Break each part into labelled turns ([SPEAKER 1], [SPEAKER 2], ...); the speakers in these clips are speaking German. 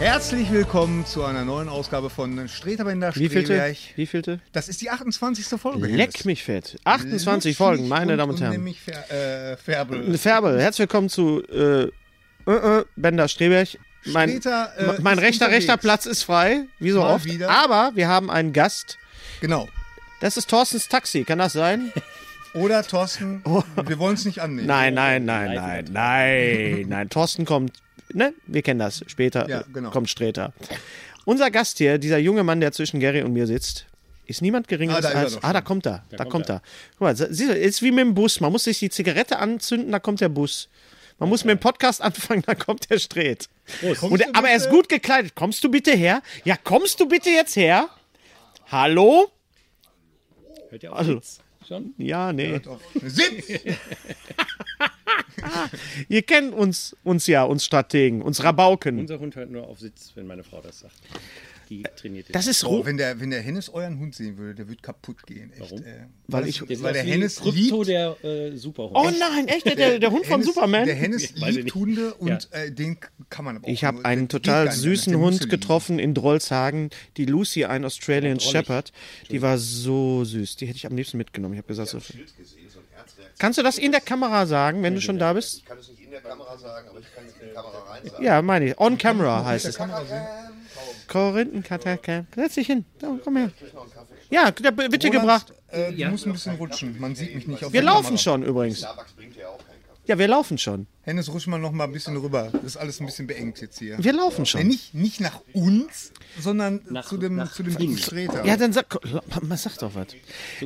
[SPEAKER 1] Herzlich willkommen zu einer neuen Ausgabe von Streterbänder
[SPEAKER 2] Wie vielte?
[SPEAKER 1] Streberg.
[SPEAKER 2] Wie vielte?
[SPEAKER 1] Das ist die 28. Folge.
[SPEAKER 2] Leck mich fett. 28
[SPEAKER 1] Leck
[SPEAKER 2] Folgen,
[SPEAKER 1] mich
[SPEAKER 2] meine
[SPEAKER 1] und-
[SPEAKER 2] Damen und
[SPEAKER 1] Und
[SPEAKER 2] Herren.
[SPEAKER 1] nämlich Fer äh, Färbel.
[SPEAKER 2] Färbe, herzlich willkommen zu äh, äh, äh, Bender Streberg. Mein,
[SPEAKER 1] Streter, äh,
[SPEAKER 2] ma- mein
[SPEAKER 1] ist
[SPEAKER 2] rechter,
[SPEAKER 1] unterwegs.
[SPEAKER 2] rechter Platz ist frei, wie so
[SPEAKER 1] Mal
[SPEAKER 2] oft.
[SPEAKER 1] wieder.
[SPEAKER 2] Aber wir haben einen Gast.
[SPEAKER 1] Genau.
[SPEAKER 2] Das ist Thorstens Taxi, kann das sein?
[SPEAKER 1] Oder Thorsten, wir wollen es nicht annehmen.
[SPEAKER 2] Oh. Nein, nein, nein, nein, nein, nein. Thorsten kommt, ne? Wir kennen das. Später
[SPEAKER 1] Ja,
[SPEAKER 2] äh,
[SPEAKER 1] genau.
[SPEAKER 2] kommt Sträter. Unser Gast hier, dieser junge Mann, der zwischen Gary und mir sitzt, ist niemand
[SPEAKER 1] Ah,
[SPEAKER 2] geringeres
[SPEAKER 1] da ist er
[SPEAKER 2] als.
[SPEAKER 1] doch
[SPEAKER 2] Ah,
[SPEAKER 1] schon.
[SPEAKER 2] da kommt er. Da, kommt er. Guck mal, se- siehst du, ist wie mit dem Bus. Man muss sich die Zigarette anzünden, da kommt der Bus. Man muss mit dem Podcast anfangen, da kommt der Stret. Und
[SPEAKER 1] Kommst
[SPEAKER 2] der,
[SPEAKER 1] du
[SPEAKER 2] aber er ist
[SPEAKER 1] bitte?
[SPEAKER 2] gut gekleidet. Kommst du bitte her? Ja, kommst du bitte jetzt her? Hallo?
[SPEAKER 3] Hört ihr auf
[SPEAKER 2] Also-
[SPEAKER 3] jetzt schon?
[SPEAKER 2] Ja, nee.
[SPEAKER 1] Doch. Sitz!
[SPEAKER 2] Ihr kennt uns, uns ja, uns Strategen, uns Rabauken.
[SPEAKER 3] Unser Hund hört nur auf Sitz, wenn meine Frau das sagt. Die trainiert
[SPEAKER 2] Das ist
[SPEAKER 1] Oh,
[SPEAKER 2] Ruhe.
[SPEAKER 1] wenn, der, wenn der Hennes euren Hund sehen würde, der würde kaputt gehen. Echt, Warum? Äh,
[SPEAKER 2] Weil ich-
[SPEAKER 1] weil der
[SPEAKER 3] wie
[SPEAKER 1] Hennes
[SPEAKER 3] Krypto
[SPEAKER 1] liebt,
[SPEAKER 3] der äh, Superhund.
[SPEAKER 2] Oh nein, echt? Der, der, der Hund von
[SPEAKER 1] Hennes-
[SPEAKER 2] Superman?
[SPEAKER 1] Der Hennes
[SPEAKER 3] Weiß ich
[SPEAKER 1] liebt
[SPEAKER 3] nicht.
[SPEAKER 1] Hunde und äh, den k- kann man aber auch
[SPEAKER 2] ich habe
[SPEAKER 1] nur-
[SPEAKER 2] einen
[SPEAKER 1] das geht
[SPEAKER 2] total
[SPEAKER 1] gar nicht
[SPEAKER 2] süßen
[SPEAKER 1] anders, den
[SPEAKER 2] Hund
[SPEAKER 1] musst du lieben.
[SPEAKER 2] getroffen in Drolshagen. Die Lucy, ein Australian Shepherd. Die war so süß. Die hätte ich am liebsten mitgenommen. Ich habe gesagt, so. Kannst du das in der Kamera sagen, wenn du schon da bist?
[SPEAKER 4] Ich kann es nicht in der Kamera sagen, aber ich kann es in die Kamera rein sagen.
[SPEAKER 2] Ja, meine ich. On camera heißt es. Korinthenkatakam. Setz dich hin. So, komm her. Ja, der b- wird dir
[SPEAKER 1] Roland,
[SPEAKER 2] gebracht.
[SPEAKER 1] Äh, du musst ein bisschen rutschen. Man sieht mich nicht auf
[SPEAKER 2] Wir
[SPEAKER 1] der
[SPEAKER 2] laufen
[SPEAKER 1] Kamera.
[SPEAKER 2] schon übrigens.
[SPEAKER 4] Starbucks bringt ja auch keinen Kaffee.
[SPEAKER 2] Ja, wir laufen schon.
[SPEAKER 1] Hennes, rutsch mal noch mal ein bisschen rüber. Das ist alles ein bisschen beengt jetzt hier.
[SPEAKER 2] Wir laufen
[SPEAKER 1] Nee,
[SPEAKER 2] schon.
[SPEAKER 1] nicht, nicht nach uns, sondern zu dem,
[SPEAKER 3] nach
[SPEAKER 1] zu dem
[SPEAKER 3] Finn.
[SPEAKER 1] Streter.
[SPEAKER 2] Ja, dann sag, man sagt doch was.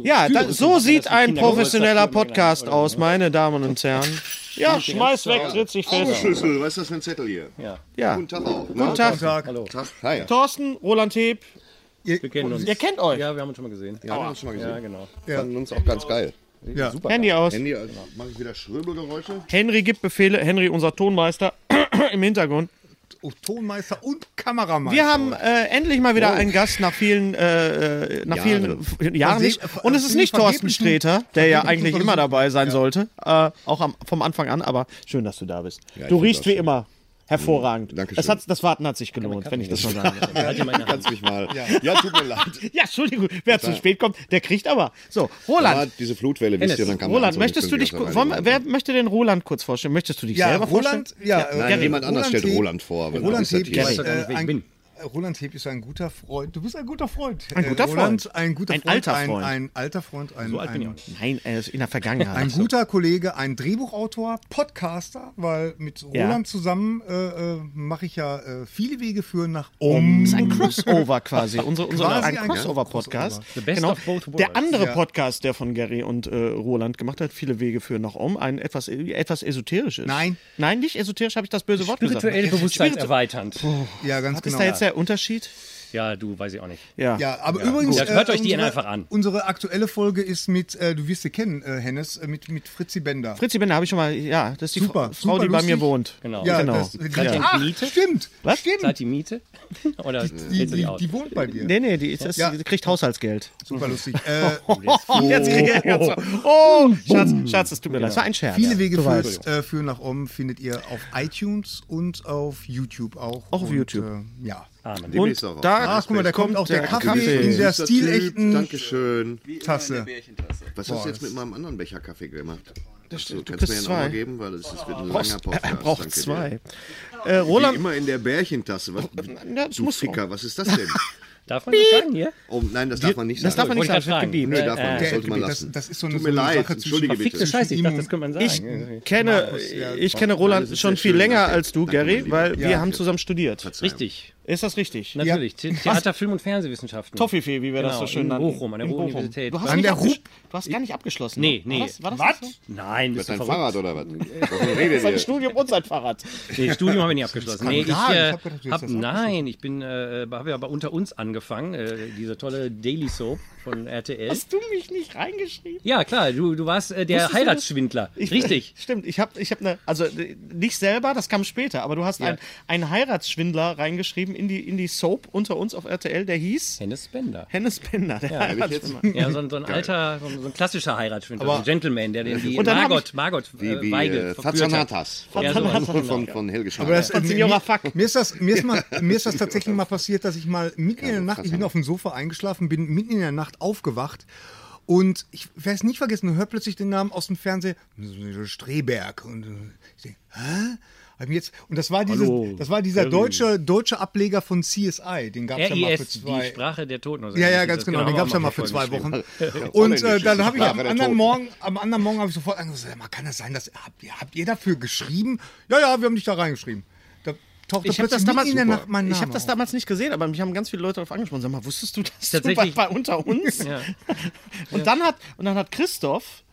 [SPEAKER 2] Ja, da, so
[SPEAKER 3] Führung-
[SPEAKER 2] sieht
[SPEAKER 3] das ist
[SPEAKER 2] ein
[SPEAKER 3] Kindergeburtstag
[SPEAKER 2] professioneller
[SPEAKER 3] für Männer,
[SPEAKER 2] Podcast
[SPEAKER 3] oder?
[SPEAKER 2] aus, meine Damen und Herren. ne? Ja, schmeiß weg, sitz dich fest.
[SPEAKER 4] Schlüssel, was ist das für ein Zettel hier?
[SPEAKER 3] Ja,
[SPEAKER 2] Ja.
[SPEAKER 4] Guten Tag auch.
[SPEAKER 2] Guten Tag.
[SPEAKER 1] Tag.
[SPEAKER 3] hallo.
[SPEAKER 4] Tag. Hi.
[SPEAKER 2] Thorsten, Roland Heb.
[SPEAKER 3] Wir kennen uns.
[SPEAKER 2] Ihr kennt euch.
[SPEAKER 3] Ja, wir haben uns schon mal gesehen.
[SPEAKER 4] Ja, wir haben uns schon mal gesehen.
[SPEAKER 3] Ja, genau.
[SPEAKER 4] Wir fanden uns auch ganz geil.
[SPEAKER 1] Ja.
[SPEAKER 3] Super.
[SPEAKER 2] Handy aus.
[SPEAKER 4] Handy, also mache ich wieder Schröbelgeräusche?
[SPEAKER 2] Henry gibt Befehle. Henry, unser Tonmeister im Hintergrund.
[SPEAKER 1] Oh, Tonmeister und Kameramann.
[SPEAKER 2] Wir haben äh, endlich mal wieder einen Gast nach vielen, äh, äh, nach vielen f- Jahren.
[SPEAKER 1] Von
[SPEAKER 2] Nicht.
[SPEAKER 1] Se- von-
[SPEAKER 2] Und es ist
[SPEAKER 1] vielen
[SPEAKER 2] nicht Thorsten
[SPEAKER 1] vergeblichen-
[SPEAKER 2] Sträter, der ja
[SPEAKER 1] vergeblichen
[SPEAKER 2] eigentlich
[SPEAKER 1] Versuchen.
[SPEAKER 2] immer dabei sein sollte. Äh, auch am, vom Anfang an, aber schön, dass du da bist. du
[SPEAKER 4] find's
[SPEAKER 2] riechst
[SPEAKER 4] auch
[SPEAKER 2] wie
[SPEAKER 4] schön.
[SPEAKER 2] immer. Hervorragend.
[SPEAKER 4] Dankeschön.
[SPEAKER 2] Das, hat, das Warten hat sich gelohnt, wenn ich das so sage.
[SPEAKER 3] Halt dir meine Hand.
[SPEAKER 4] Kannst mich mal. Ja. tut mir leid.
[SPEAKER 2] Ja, Entschuldigung, wer zu spät kommt, der kriegt aber. So,
[SPEAKER 4] Ja,
[SPEAKER 2] Roland.
[SPEAKER 4] diese Flutwelle, wisst ihr, dann kann man
[SPEAKER 2] Roland,
[SPEAKER 4] also nicht
[SPEAKER 2] möchtest du
[SPEAKER 4] so
[SPEAKER 2] dich,
[SPEAKER 4] viel aus
[SPEAKER 2] ku-
[SPEAKER 4] der
[SPEAKER 2] wollen,
[SPEAKER 4] Reihe
[SPEAKER 2] wir- wer möchte den Roland kurz vorstellen? Möchtest du dich
[SPEAKER 1] ja,
[SPEAKER 2] selber
[SPEAKER 1] Roland,
[SPEAKER 2] vorstellen?
[SPEAKER 1] ja, äh,
[SPEAKER 4] Nein, jemand
[SPEAKER 1] Roland
[SPEAKER 4] anders stellt
[SPEAKER 1] Heb-
[SPEAKER 4] Roland vor. aber
[SPEAKER 1] Roland
[SPEAKER 4] ist das
[SPEAKER 1] hebt
[SPEAKER 4] hier-
[SPEAKER 1] gleich
[SPEAKER 3] Ich weiß doch gar nicht,
[SPEAKER 1] äh,
[SPEAKER 3] wer ich
[SPEAKER 1] ein,
[SPEAKER 3] bin.
[SPEAKER 5] Roland Heb ist ein guter Freund. Du bist ein guter Freund.
[SPEAKER 2] Ein
[SPEAKER 5] Äh,
[SPEAKER 2] guter
[SPEAKER 5] Roland,
[SPEAKER 2] Freund.
[SPEAKER 5] Ein guter
[SPEAKER 2] Ein
[SPEAKER 5] Freund.
[SPEAKER 2] alter Freund.
[SPEAKER 5] Ein, ein alter Freund. Ein,
[SPEAKER 3] So alt bin ich auch
[SPEAKER 5] ein,
[SPEAKER 3] nicht.
[SPEAKER 2] Nein, er ist in der Vergangenheit.
[SPEAKER 5] ein guter Kollege, ein Drehbuchautor, Podcaster, weil mit Roland
[SPEAKER 2] Ja.
[SPEAKER 5] zusammen äh, äh, mache ich ja äh, viele Wege führen nach
[SPEAKER 3] Um.
[SPEAKER 5] Om.
[SPEAKER 2] Das ist ein Crossover quasi. Unsere, unsere,
[SPEAKER 5] Quasi
[SPEAKER 2] ein
[SPEAKER 5] ein
[SPEAKER 2] Crossover-Podcast.
[SPEAKER 3] The best
[SPEAKER 2] Genau.
[SPEAKER 3] of both worlds.
[SPEAKER 2] Der andere Podcast, der von Gary und äh, Roland gemacht hat, viele Wege führen nach Om, ein etwas, etwas esoterisches.
[SPEAKER 5] Nein.
[SPEAKER 2] Nein, nicht esoterisch, habe ich das böse Wort gesagt.
[SPEAKER 3] Spirituell bewusstseinserweiternd.
[SPEAKER 5] Ja, ganz
[SPEAKER 2] Was
[SPEAKER 5] genau.
[SPEAKER 2] ist da jetzt der Unterschied?
[SPEAKER 3] Ja, du, weiß ich auch nicht.
[SPEAKER 2] Ja.
[SPEAKER 5] Ja, aber übrigens. äh,
[SPEAKER 3] gut. Ja, hört euch die
[SPEAKER 5] unsere,
[SPEAKER 3] einfach an.
[SPEAKER 5] Unsere aktuelle Folge ist mit, äh, du wirst sie kennen, äh, Hennes, äh, mit, mit Fritzi Bender.
[SPEAKER 2] Fritzi Bender habe ich schon mal, ja, das ist die
[SPEAKER 5] Super,
[SPEAKER 2] Fra- Frau,
[SPEAKER 5] super
[SPEAKER 2] die bei mir
[SPEAKER 5] lustig.
[SPEAKER 2] wohnt.
[SPEAKER 3] Genau.
[SPEAKER 5] ja,
[SPEAKER 2] genau.
[SPEAKER 5] Das, die,
[SPEAKER 3] Ja.
[SPEAKER 5] Ach, stimmt.
[SPEAKER 2] Was?
[SPEAKER 5] Stimmt.
[SPEAKER 3] Zahlt die Miete? Oder
[SPEAKER 5] Die,
[SPEAKER 3] hältst
[SPEAKER 5] die,
[SPEAKER 3] du die aus?
[SPEAKER 5] die wohnt bei dir.
[SPEAKER 2] Nee, nee, die, ist, das,
[SPEAKER 5] Ja.
[SPEAKER 2] die kriegt Haushaltsgeld.
[SPEAKER 5] Super lustig. Äh,
[SPEAKER 2] Oh, Jetzt kriegt er ganz, oh, Schatz, Schatz, es tut mir leid. Das war ein Scherz.
[SPEAKER 5] Viele Wege
[SPEAKER 2] Du weißt.
[SPEAKER 5] führt, äh, führen nach Om findet ihr auf iTunes und auf YouTube auch.
[SPEAKER 2] Auch auf
[SPEAKER 5] und,
[SPEAKER 2] YouTube. Ah.
[SPEAKER 5] Äh, ja.
[SPEAKER 4] Demnächst auch
[SPEAKER 2] Und
[SPEAKER 4] auf
[SPEAKER 2] da
[SPEAKER 5] Ach, guck mal, da kommt auch der
[SPEAKER 2] der
[SPEAKER 5] Kaffee,
[SPEAKER 2] Kaffee.
[SPEAKER 5] in der
[SPEAKER 4] Süßer
[SPEAKER 5] stilechten
[SPEAKER 4] Typ, Dankeschön.
[SPEAKER 5] Tasse.
[SPEAKER 4] Was hast du jetzt mit meinem anderen Becher Kaffee gemacht? Das du
[SPEAKER 2] kriegst
[SPEAKER 4] kannst du mir ja
[SPEAKER 2] zwei.
[SPEAKER 4] nochmal geben, weil das ist, wird ein langer Podcast.
[SPEAKER 2] er braucht
[SPEAKER 4] Danke dir.
[SPEAKER 2] zwei. Äh,
[SPEAKER 4] Wie
[SPEAKER 2] Roland,
[SPEAKER 4] immer in der Bärchentasse. Was,
[SPEAKER 2] das
[SPEAKER 4] du
[SPEAKER 2] muss-
[SPEAKER 4] Ficker, was ist das denn?
[SPEAKER 3] Darf man das sagen hier?
[SPEAKER 4] Oh, nein, das darf man nicht
[SPEAKER 2] das darf
[SPEAKER 4] sagen.
[SPEAKER 2] man nicht sagen,
[SPEAKER 3] Wollte ich
[SPEAKER 2] es wird
[SPEAKER 3] gerade
[SPEAKER 2] geblieben.
[SPEAKER 4] Nö,
[SPEAKER 3] äh,
[SPEAKER 4] darf man nicht.
[SPEAKER 5] Der-
[SPEAKER 4] Sollte man
[SPEAKER 5] äh, das-
[SPEAKER 4] lassen.
[SPEAKER 5] das ist so eine-
[SPEAKER 4] Tut mir
[SPEAKER 5] so eine
[SPEAKER 4] leid,
[SPEAKER 5] Sache
[SPEAKER 4] entschuldige
[SPEAKER 5] zwischen-
[SPEAKER 4] bitte.
[SPEAKER 3] Fickte Scheiße, ich dachte, das könnte man sagen.
[SPEAKER 2] Ich
[SPEAKER 3] Ja, ja.
[SPEAKER 2] kenne,
[SPEAKER 5] ja,
[SPEAKER 2] ich kenne
[SPEAKER 4] das
[SPEAKER 2] Roland
[SPEAKER 4] ist
[SPEAKER 2] schon
[SPEAKER 4] sehr
[SPEAKER 2] viel
[SPEAKER 4] schön,
[SPEAKER 2] länger
[SPEAKER 4] danke.
[SPEAKER 2] als du,
[SPEAKER 4] Danke, mein
[SPEAKER 2] Gary,
[SPEAKER 4] Lieber.
[SPEAKER 2] weil wir
[SPEAKER 5] Ja.
[SPEAKER 2] haben zusammen studiert.
[SPEAKER 3] Richtig,
[SPEAKER 2] Ist das richtig?
[SPEAKER 3] natürlich. The Theater, Film und Fernsehwissenschaften.
[SPEAKER 2] Ne. Toffifee, wie wir das
[SPEAKER 3] Genau,
[SPEAKER 2] so schön
[SPEAKER 3] in
[SPEAKER 2] nennen.
[SPEAKER 3] Bochum, an der
[SPEAKER 2] In
[SPEAKER 3] Ruhr-Universität.
[SPEAKER 2] Du hast,
[SPEAKER 5] An
[SPEAKER 2] nicht
[SPEAKER 5] der
[SPEAKER 2] abgesch-
[SPEAKER 5] Ruhr-
[SPEAKER 2] du hast gar nicht abgeschlossen.
[SPEAKER 3] Nee, nee.
[SPEAKER 2] War das, war das Was? Das
[SPEAKER 3] Nein,
[SPEAKER 4] Was
[SPEAKER 3] bist
[SPEAKER 4] ist dein
[SPEAKER 3] du verrückt.
[SPEAKER 4] Fahrrad oder was? Wovon redet
[SPEAKER 2] ist ein
[SPEAKER 4] ihr?
[SPEAKER 2] Studium und sein Fahrrad.
[SPEAKER 3] Nee, Studium haben wir nicht abgeschlossen. Nee, ich,
[SPEAKER 5] Skandal.
[SPEAKER 3] äh,
[SPEAKER 5] Ich hab gedacht, du hast
[SPEAKER 3] hab,
[SPEAKER 5] das
[SPEAKER 3] nein, ich bin, äh, habe ja aber unter uns angefangen, äh, diese tolle Daily Soap von RTL.
[SPEAKER 2] Hast du mich nicht reingeschrieben?
[SPEAKER 3] Ja, klar, du, du warst äh, der
[SPEAKER 2] Wusstest du das?
[SPEAKER 3] Heiratsschwindler.
[SPEAKER 2] Ich-
[SPEAKER 3] Richtig.
[SPEAKER 2] Stimmt, ich habe ich hab eine, also äh, nicht selber, das kam später, aber du hast einen, einen Heiratsschwindler reingeschrieben in die, in die Soap unter uns auf RTL, der hieß
[SPEAKER 3] Hennes Bender.
[SPEAKER 2] Hennes Bender, der
[SPEAKER 4] ich jetzt-
[SPEAKER 2] Heiratsschwindler.
[SPEAKER 3] Ja, so ein, so ein alter, so ein, so ein klassischer Heiratsschwindler, so
[SPEAKER 5] Aber-
[SPEAKER 3] ein Gentleman, der den wie
[SPEAKER 2] Und dann hab
[SPEAKER 3] Margot, Margot
[SPEAKER 4] Wie,
[SPEAKER 3] äh,
[SPEAKER 4] wie
[SPEAKER 3] Weigel
[SPEAKER 4] äh,
[SPEAKER 3] verführt hat.
[SPEAKER 4] Fazanatas.
[SPEAKER 3] Ja,
[SPEAKER 4] von,
[SPEAKER 3] sowas.
[SPEAKER 4] von, von, von Helge Schneider.
[SPEAKER 5] Aber das,
[SPEAKER 2] Von Signora Fuck.
[SPEAKER 5] mir, ist das, mir, ist mal, mir ist das tatsächlich mal passiert, dass ich mal mitten in der Nacht, ich bin auf dem Sofa eingeschlafen, bin mitten in der Nacht aufgewacht und ich werde es nicht vergessen, höre plötzlich den Namen aus dem Fernsehen, Streberg. Und äh, ich denke, hä? Hab ich Jetzt, und das war, dieses,
[SPEAKER 3] Hallo,
[SPEAKER 5] das war dieser deutsche, deutsche Ableger von CSI, den gab es ja mal für
[SPEAKER 3] RIS, die
[SPEAKER 5] zwei.
[SPEAKER 3] Sprache der Toten. oder so.
[SPEAKER 5] Ja, ja,
[SPEAKER 3] Das
[SPEAKER 5] ganz genau.
[SPEAKER 3] haben
[SPEAKER 5] Den
[SPEAKER 3] wir
[SPEAKER 5] gab es
[SPEAKER 3] auch
[SPEAKER 5] ja
[SPEAKER 3] mal
[SPEAKER 5] mal für zwei
[SPEAKER 3] vorgeschrieben.
[SPEAKER 5] Wochen.
[SPEAKER 4] Holländisch
[SPEAKER 5] Und äh, dann
[SPEAKER 4] ist
[SPEAKER 5] habe ich
[SPEAKER 4] die
[SPEAKER 5] am
[SPEAKER 4] Sprache der
[SPEAKER 5] anderen
[SPEAKER 4] Toten.
[SPEAKER 5] Morgen, am anderen Morgen habe ich sofort angesagt, sag mal, kann das sein, dass habt ihr, habt ihr dafür geschrieben? Ja, ja, wir haben dich da reingeschrieben. Da tauchte
[SPEAKER 2] Ich habe das,
[SPEAKER 5] plötzlich
[SPEAKER 2] damals,
[SPEAKER 5] mitten in der Nacht mein
[SPEAKER 2] ich
[SPEAKER 5] Name
[SPEAKER 2] hab das
[SPEAKER 5] auf.
[SPEAKER 2] damals nicht gesehen, aber mich haben ganz viele Leute darauf angesprochen. Sag mal, wusstest du das?
[SPEAKER 3] Tatsächlich-
[SPEAKER 2] Du warst bei unter uns.
[SPEAKER 3] Ja.
[SPEAKER 2] Und, dann hat, und dann hat Christoph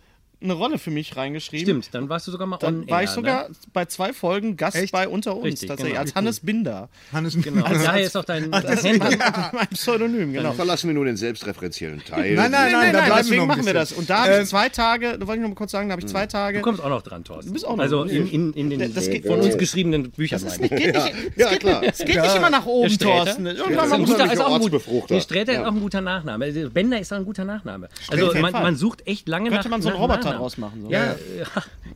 [SPEAKER 2] eine Rolle für mich reingeschrieben.
[SPEAKER 3] Stimmt, dann warst du sogar mal
[SPEAKER 2] Dann
[SPEAKER 3] on
[SPEAKER 2] war
[SPEAKER 3] air, ne?
[SPEAKER 2] ich sogar bei zwei Folgen Gast
[SPEAKER 5] ne? Echt?
[SPEAKER 2] bei unter uns
[SPEAKER 3] Richtig,
[SPEAKER 2] tatsächlich,
[SPEAKER 3] genau.
[SPEAKER 2] als Hannes Binder.
[SPEAKER 5] Hannes
[SPEAKER 3] Ne? Genau. Daher ist auch dein, dein Handle.
[SPEAKER 2] Mein Pseudonym, genau.
[SPEAKER 4] Verlassen wir nur den selbstreferenziellen Teil.
[SPEAKER 5] Nein, nein,
[SPEAKER 2] Nein, nein,
[SPEAKER 5] da bleiben wir
[SPEAKER 2] deswegen
[SPEAKER 5] noch ein
[SPEAKER 2] machen wir das.
[SPEAKER 5] bisschen. Ähm. Hm.
[SPEAKER 2] Und da habe ich zwei Tage, da wollte ich noch mal kurz sagen, da habe ich zwei Tage.
[SPEAKER 3] Du kommst auch noch dran, Thorsten. Du
[SPEAKER 2] bist auch noch-
[SPEAKER 3] Also in, in, in den
[SPEAKER 2] Das geht-
[SPEAKER 3] von uns geschriebenen Büchern. Das ist nicht
[SPEAKER 2] Geht nicht,
[SPEAKER 4] Ja, klar.
[SPEAKER 2] es geht nicht immer nach oben,
[SPEAKER 3] Sträter.
[SPEAKER 5] ne?
[SPEAKER 2] Thorsten. Irgendwann mal
[SPEAKER 4] Sträter. Das
[SPEAKER 2] muss
[SPEAKER 4] ist
[SPEAKER 2] man
[SPEAKER 4] ein
[SPEAKER 5] also
[SPEAKER 4] guter- Ortsbefruchter.
[SPEAKER 3] Nee, Sträter ist auch ein guter Nachname. Also Bender ist auch ein guter Nachname. Also
[SPEAKER 2] jeden
[SPEAKER 3] man,
[SPEAKER 2] Fall.
[SPEAKER 3] man sucht echt lange
[SPEAKER 2] Könnte
[SPEAKER 3] nach
[SPEAKER 2] man so einen
[SPEAKER 3] nach
[SPEAKER 2] Roboter
[SPEAKER 3] Nachnamen.
[SPEAKER 2] draus machen, so.
[SPEAKER 3] Ja, ja.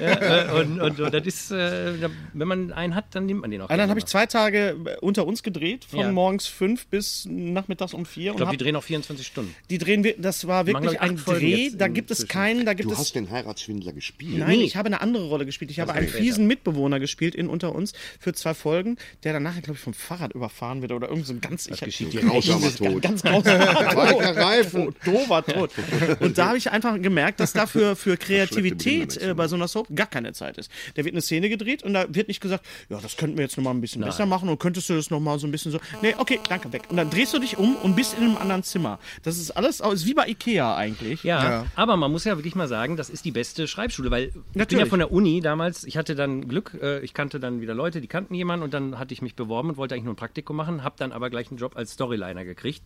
[SPEAKER 3] ja. äh, Und, und, und das ist, äh, da- wenn man einen hat, dann nimmt man den auch.
[SPEAKER 2] Und Äh, dann
[SPEAKER 3] gerne
[SPEAKER 2] habe ich
[SPEAKER 3] mal.
[SPEAKER 2] zwei Tage äh, unter uns gedreht, von
[SPEAKER 3] Genau. Ja.
[SPEAKER 2] morgens fünf bis nachmittags um vier.
[SPEAKER 3] ich
[SPEAKER 2] und
[SPEAKER 3] glaube, die
[SPEAKER 2] hab,
[SPEAKER 3] drehen auch 24 Stunden.
[SPEAKER 2] die drehen wir, das war
[SPEAKER 3] glaub
[SPEAKER 2] wirklich
[SPEAKER 3] ich,
[SPEAKER 2] ein
[SPEAKER 3] acht Folgen
[SPEAKER 2] Dreh,
[SPEAKER 3] jetzt
[SPEAKER 2] da gibt es
[SPEAKER 3] inzwischen.
[SPEAKER 2] keinen, da gibt
[SPEAKER 4] Du
[SPEAKER 2] es.
[SPEAKER 4] hast den Heiratsschwindler gespielt.
[SPEAKER 2] Nein, ich habe eine andere Rolle gespielt. Ich habe einen fiesen Mitbewohner gespielt in unter uns für zwei Folgen, der danach, glaube ich, vom Fahrrad überfahren wird oder irgend so ein ganz ich,
[SPEAKER 3] geschieht
[SPEAKER 2] ich-
[SPEAKER 3] hier?
[SPEAKER 4] Grausamer
[SPEAKER 2] ich-
[SPEAKER 4] Tod.
[SPEAKER 2] Ganz grausamer
[SPEAKER 4] Weicher
[SPEAKER 2] Oh,
[SPEAKER 4] Reifen.
[SPEAKER 2] dober Tod. Und da habe ich einfach gemerkt, dass dafür für
[SPEAKER 4] Bilder
[SPEAKER 2] Kreativität
[SPEAKER 4] mit
[SPEAKER 2] äh, bei so einer Soap gar keine Zeit ist. Da wird eine Szene gedreht und da wird nicht gesagt, ja, das könnten wir jetzt nochmal ein bisschen besser machen und könntest du das nochmal so ein bisschen so. Nee, okay, danke, weg. Und dann drehst du dich um und bist in einem anderen Zimmer. Das ist alles ist wie bei Ikea eigentlich.
[SPEAKER 3] Ja, aber man muss ja wirklich mal sagen, das ist die beste Schreibschule, weil ich bin ja
[SPEAKER 2] Natürlich.
[SPEAKER 3] von der Uni damals, ich hatte dann Glück, äh, ich kannte dann wieder Leute, die kannten jemanden und dann hatte ich mich beworben und wollte eigentlich nur ein Praktikum machen, habe dann aber gleich einen Job als Storyliner gekriegt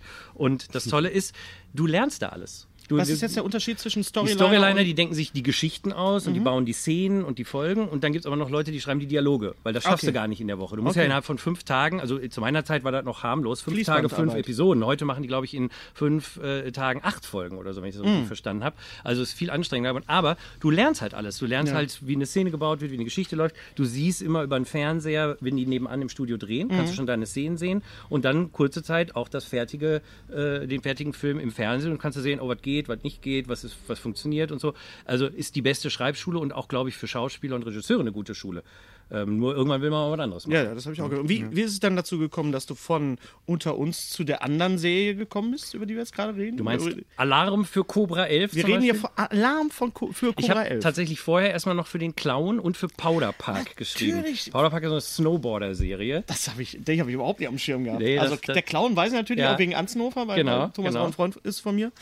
[SPEAKER 3] und das Tolle ist, du lernst da alles. Du,
[SPEAKER 2] Was ist jetzt der Unterschied zwischen
[SPEAKER 3] die
[SPEAKER 2] Storyliner Mhm.
[SPEAKER 3] Storyliner,
[SPEAKER 2] und-
[SPEAKER 3] die denken sich die Geschichten aus und die bauen die Szenen und die Folgen. Und dann gibt es aber noch Leute, die schreiben die Dialoge, weil das schaffst
[SPEAKER 2] Okay.
[SPEAKER 3] du gar nicht in der Woche. Du musst
[SPEAKER 2] Okay.
[SPEAKER 3] ja innerhalb von fünf Tagen, also zu meiner Zeit war das noch harmlos, fünf Tage,
[SPEAKER 2] Fließbandarbeit.
[SPEAKER 3] fünf Episoden. Heute machen die, glaube ich, in fünf äh, Tagen acht Folgen oder so, wenn ich das
[SPEAKER 2] Mhm.
[SPEAKER 3] richtig verstanden habe. Also es ist viel anstrengender. Aber- Aber du lernst halt alles. Du lernst halt, wie eine Szene gebaut wird, wie eine Geschichte läuft. Du siehst immer über den Fernseher, wenn die nebenan im Studio drehen,
[SPEAKER 2] Mhm.
[SPEAKER 3] kannst du schon deine Szenen sehen und dann kurze Zeit auch das fertige, äh, den fertigen Film im Fernsehen und kannst du sehen, oh, was geht geht, was nicht geht, was, ist, was funktioniert und so. Also ist die beste Schreibschule und auch, glaube ich, für Schauspieler und Regisseure eine gute Schule. Ähm, nur irgendwann will man mal was anderes machen.
[SPEAKER 2] Ja, ja das habe ich auch gehört. Und Wie, wie ist es dann dazu gekommen, dass du von Unter uns zu der anderen Serie gekommen bist, über die wir jetzt gerade reden?
[SPEAKER 3] Du meinst Alarm für Cobra 11?
[SPEAKER 2] wir
[SPEAKER 3] zum
[SPEAKER 2] reden hier
[SPEAKER 3] Beispiel?
[SPEAKER 2] von Alarm von Co für
[SPEAKER 3] Ich
[SPEAKER 2] Cobra
[SPEAKER 3] habe
[SPEAKER 2] 11.
[SPEAKER 3] tatsächlich vorher erstmal noch für den Clown und für Powder Park geschrieben. Powder Park ist so eine Snowboarder-Serie.
[SPEAKER 2] Das habe ich, den habe ich überhaupt nicht auf dem Schirm gehabt.
[SPEAKER 3] Nee, das-
[SPEAKER 2] also
[SPEAKER 3] das-
[SPEAKER 2] der Clown weiß natürlich
[SPEAKER 3] Ja.
[SPEAKER 2] auch wegen Anzenhofer, weil
[SPEAKER 3] Genau,
[SPEAKER 2] äh, Thomas
[SPEAKER 3] genau.
[SPEAKER 2] auch ein Freund ist von mir.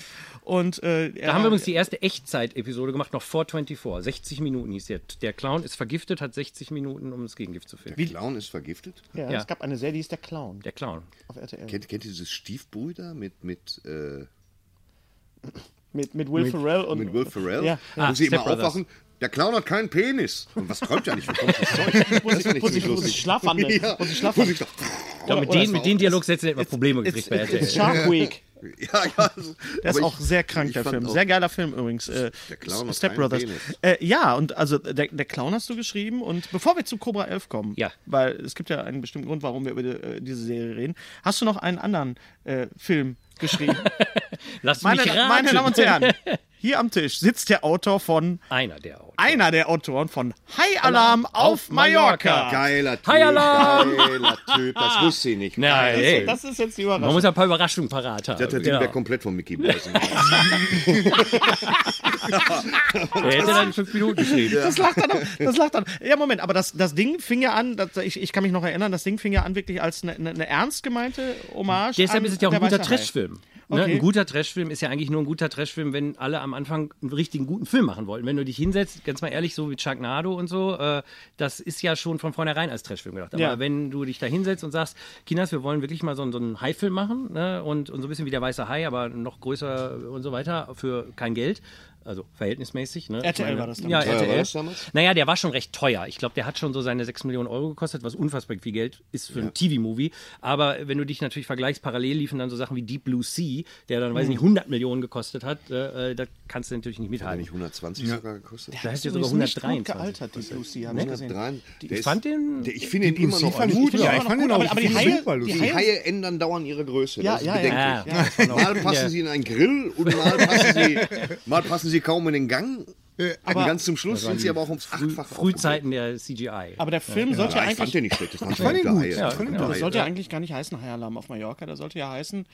[SPEAKER 2] Und äh, er
[SPEAKER 3] Da haben
[SPEAKER 2] war-
[SPEAKER 3] wir übrigens die erste Echtzeit-Episode gemacht, noch vor 24. 60 Minuten hieß der. Der Clown ist vergiftet, hat 60 Minuten, um das Gegengift zu finden.
[SPEAKER 4] Der Clown ist vergiftet.
[SPEAKER 2] ja,
[SPEAKER 3] ja.
[SPEAKER 2] es gab eine Serie, die ist der Clown
[SPEAKER 3] Der Clown.
[SPEAKER 2] auf RTL.
[SPEAKER 4] Kennt, kennt ihr dieses Stiefbrüder mit, mit, äh,
[SPEAKER 2] Mit, mit Will Ferrell und
[SPEAKER 4] mit Will Ferrell?
[SPEAKER 2] Ja.
[SPEAKER 4] Wo
[SPEAKER 3] Ah,
[SPEAKER 4] sie
[SPEAKER 3] Step
[SPEAKER 4] immer
[SPEAKER 3] Brothers.
[SPEAKER 4] aufwachen, der Clown hat keinen Penis. Und was träumt er nicht? Wie kommt das Zeug? Das finde
[SPEAKER 2] muss ich-
[SPEAKER 4] ziemlich
[SPEAKER 2] muss ich
[SPEAKER 4] lustig.
[SPEAKER 2] schlafwandeln?
[SPEAKER 4] Ja,
[SPEAKER 2] Muss ich schlafwandeln?
[SPEAKER 4] muss ich doch-
[SPEAKER 3] Ich glaube, mit,
[SPEAKER 2] oder
[SPEAKER 3] den, mit den Dialogsätzen hätten wir Probleme
[SPEAKER 2] It's,
[SPEAKER 3] gekriegt bei
[SPEAKER 2] it's,
[SPEAKER 3] RTL.
[SPEAKER 2] it's Shark Week.
[SPEAKER 4] Ja, ja.
[SPEAKER 2] Der ist auch sehr krank, der Film. Sehr
[SPEAKER 4] geil.
[SPEAKER 2] geiler Film übrigens. Äh,
[SPEAKER 4] Der Clown hat
[SPEAKER 2] Step
[SPEAKER 4] keinen
[SPEAKER 2] Brothers.
[SPEAKER 4] Penis.
[SPEAKER 2] Äh, ja, und also der, der Clown hast du geschrieben. Und bevor wir zu Cobra 11 kommen,
[SPEAKER 3] Ja.
[SPEAKER 2] weil es gibt ja einen bestimmten Grund, warum wir über die, äh, diese Serie reden, hast du noch einen anderen äh, Film geschrieben.
[SPEAKER 3] Lass
[SPEAKER 2] meine,
[SPEAKER 3] mich raten.
[SPEAKER 2] meine Damen und Herren, hier am Tisch sitzt der Autor von,
[SPEAKER 3] Einer der auch.
[SPEAKER 2] einer der Autoren von High Alarm auf
[SPEAKER 3] auf Mallorca.
[SPEAKER 2] Mallorca.
[SPEAKER 4] Geiler Typ.
[SPEAKER 3] Hi, Alarm! Ah.
[SPEAKER 4] Geiler Typ. Das wusste ich nicht.
[SPEAKER 3] Nein, ey.
[SPEAKER 2] Das ist jetzt die
[SPEAKER 3] Man
[SPEAKER 2] Überraschung.
[SPEAKER 3] muss ja ein paar Überraschungen parat haben.
[SPEAKER 4] Der Typ
[SPEAKER 3] Genau.
[SPEAKER 4] wäre komplett von Mickey Mouse.
[SPEAKER 3] Der hätte dann fünf Minuten geschrieben.
[SPEAKER 2] Das lacht dann. auch- Das lacht dann. Ja, Moment, aber das, das Ding fing ja an, das, ich, ich kann mich noch erinnern, das Ding fing ja an wirklich als eine, eine, eine ernst gemeinte Hommage.
[SPEAKER 3] Deshalb
[SPEAKER 2] an
[SPEAKER 3] ist es ja auch ein
[SPEAKER 2] der
[SPEAKER 3] guter
[SPEAKER 2] Weißerei.
[SPEAKER 3] Trashfilm. Ne?
[SPEAKER 2] Okay.
[SPEAKER 3] Ein guter Trashfilm ist ja eigentlich nur ein guter Trashfilm, wenn alle am Anfang einen richtigen guten Film machen wollten. Wenn du dich hinsetzt, ganz mal ehrlich, so wie Sharknado und so, äh, das ist ja schon von vornherein als Trashfilm gedacht. Aber
[SPEAKER 2] Ja.
[SPEAKER 3] wenn du dich da hinsetzt und sagst, Kinders, wir wollen wirklich mal so, einen- so einen Haifilm machen ne? und, und so ein bisschen wie der weiße Hai, aber noch größer und so weiter für kein Geld. Also verhältnismäßig. Ne?
[SPEAKER 2] RTL
[SPEAKER 3] Ich meine,
[SPEAKER 2] war das
[SPEAKER 3] Ja,
[SPEAKER 2] damals.
[SPEAKER 4] Teuer war
[SPEAKER 3] RTL.
[SPEAKER 4] das damals?
[SPEAKER 3] Naja, der war schon recht teuer. Ich glaube, der hat schon so seine 6 Millionen Euro gekostet, was unfassbar viel Geld ist für einen TV-Movie. Aber wenn du dich natürlich vergleichst, parallel liefen dann so Sachen wie Deep Blue Sea, der dann, weiß ich nicht, 100 Millionen gekostet hat. Äh, äh, da kannst du natürlich nicht
[SPEAKER 4] Hat
[SPEAKER 3] mithalten.
[SPEAKER 4] nicht 120 sogar gekostet?
[SPEAKER 3] Da hast du sogar
[SPEAKER 2] Übrigens nicht gut
[SPEAKER 3] 123.
[SPEAKER 2] gealtert, die Lucy, habe ich gesehen.
[SPEAKER 4] 103.
[SPEAKER 3] Ich fand den.
[SPEAKER 4] Der, ich finde ihn immer
[SPEAKER 5] Lucy
[SPEAKER 4] noch
[SPEAKER 5] fand ich
[SPEAKER 4] gut.
[SPEAKER 5] gut, ja, ich
[SPEAKER 2] noch
[SPEAKER 5] fand den
[SPEAKER 2] gut,
[SPEAKER 5] auch
[SPEAKER 2] aber- aber die
[SPEAKER 5] super
[SPEAKER 2] Haie-
[SPEAKER 5] lustig.
[SPEAKER 2] die
[SPEAKER 4] Die Haie ändern dauernd ihre Größe.
[SPEAKER 2] Ja,
[SPEAKER 4] das ist
[SPEAKER 2] ja, ja.
[SPEAKER 4] bedenklich.
[SPEAKER 3] Ja, das war noch-
[SPEAKER 4] Mal passen sie in einen Grill und mal passen sie, mal passen sie kaum in den Gang. Aber ganz zum Schluss sind sie aber auch ums
[SPEAKER 3] Früh-
[SPEAKER 4] Achtfache.
[SPEAKER 3] Frühzeiten der CGI.
[SPEAKER 2] Aber der Film sollte ja,
[SPEAKER 4] Ja, ich fand
[SPEAKER 2] eigentlich.
[SPEAKER 4] den nicht schlecht. Das war ich
[SPEAKER 5] fand ihn gut. Ja, ich fand ihn
[SPEAKER 2] Das sollte ja eigentlich gar nicht heißen High Alarm auf Mallorca. Der sollte ja heißen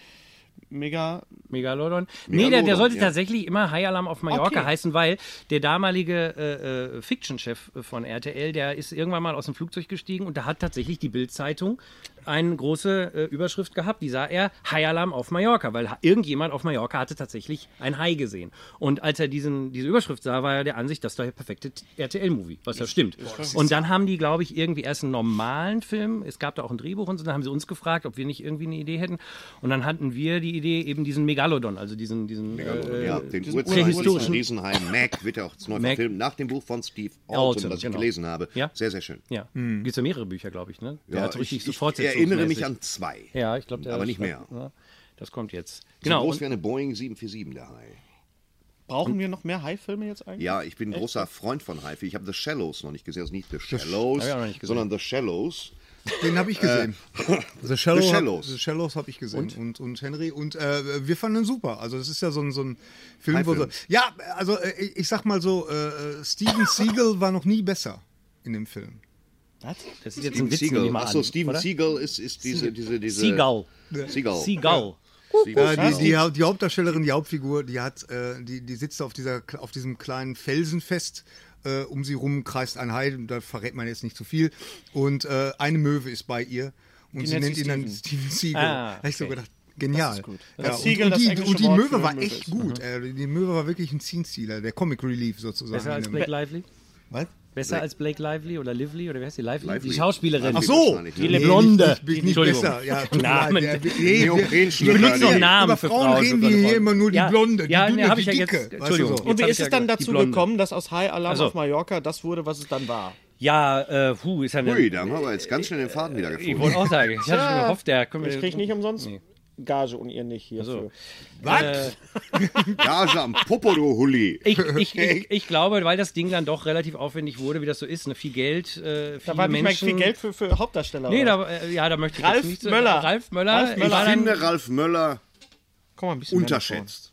[SPEAKER 2] Mega.
[SPEAKER 3] Megalodon. Nee, der, der
[SPEAKER 4] Megalodon,
[SPEAKER 3] sollte
[SPEAKER 4] ja.
[SPEAKER 3] tatsächlich immer High Alarm auf Mallorca
[SPEAKER 2] Okay.
[SPEAKER 3] heißen, weil der damalige äh, äh, Fiction-Chef von RTL, der ist irgendwann mal aus dem Flugzeug gestiegen und da hat tatsächlich die Bild-Zeitung eine große äh, Überschrift gehabt, die sah er High Alarm auf Mallorca, weil ha- irgendjemand auf Mallorca hatte tatsächlich ein Hai gesehen. Und als er diesen, diese Überschrift sah, war er der Ansicht, das ist doch der perfekte RTL-Movie, was ja stimmt. Und dann haben die, glaube ich, irgendwie erst einen normalen Film, es gab da auch ein Drehbuch und so, dann haben sie uns gefragt, ob wir nicht irgendwie eine Idee hätten. Und dann hatten wir die Idee, eben diesen Megalodon, also diesen, diesen äh,
[SPEAKER 4] Ja, den
[SPEAKER 3] prähistorischen-
[SPEAKER 4] urzeitlichen Riesenheim. Mac wird ja auch neu
[SPEAKER 3] Mac.
[SPEAKER 4] verfilmt nach dem Buch von Steve
[SPEAKER 3] Orton,
[SPEAKER 4] Orton, was ich
[SPEAKER 3] genau.
[SPEAKER 4] gelesen habe.
[SPEAKER 3] Ja.
[SPEAKER 4] Sehr, sehr schön.
[SPEAKER 3] Ja, gibt's ja mehrere Bücher, glaube ich. Ne? Der
[SPEAKER 4] Ja,
[SPEAKER 3] hat so richtig
[SPEAKER 4] ich,
[SPEAKER 3] so
[SPEAKER 4] ich erinnere mich
[SPEAKER 3] fortsetzungsmäßig.
[SPEAKER 4] an zwei.
[SPEAKER 3] Ja, ich glaube, der
[SPEAKER 4] aber nicht mehr.
[SPEAKER 3] Ja, das kommt jetzt.
[SPEAKER 4] so
[SPEAKER 3] Genau.
[SPEAKER 4] groß
[SPEAKER 3] Und,
[SPEAKER 4] wie eine Boeing 747, der Hai.
[SPEAKER 2] Brauchen wir noch mehr High-Filme jetzt eigentlich?
[SPEAKER 4] Ja, ich bin ein großer Freund von Haifi. Ich habe The Shallows noch nicht gesehen. Also nicht The Shallows,
[SPEAKER 3] Hab ich auch noch nicht gesehen.
[SPEAKER 4] sondern The Shallows.
[SPEAKER 5] Äh, Den habe ich gesehen. The, Shallow
[SPEAKER 4] The Shallows.
[SPEAKER 5] Hab, The Shallows habe ich gesehen. Und, und, Henry. Und äh, wir fanden ihn super. Also, das ist ja so ein, so ein Film, wo so,
[SPEAKER 4] Film.
[SPEAKER 5] Ja, also, äh, ich sag mal so: äh, Steven Seagal war noch nie besser in dem Film.
[SPEAKER 2] Was?
[SPEAKER 3] das ist jetzt ein Witz, nehme ich
[SPEAKER 4] Seagal.
[SPEAKER 3] mal
[SPEAKER 4] Achso,
[SPEAKER 3] an,
[SPEAKER 4] Steven
[SPEAKER 3] oder?
[SPEAKER 4] Seagal ist, ist diese, diese, diese.
[SPEAKER 3] Seagal.
[SPEAKER 4] Seagal.
[SPEAKER 3] Seagal.
[SPEAKER 5] Äh,
[SPEAKER 4] Seagal.
[SPEAKER 5] die, die, Hau- die Hauptdarstellerin, die Hauptfigur, die hat, äh, die, die sitzt auf, dieser, auf diesem kleinen Felsen fest. Äh, um sie rum kreist ein Hai, da verrät man jetzt nicht zu viel. Und äh, eine Möwe ist bei ihr. Und sie
[SPEAKER 2] nennt
[SPEAKER 5] nennt
[SPEAKER 2] sie
[SPEAKER 5] ihn dann Steven Seagal.
[SPEAKER 3] Ah,
[SPEAKER 5] Da hab ich so
[SPEAKER 3] okay.
[SPEAKER 5] gedacht, genial.
[SPEAKER 2] ist gut.
[SPEAKER 5] Ja,
[SPEAKER 2] Das
[SPEAKER 5] und,
[SPEAKER 2] Seagal,
[SPEAKER 5] und
[SPEAKER 2] das
[SPEAKER 5] die,
[SPEAKER 2] englische
[SPEAKER 5] und die
[SPEAKER 2] Wort
[SPEAKER 5] Möwe
[SPEAKER 2] für
[SPEAKER 5] war
[SPEAKER 2] Möwe
[SPEAKER 5] echt
[SPEAKER 2] ist.
[SPEAKER 5] gut. Äh, die Möwe war wirklich ein Scene-Stealer, der Comic Relief sozusagen.
[SPEAKER 3] Besser als
[SPEAKER 5] In dem-
[SPEAKER 3] Blake Lively?
[SPEAKER 5] Was?
[SPEAKER 3] Besser als Blake Lively oder Lively oder wie heißt die? Lively?
[SPEAKER 4] Lively.
[SPEAKER 3] Die Schauspielerin.
[SPEAKER 4] Ach so,
[SPEAKER 3] die
[SPEAKER 4] die
[SPEAKER 5] Nee,
[SPEAKER 3] nee, Blonde.
[SPEAKER 5] Nicht, nicht, nicht
[SPEAKER 3] Entschuldigung.
[SPEAKER 5] besser. Ja, tut mir leid.
[SPEAKER 3] Namen.
[SPEAKER 5] Der-
[SPEAKER 3] Ich
[SPEAKER 5] nee, wir-
[SPEAKER 4] Neoprenschild.
[SPEAKER 3] benutze noch
[SPEAKER 4] Ja,
[SPEAKER 3] Namen
[SPEAKER 5] über
[SPEAKER 3] für
[SPEAKER 5] Frauen
[SPEAKER 3] Frauen.
[SPEAKER 5] reden wir hier immer nur die
[SPEAKER 3] ja,
[SPEAKER 5] Blonde, die
[SPEAKER 3] ja,
[SPEAKER 5] dünne,
[SPEAKER 3] nee, hab
[SPEAKER 5] die
[SPEAKER 3] ich ja
[SPEAKER 5] dicke.
[SPEAKER 3] Jetzt,
[SPEAKER 5] Weißt du
[SPEAKER 3] Entschuldigung.
[SPEAKER 5] so.
[SPEAKER 3] jetzt
[SPEAKER 2] Und wie
[SPEAKER 3] hab
[SPEAKER 2] ist
[SPEAKER 3] ich
[SPEAKER 2] es
[SPEAKER 3] ja
[SPEAKER 2] dann
[SPEAKER 3] gesagt, die
[SPEAKER 2] dazu
[SPEAKER 3] Blonde.
[SPEAKER 2] gekommen, dass aus High Alarm
[SPEAKER 3] Also.
[SPEAKER 2] auf Mallorca das wurde, was es dann war?
[SPEAKER 3] Ja, äh, puh, ist ja eine.
[SPEAKER 4] Ui, da haben wir aber jetzt ganz schnell den Faden wieder
[SPEAKER 3] ich
[SPEAKER 4] gefunden.
[SPEAKER 3] wollte auch sagen, ich hatte schon gehofft, der können wir.
[SPEAKER 2] Ich kriege nicht umsonst Gage und ihr nicht hier.
[SPEAKER 3] so.
[SPEAKER 4] Gage am Popo, du Hulli.
[SPEAKER 3] Ich, ich, ich, ich glaube, weil das Ding dann doch relativ aufwendig wurde, wie das so ist, ne, viel Geld, äh, viel
[SPEAKER 2] Da war nicht mehr
[SPEAKER 3] Menschen.
[SPEAKER 2] viel Geld für, für Hauptdarsteller.
[SPEAKER 3] Nee,
[SPEAKER 2] oder?
[SPEAKER 3] da, äh, ja, da möchte ich
[SPEAKER 2] Ralf
[SPEAKER 3] jetzt nicht so-
[SPEAKER 2] Möller.
[SPEAKER 3] Ralf Möller.
[SPEAKER 2] Ralf
[SPEAKER 3] ich
[SPEAKER 2] Möller.
[SPEAKER 3] war
[SPEAKER 4] Ich
[SPEAKER 3] dann-
[SPEAKER 4] finde Ralf Möller
[SPEAKER 2] Komm mal ein bisschen mehr nach vorne.
[SPEAKER 4] unterschätzt.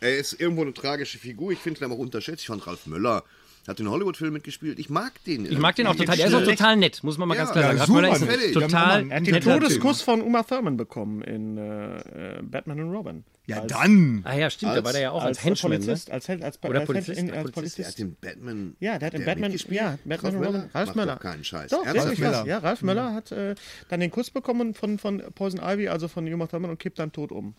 [SPEAKER 4] Er ist irgendwo eine tragische Figur. Ich finde ihn aber auch unterschätzt. Ich fand Ralf Möller. Hat in Hollywood-Filmen mitgespielt. Ich mag den.
[SPEAKER 3] Ich mag den auch total. Der ist auch total nett, muss man mal
[SPEAKER 4] Ja,
[SPEAKER 3] ganz klar sagen.
[SPEAKER 4] ja,
[SPEAKER 3] Ralf Möller
[SPEAKER 5] super nett.
[SPEAKER 3] ist
[SPEAKER 4] Wir
[SPEAKER 5] haben
[SPEAKER 3] total
[SPEAKER 5] einen
[SPEAKER 2] Er hat
[SPEAKER 3] netter
[SPEAKER 2] den
[SPEAKER 3] Typ.
[SPEAKER 2] Todeskuss von Uma Thurman bekommen in äh, äh, Batman und Robin.
[SPEAKER 5] Ja, dann.
[SPEAKER 3] Ah ja, stimmt, da war der ja auch als,
[SPEAKER 2] als
[SPEAKER 3] Henchman. Ne?
[SPEAKER 2] Polizist, als, Hel- als,
[SPEAKER 3] Oder
[SPEAKER 2] als,
[SPEAKER 3] Polizist,
[SPEAKER 2] Hel- in- als
[SPEAKER 3] Polizist,
[SPEAKER 4] Der hat
[SPEAKER 2] Polizist.
[SPEAKER 4] den Batman.
[SPEAKER 2] Ja, der hat in Batman,
[SPEAKER 4] mitgespielt?
[SPEAKER 2] ja, Batman
[SPEAKER 4] Ralf
[SPEAKER 2] und Robin.
[SPEAKER 4] Möller?
[SPEAKER 2] Ralf
[SPEAKER 4] Macht
[SPEAKER 2] Möller.
[SPEAKER 4] doch keinen Scheiß.
[SPEAKER 2] Doch,
[SPEAKER 4] Ernsthaft?
[SPEAKER 2] wirklich was. Ja, Ralf Möller hat äh, dann den Kuss bekommen von, von Poison Ivy, also von Juma Thurman, und kippt dann tot um.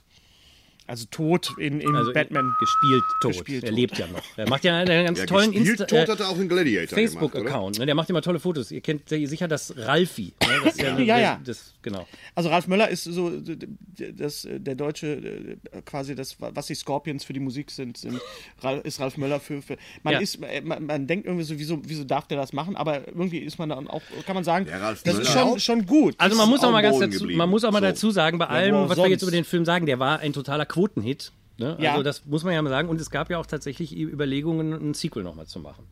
[SPEAKER 2] Also tot in, in
[SPEAKER 3] Also
[SPEAKER 2] Batman.
[SPEAKER 3] Gespielt tot.
[SPEAKER 2] Gespielt
[SPEAKER 3] er
[SPEAKER 2] tot.
[SPEAKER 3] lebt ja noch. Er macht ja einen ganz
[SPEAKER 4] Ja,
[SPEAKER 3] tollen
[SPEAKER 4] gespielt
[SPEAKER 3] Insta
[SPEAKER 4] tot
[SPEAKER 3] äh,
[SPEAKER 4] hat er auch in Gladiator gemacht,
[SPEAKER 3] Facebook-Account. Ne? Der macht immer tolle Fotos. Ihr kennt ja sicher das Ralfi. Ne? Das ist ja,
[SPEAKER 2] Ja, ja.
[SPEAKER 3] Das, genau.
[SPEAKER 2] Also Ralf Möller ist so d- d- das, äh, der Deutsche, äh, quasi das, wa- was die Scorpions für die Musik sind, sind Ra- ist Ralf Möller für. für man,
[SPEAKER 3] Ja.
[SPEAKER 2] ist, äh, man, man denkt irgendwie so, wieso, wieso darf der das machen, aber irgendwie ist man dann auch, kann man sagen,
[SPEAKER 4] Der Ralf
[SPEAKER 2] das ist
[SPEAKER 4] Möller.
[SPEAKER 2] schon, schon gut.
[SPEAKER 3] Also man
[SPEAKER 4] ist
[SPEAKER 3] muss auch mal ganz
[SPEAKER 4] am Boden
[SPEAKER 3] dazu, man
[SPEAKER 4] geblieben.
[SPEAKER 3] muss auch mal
[SPEAKER 4] So.
[SPEAKER 3] dazu sagen, bei allem,
[SPEAKER 2] wo
[SPEAKER 3] was wir
[SPEAKER 2] sonst?
[SPEAKER 3] jetzt über den Film sagen, der war ein totaler Quotenhit. Ne?
[SPEAKER 2] Ja.
[SPEAKER 3] Also das muss man ja mal sagen. Und es gab ja auch tatsächlich Überlegungen, ein Sequel nochmal zu machen.